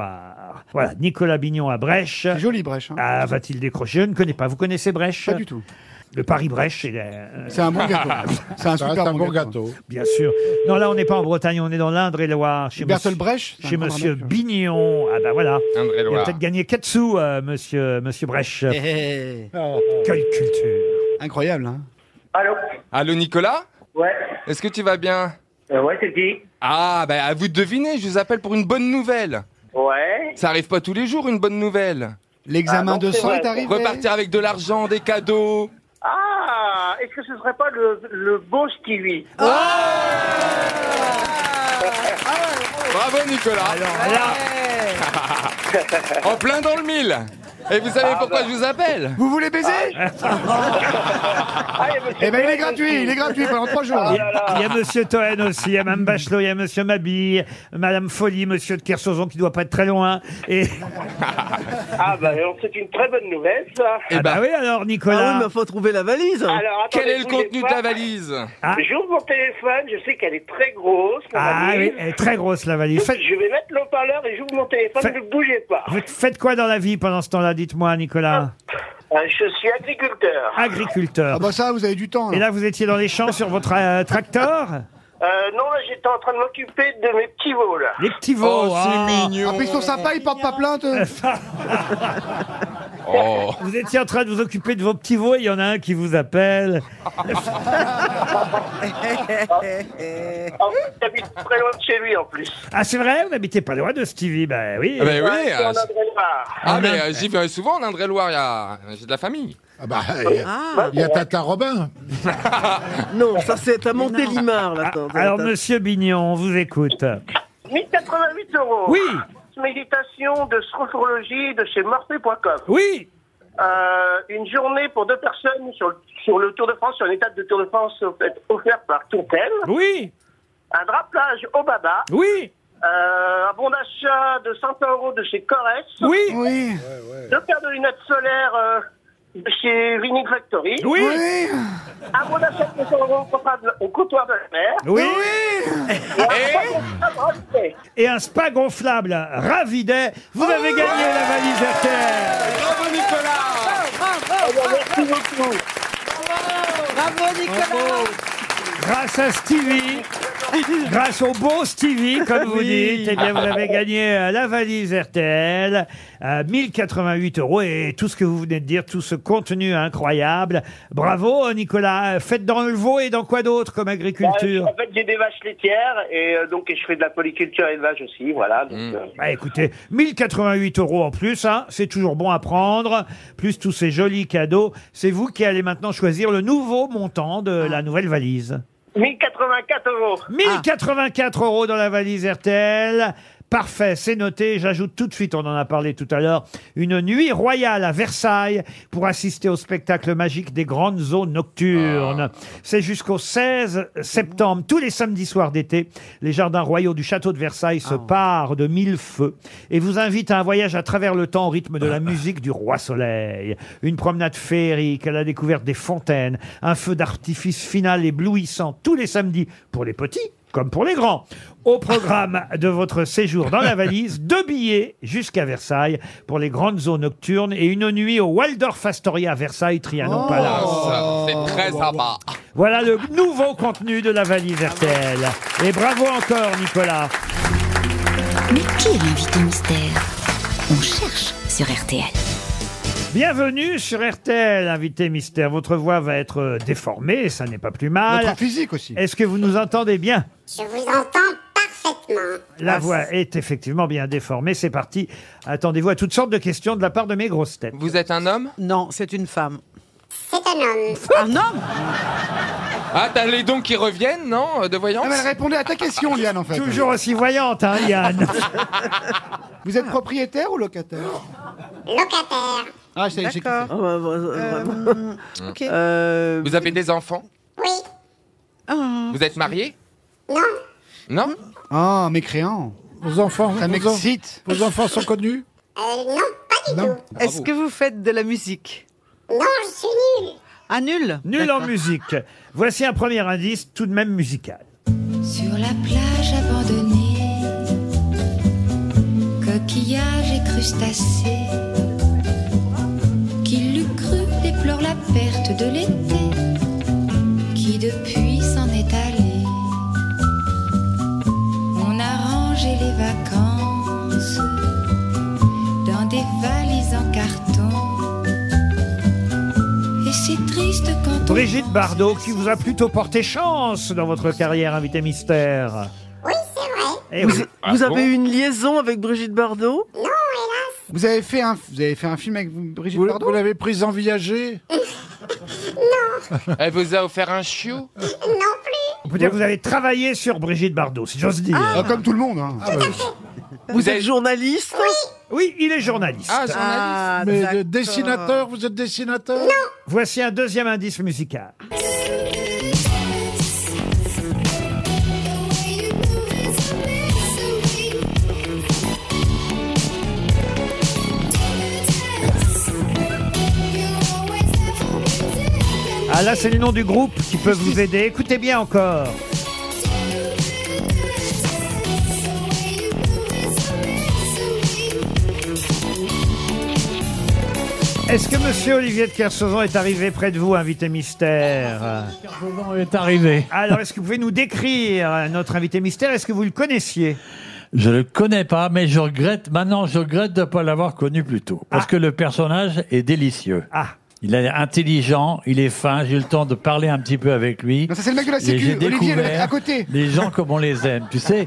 l'Indre-et-Loire. Voilà, Nicolas Bignon à Brèche. Joli brèche. hein. Ah, va-t-il décrocher Je ne connais pas. Vous connaissez Brèche Pas du tout. Le Paris-Brèche, il est... C'est un bon gâteau. C'est un Ça super reste bon, gâteau. Bien sûr. Non, là, on n'est pas en Bretagne, on est dans l'Indre-et-Loire. Chez Bertolt monsieur- Brecht, c'est Chez un grand Monsieur arnaqueur. Bignon. Ah, bah voilà. Il Indre-et-Loire. a peut-être gagné 4 sous, euh, monsieur, monsieur Brèche. Eh, Oh, Quelle culture Incroyable, hein Allô, Nicolas Ouais. Euh, Est-ce que tu vas bien ouais, c'est qui Ah, bah, à vous de deviner, je vous appelle pour une bonne nouvelle. Ouais. Ça arrive pas tous les jours, une bonne nouvelle. L'examen Ah non, de c'est sang vrai. est arrivé. Repartir avec de l'argent, des *laughs* cadeaux. Ah, est-ce que ce serait pas le, le beau Stevie *laughs* Bravo, Nicolas. Ah, en plein dans le mille. Et vous savez Ah, pourquoi bah. Ah. je vous appelle Vous voulez baiser Eh ben, il est gratuit, il est gratuit pendant 3 jours. Ah, Il y a- il y a Monsieur Toen aussi, il y a Mme Bachelot, il y a Monsieur Mabille, Madame Folie, Monsieur de Kersauzon qui doit pas être très loin. *laughs* Et Ah, bah, alors, c'est une très bonne nouvelle, ça. ah bah oui alors Nicolas. Eh Ah oui, mais faut trouver la valise Alors, attendez, Quel est le bougez contenu de pas. la valise Ah. J'ouvre mon téléphone, je sais qu'elle est très grosse, la Ah oui, valise. elle est très grosse la valise. Faites, Je vais mettre l'eau-parleur et j'ouvre mon téléphone, Faites- ne bougez pas. vous faites quoi dans la vie pendant ce temps-là, dites-moi Nicolas. Euh, Je suis agriculteur. Agriculteur. Ah bah ça, vous avez du temps. Et là vous étiez dans les champs sur votre euh, tracteur Euh, non, là, j'étais en train de m'occuper de mes petits veaux, là. Oh, Les petits veaux. ah. Ah, mais ils sont sympas, ils portent pas plainte. Oh. Vous étiez en train de vous occuper de vos petits veaux, il y en a un qui *laughs* vous appelle. En plus, j'habite Ah, très loin de chez lui en plus. Ah, c'est vrai, vous n'habitez pas loin de Stevie, ben oui. Ah, ben oui, Ouais, ah, en Indre-et-Loire. Ah, En mais Inde. euh, j'y vais souvent en Indre-et-Loire, il y a- j'ai de la famille. Ah bah, Ah. il y a Tata Robin. Non, ça c'est à Montélimar, là. attends, Ah, Alors, attends. monsieur Bignon, on vous écoute. 1088 euros. Oui. Méditation de sophrologie de chez morphée.com. Oui. Euh, une journée pour deux personnes sur le, sur le Tour de France, sur une étape de Tour de France offerte, offerte par Tourtel. Oui. Un draplage au Baba. Oui. Euh, un bon d'achat de 100 euros de chez Corès. Oui. Oui. Deux paires de lunettes solaires euh, de chez Vinyl Factory. Oui. Un bon d'achat de 100 euros au comptoir de- au comptoir de la mer. Oui. Et un bon d'achat de- Et un spa gonflable, Ravidet, vous avez gagné la valise RTL. Bravo Nicolas Merci beaucoup Bravo Nicolas Grâce à Stevie, grâce au beau Stevie, comme vous Oui. dites, eh bien, vous avez gagné euh, la valise RTL, à 1088 euh, euros et tout ce que vous venez de dire, tout ce contenu incroyable. Bravo euh, Nicolas, faites dans le veau et dans quoi d'autre comme agriculture Bah, en fait, j'ai des vaches laitières et euh, donc et je fais de la polyculture élevage aussi, voilà. Donc, euh, Bah écoutez, 1088 euros en plus, hein, c'est toujours bon à prendre, plus tous ces jolis cadeaux. C'est vous qui allez maintenant choisir le nouveau montant de la nouvelle valise. 1084 euros. 1084 euros dans la valise RTL. Parfait, c'est noté. J'ajoute tout de suite, on en a parlé tout à l'heure, une nuit royale à Versailles pour assister au spectacle magique des grandes zones nocturnes. C'est jusqu'au 16 septembre, tous les samedis soirs d'été, les jardins royaux du château de Versailles se parent de mille feux et vous invitent à un voyage à travers le temps au rythme de la musique du roi soleil. Une promenade féerique à la découverte des fontaines, un feu d'artifice final éblouissant tous les samedis pour les petits comme pour les grands. Au programme de votre séjour dans la valise, deux billets jusqu'à Versailles pour les grandes zones nocturnes et une nuit au Waldorf Astoria à Versailles, Trianon Oh. Palace. Ça, C'est très sympa. Voilà le nouveau contenu de la valise RTL. Et bravo encore, Nicolas. Mais qui est l'invité mystère On cherche sur RTL. Bienvenue sur RTL, invité mystère. Votre voix va être euh, déformée, ça n'est pas plus mal. Votre physique aussi. Est-ce que vous nous entendez bien Je vous entends parfaitement. Ah, La voix est effectivement bien déformée. C'est parti. Attendez-vous à toutes sortes de questions de la part de mes grosses têtes. Vous êtes un homme Non, c'est une femme. C'est un homme. Un homme Ah, t'as les dons qui reviennent, non De voyance Ah, mais elle répondait à ta question, Liane, en fait. Toujours aussi voyante, hein, Yann. *laughs* Vous êtes propriétaire ou locataire Locataire. Ah, je sais, j'ai D'accord. Ah, bah, bah, bah, bah. *laughs* Ok. Euh, Vous avez des enfants Oui. Ah. Vous êtes marié Non. Non Ah, mécréant. Vos enfants, Ça vos, en- m'excite. vos enfants sont connus Euh, non, pas du Non. tout. Est-ce que vous faites de la musique Non, je suis nul. Ah, nul Nul en D'accord. musique. Voici un premier indice, tout de même musical. Sur la plage abandonnée, coquillages et crustacés, qui l'eût cru déplore la perte de l'été, qui depuis s'en est allé. On a rangé les vacances dans des valises en carton, et c'est triste quand on. Brigitte Bardot, qui vous a plutôt porté chance dans votre carrière invité mystère. Oui, c'est vrai. Eh oui. Vous avez eu une liaison avec Brigitte Bardot Non, hélas. Vous avez fait un, vous avez fait un film avec Brigitte Vous, Bardot vous l'avez prise en viager Elle vous a offert un chiot Non plus. On peut dire que vous avez travaillé sur Brigitte Bardot, si j'ose dire. Ah, Comme tout le monde. hein. Vous, êtes journaliste Oui, il est journaliste. Ah, journaliste Ah, Mais d'accord. le dessinateur, vous êtes dessinateur Voici un deuxième indice musical. Ah là, c'est le nom du groupe qui peut vous aider. Écoutez bien encore. Est-ce que Monsieur Olivier de Kersauzon est arrivé près de vous, invité mystère est arrivé. Alors, est-ce que vous pouvez nous décrire euh, notre invité mystère Est-ce que vous le connaissiez Je le connais pas, mais je regrette, maintenant je regrette de ne pas l'avoir connu plus tôt. Ah. Parce que le personnage est délicieux. Il est intelligent, il est fin, j'ai eu le temps de parler un petit peu avec lui. Non, ça, c'est le mec de la Et sécu, j'ai Olivier, le mec à découvert côté. Des gens comme on les aime, *laughs* tu sais.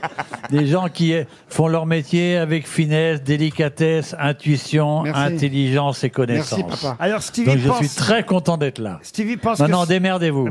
Des gens qui eh, font leur métier avec finesse, délicatesse, intuition, Merci. intelligence et connaissance. Alors Stevie Donc je pense... suis très content d'être là. Stevie pense que *laughs* Maintenant, c'est- *laughs* démerdez-vous.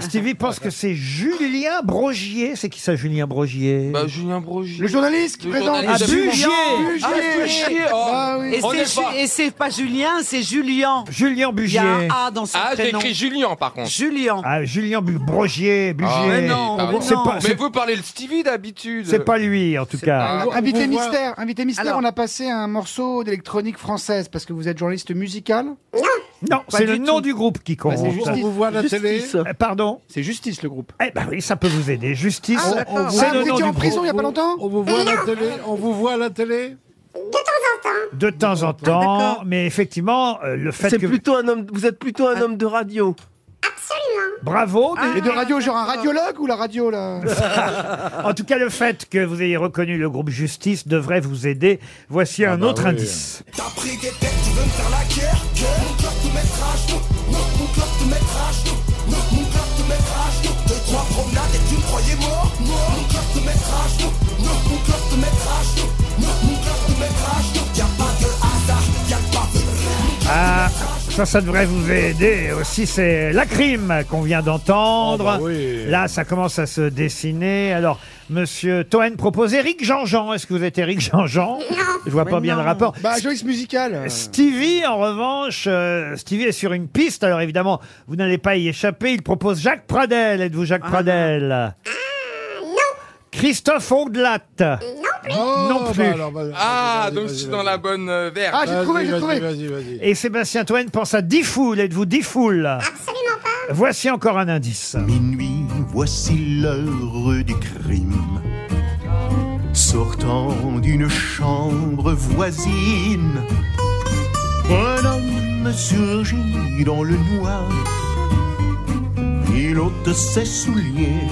Stevie pense que c'est Julien Brogier. C'est qui ça, Julien Brogier Bah, Julien Brogier. Le journaliste qui Le présente. journaliste. Ah, Bugier. Bah Bugier. Ah, Bugier. Oh. Ah oui. Et c'est Ju- Et c'est pas Julien, c'est Julien. Julien Il y a un A dans son Ah, j'ai prénom. écrit Julien par contre. Julien. Ah, Julien Bu- Brogier, Bugier. Ah, pardon. c'est pas, mais c'est- vous parlez le Stevie d'habitude. c'est pas lui, en tout cas. pas- Ah, Invité On voit- mystère, invité mystère, on a passé un morceau d'électronique française parce que vous êtes journaliste musical. Non, Pas c'est du le tout. nom du groupe qui compte. Bah, c'est Justice. On vous voit à la Justice. télé. Euh, Pardon C'est Justice, le groupe. Eh ben oui, ça peut vous aider. Justice, Ah, on- on- d'accord. c'est Ah, le vous nom étiez du en prison il groupe. n'y a pas longtemps On vous voit à la télé On vous voit à la télé De temps en temps, mais effectivement, euh, le fait C'est que... Ah. plutôt un homme. Vous êtes plutôt un homme de radio. Bravo mais- *laughs* Et de radio, genre un radiologue ou la *laughs* radio là En tout cas, le fait que vous ayez reconnu le groupe Justice devrait vous aider. Voici un autre oui. indice. T'as pris des têtes, tu veux me faire la guerre guerre. Mon cœur te mettra à genoux, non, mon cœur te mettra à genoux, non, mon cœur te mettra à genoux. Deux, trois promenades et tu me croyais mort, mort. Mon cœur te mettra à genoux, non, mon cœur te mettra à genoux, non, mon cœur te mettra à genoux. Y'a pas de hasard, y'a pas de Ah, ça, ça devrait vous aider aussi. C'est la crime qu'on vient d'entendre. Ah bah oui. Là, ça commence à se dessiner. Alors, Monsieur Toen propose Eric Jean-Jean. Est-ce que vous êtes Eric Jean-Jean Je vois pas bien le rapport. Bah, journaliste musical. euh. Stevie, en revanche, euh, Stevie est sur une piste. Alors évidemment, vous n'allez pas y échapper. Il propose Jacques Pradel. Êtes-vous Ah. Jacques Pradel Christophe Ondelat. Euh, Non plus. non bah plus. alors, bah, Ah, donc je suis dans la bonne euh, verve. Ah, j'ai trouvé, j'ai vas-y, trouvé. Vas-y, vas-y. Et Sébastien Toen pense à Diffoul. Êtes-vous Diffoul Absolument pas. Voici encore un indice. Minuit, voici l'heure du crime. Sortant d'une chambre voisine, un homme surgit dans le noir. Il ôte ses souliers,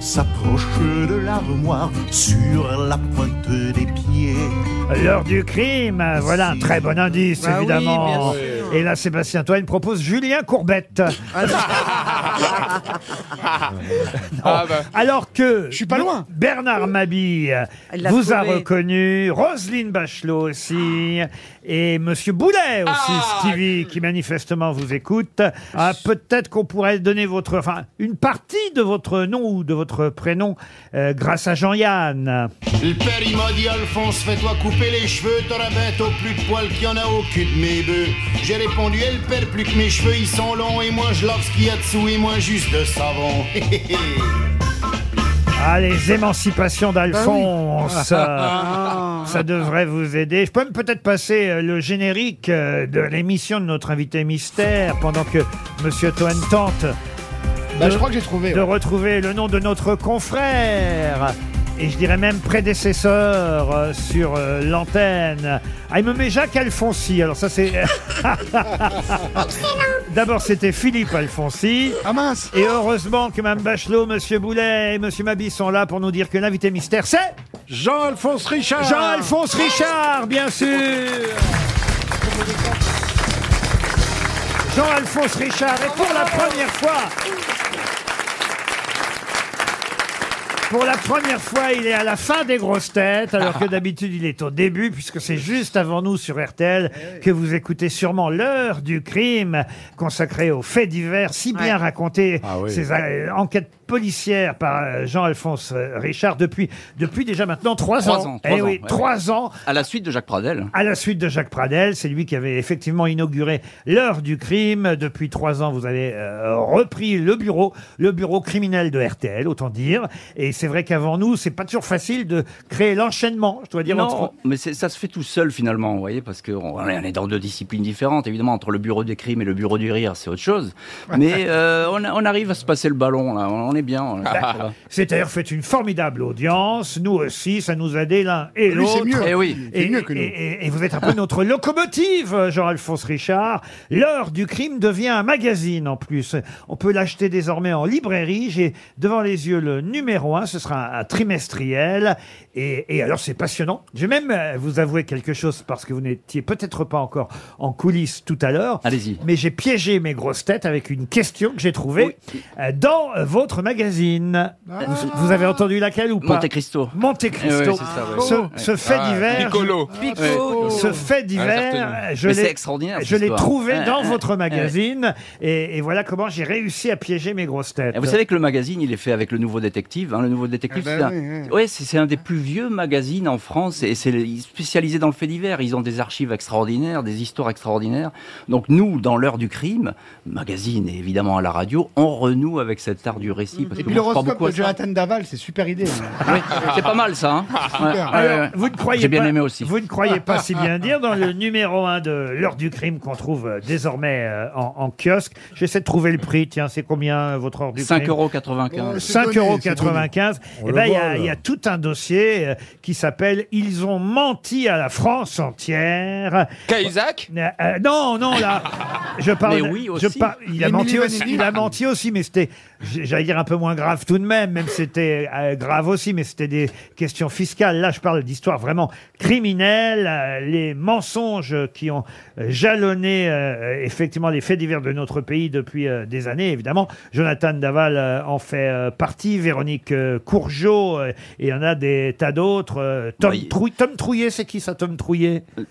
s'approche de l'armoire sur la pointe des pieds. L'heure du crime. Voilà un très bon indice, Bah oui, bien évidemment. sûr. Et là, Sébastien Toen propose Julien Courbette. Ah, bah. Alors que je suis pas loin. Bernard Mabille Elle l'a vous a trouvé. Ah. reconnu, Roselyne Bachelot aussi, et Monsieur Boulet aussi, Ah, Stevie, qui manifestement vous écoute. Ah, Peut-être qu'on pourrait donner votre, enfin, une partie de votre nom ou de votre prénom euh, grâce à Jean-Yann. Le père, il m'a dit, Alphonse, fais-toi couper les cheveux, t'auras bientôt plus de poils qu'il y en a au cul de mes bœufs. J'ai répondu, elle perd plus que mes cheveux, ils sont longs, et moi je lave ce qu'il y a dessous, et moi juste de savon. *laughs* Ah, les émancipations d'Alphonse. Euh, Ça devrait vous aider. Je peux même peut-être passer euh, le générique euh, de l'émission de notre invité mystère pendant que Monsieur Toen tente Bah, de- je crois que j'ai trouvé. de ouais. retrouver le nom de notre confrère et je dirais même prédécesseur euh, sur euh, l'antenne. Ah, il me met Jacques Alfonsi. Alors ça c'est euh, D'abord c'était Philippe Alfonsi. Ah mince Et heureusement que Mme Bachelot, Monsieur Boulet et Monsieur Mabi sont là pour nous dire que l'invité mystère c'est Jean-Alphonse Richard Jean-Alphonse Richard, bien sûr Jean-Alphonse Richard, et pour la première fois Pour la première fois, il est à la fin des grosses têtes, *laughs* alors que d'habitude il est au début, puisque c'est juste avant nous sur Eh RTL que vous écoutez sûrement l'heure du crime consacrée aux faits divers, si bien raconté Ah oui. ces euh, enquêtes policières par euh, Jean-Alphonse euh, Richard depuis, depuis déjà maintenant trois Trois ans. ans, trois Eh ans, oui, ouais, trois ans Ah, À la suite de Jacques Pradel. à la suite de Jacques Pradel, c'est lui qui avait effectivement inauguré l'heure du crime. Depuis trois ans, vous avez euh, repris le bureau, le bureau criminel de RTL, autant dire. Et c'est vrai qu'avant nous, c'est pas toujours facile de créer l'enchaînement, je dois dire. Non, *laughs* entre- mais c'est- ça se fait tout seul finalement, vous voyez, parce qu'on on est dans deux disciplines différentes. Évidemment, entre le bureau des crimes et le bureau du rire, c'est autre chose. Mais euh, on, a- on arrive à se passer le ballon, là. On est est bien. Bah, C'est-à-dire, faites une formidable audience. Nous aussi, ça nous a aidé l'un et Lui, c'est l'autre. mieux. Eh oui. Et, C'est mieux que nous. et- et- et vous êtes un peu notre locomotive, euh, Jean-Alphonse Richard. L'heure du crime devient un magazine en plus. On peut l'acheter désormais en librairie. J'ai devant les yeux le numéro 1. Ce sera un, un trimestriel. Et, et alors, c'est passionnant. Je vais même euh, vous avouer quelque chose parce que vous n'étiez peut-être pas encore en coulisses tout à l'heure. Allez-y. Mais j'ai piégé mes grosses têtes avec une question que j'ai trouvée euh, dans euh, votre magazine. Ah. Vous- Vous avez entendu laquelle ou pas Monte Cristo. Monte Eh Cristo. oui, c'est ça, oui. ce, Ouais. ce fait Ah, divers. Piccolo. Piccolo. Ouais. Ce fait Ah, divers, j'ai retenu. je Mais l'ai- c'est extraordinaire, cette Je l'ai histoire. Ah, trouvé Ouais, dans ouais, votre ouais. magazine et, et voilà comment j'ai réussi à piéger mes grosses têtes. Et Eh, Vous savez que le magazine, il est fait avec le Nouveau Détective. hein. Le Nouveau Détective, Ah ben c'est un- oui, ouais, c'est c'est un des plus vieux magazines en France et c'est il est spécialisé dans le fait divers. Ils ont des archives extraordinaires, des histoires extraordinaires. Donc nous, dans l'heure du crime, magazine et évidemment à la radio, on renoue avec cet art du récit. Parce Et que puis moi, je crois l'horoscope beaucoup à de ça. Jonathan Daval, c'est super idée. hein. Oui, c'est pas mal ça. hein. Ouais, ouais, Ah, Alors, ouais. vous ne croyez J'ai bien pas- aimé aussi. Vous ne *laughs* croyez pas si bien dire dans le numéro 1 de l'heure du crime qu'on trouve euh, désormais euh, en, en kiosque. J'essaie de trouver le prix. Tiens, c'est combien euh, votre heure du 5,95 crime Oh, euros. 5,95 On Eh le ben, il y, voit, a- là. il y a tout un dossier euh, qui s'appelle Ils ont menti à la France entière. Cahuzac Euh, euh, Non, *laughs* non, là. Je parle. Mais oui, je aussi. par- il, a Émilie menti aussi, Vanilli. il a menti aussi, mais c'était, j- j'allais dire, un peu moins grave tout de même, même si c'était euh, grave aussi, mais c'était des questions fiscales. Là, je parle d'histoires vraiment criminelles, euh, les mensonges qui ont euh, jalonné euh, effectivement les faits divers de notre pays depuis euh, des années, évidemment. Jonathan Daval euh, en fait euh, partie, Véronique euh, Courgeot, euh, et il y en a des tas d'autres. euh, Tom, Trouy- Tom Trouillet, c'est qui ça, Tom Trouillet Euh,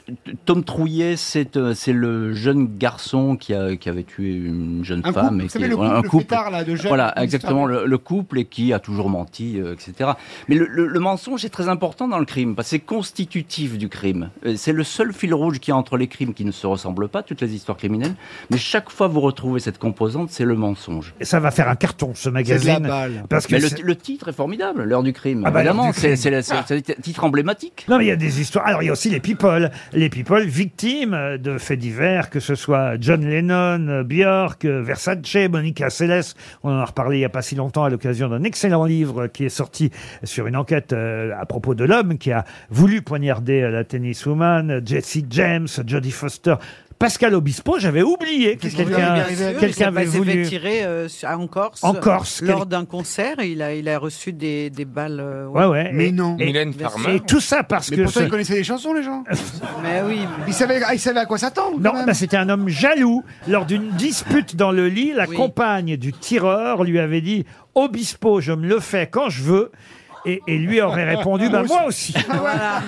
Tom Trouillet, c'est euh, c'est le jeune garçon qui, a- qui avait tué une jeune Un femme. couple, et vous qui, savez, le voilà, couple fêtard, là, de jeunes, Voilà, une exactement, histoire le, le couple et qui a toujours menti, euh, etc. Mais le, le- le mensonge est très important dans le crime, parce que c'est constitutif du crime. Euh, C'est le seul fil rouge qu'il y a entre les crimes qui ne se ressemblent pas, toutes les histoires criminelles. Mais chaque fois vous retrouvez cette composante, c'est le mensonge. Et ça va faire un carton, ce magazine. Parce que Mais le, c'est- le titre est formidable, l'heure du crime. Ah bah, l'heure Évidemment, du c'est crime. c'est la- c'est- Ah. c'est le titre emblématique. Non, mais il y a des histoires. Alors, il y a aussi les people. Les people victimes euh, de faits divers, que ce soit John Lennon, euh, Björk, euh, Versace, Monica Seles. On en a reparlé il n'y a pas si longtemps à l'occasion d'un excellent livre qui est sorti sur une enquête euh, à propos de l'homme qui a voulu poignarder euh, la tenniswoman, euh, Jessie James, Jodie Foster. Pascal Obispo, j'avais oublié que quelqu'un quelqu'un avait Il s'est voulu. fait tirer euh, sur- en Corse. En Corse, Lors quel- d'un concert, et il a, il a reçu des, des balles. euh, Ouais, ouais. Et- et- Et tout ça parce Mais que. pourtant, ce- ils connaissaient les chansons, les gens. Mais oui. Ils savaient, ah, ils savaient à quoi s'attendre. Non, quand même. bah, c'était un homme jaloux. Lors d'une dispute dans le lit, la compagne du tireur lui avait dit Obispo, je me le fais quand je veux. Et, et lui aurait *laughs* répondu bah, Moi aussi. Voilà.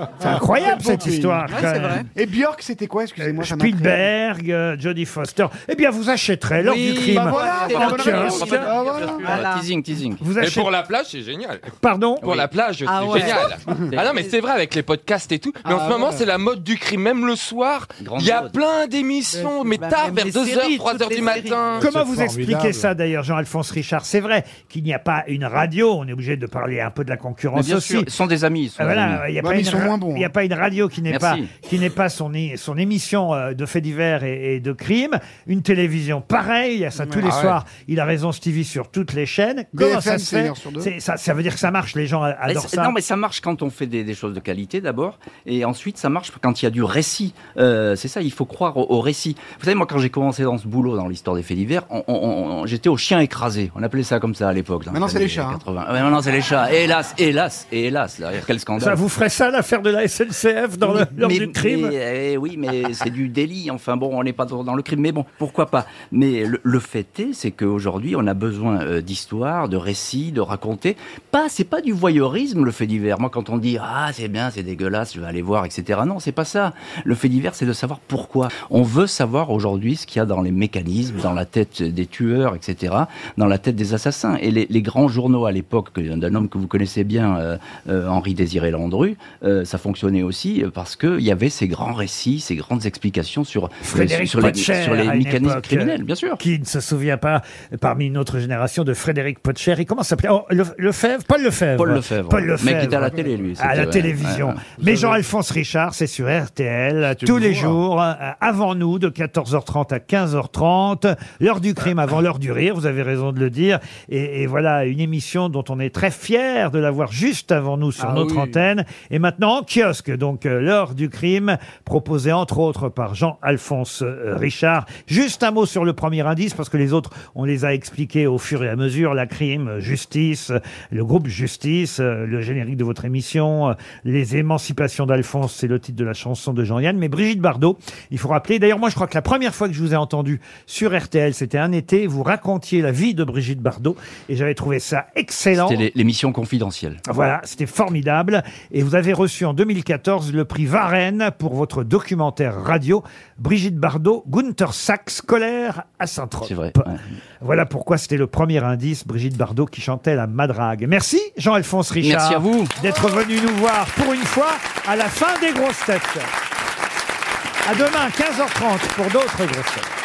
Ah, C'est incroyable Quel beau cette pays. histoire. quand même. Et Björk, c'était quoi Excusez-moi. ça m'intrigue. Spielberg, euh, Jodie Foster. Eh bien, vous achèterez l'heure Oui, du crime. bah voilà, en bonne kiosque. réponse. Ah, voilà. Voilà, Teasing, teasing. Vous Mais achetez- pour la plage, c'est génial. Pardon Pour la plage, c'est Ah *laughs* ouais. génial. ah non, mais c'est vrai avec les podcasts et tout. Mais en Ah ce moment, ouais. c'est la mode du crime. Même le soir, il y a plein d'émissions, mais Bah, tard, même vers les 2h, séries, 3h toutes du les matin. Comment vous expliquez ça d'ailleurs, Jean-Alphonse Richard C'est vrai qu'il n'y a pas une radio, on est obligé de parler un peu de la Mais concurrence bien aussi. sûr, ce sont des amis. ils sont hein. Ah, des amis. Voilà, il n'y a, pas une ra- il y a pas une radio qui n'est pas, Merci. qui n'est pas son, é- son émission euh, de faits divers et, et de crimes. Une télévision, pareil, il y a ça tous Ah les ouais. soirs. Il a raison, Stevie, sur toutes les chaînes. Comment BFM, ça se c'est une fait heure sur deux. C'est- ça, ça veut dire que ça marche, les gens Mais adorent c'est- ça. Non, mais ça marche quand on fait des, des choses de qualité d'abord, et ensuite ça marche quand il y a du récit. Euh, c'est ça, il faut croire au, au récit. Vous savez, moi, quand j'ai commencé dans ce boulot, dans l'histoire des faits divers, on- on- on- j'étais au chien écrasé. On appelait ça comme ça à l'époque. dans Maintenant, c'est les années chats, hein. 80. Ouais, maintenant, c'est les chats. Hélas, hélas, et hélas. Là, quel scandale. Ça vous ferait ça, l'affaire de la SNCF dans le- l'heure Mais- du crime mais, eh oui, mais c'est du délit. Enfin bon, on n'est pas trop dans le crime, mais bon, pourquoi pas. Mais le, le fait est, c'est qu'aujourd'hui, on a besoin euh, d'histoires, de récits, de raconter. Pas, c'est pas du voyeurisme le fait divers. Moi, quand on dit ah c'est bien, c'est dégueulasse, je vais aller voir, etc. Non, c'est pas ça. Le fait divers, c'est de savoir pourquoi. On veut savoir aujourd'hui ce qu'il y a dans les mécanismes, dans la tête des tueurs, etc., dans la tête des assassins. Et les, les grands journaux à l'époque que- de d'un homme que vous connaissez bien, euh, euh, Henri Désiré Landru, euh, ça fonctionnait aussi euh, parce qu'il y avait ces grands récits, ces grandes explications sur, Frédéric sur, les, Potcher, sur les à une mécanismes époque, criminels. euh, Qui ne se souvient pas, euh, parmi notre génération, de Frédéric Potcher. Et comment s'appelait oh, Le- Lefebvre Paul Lefebvre. Paul Lefebvre. Paul Mais qui était à la télé, lui, À c'était, la ouais, télévision. ouais, ouais. Mais Jean-Alphonse Richard, c'est sur RTL, tous une les voix. jours, euh, avant nous, de 14h30 à 15h30. L'heure du crime avant l'heure du rire, vous avez raison de le dire. Et, et voilà, une émission dont on est très fiers de l'avoir juste avant nous sur Ah notre oui. antenne. Et maintenant en kiosque, donc euh, l'heure du crime, proposée entre autres par Jean-Alphonse euh, Richard. Juste un mot sur le premier indice, parce que les autres, on les a expliqués au fur et à mesure. La crime, euh, justice, euh, le groupe justice, euh, le générique de votre émission, euh, les émancipations d'Alphonse, c'est le titre de la chanson de Jean-Yann. Mais Brigitte Bardot, il faut rappeler, d'ailleurs moi je crois que la première fois que je vous ai entendu sur RTL, c'était un été, vous racontiez la vie de Brigitte Bardot, et j'avais trouvé ça excellent. C'était les- l'émission confidentielle. Voilà, c'était formidable. Et vous avez reçu en 2014 le prix Varenne pour votre documentaire radio Brigitte Bardot, Gunther Sachs, colère à Saint-Tropez. Voilà pourquoi c'était le premier indice, Brigitte Bardot qui chantait la madrague. Merci Jean-Alphonse Richard. Merci à vous. D'être venu nous voir pour une fois à la fin des grosses têtes. À demain, 15h30 pour d'autres grosses têtes.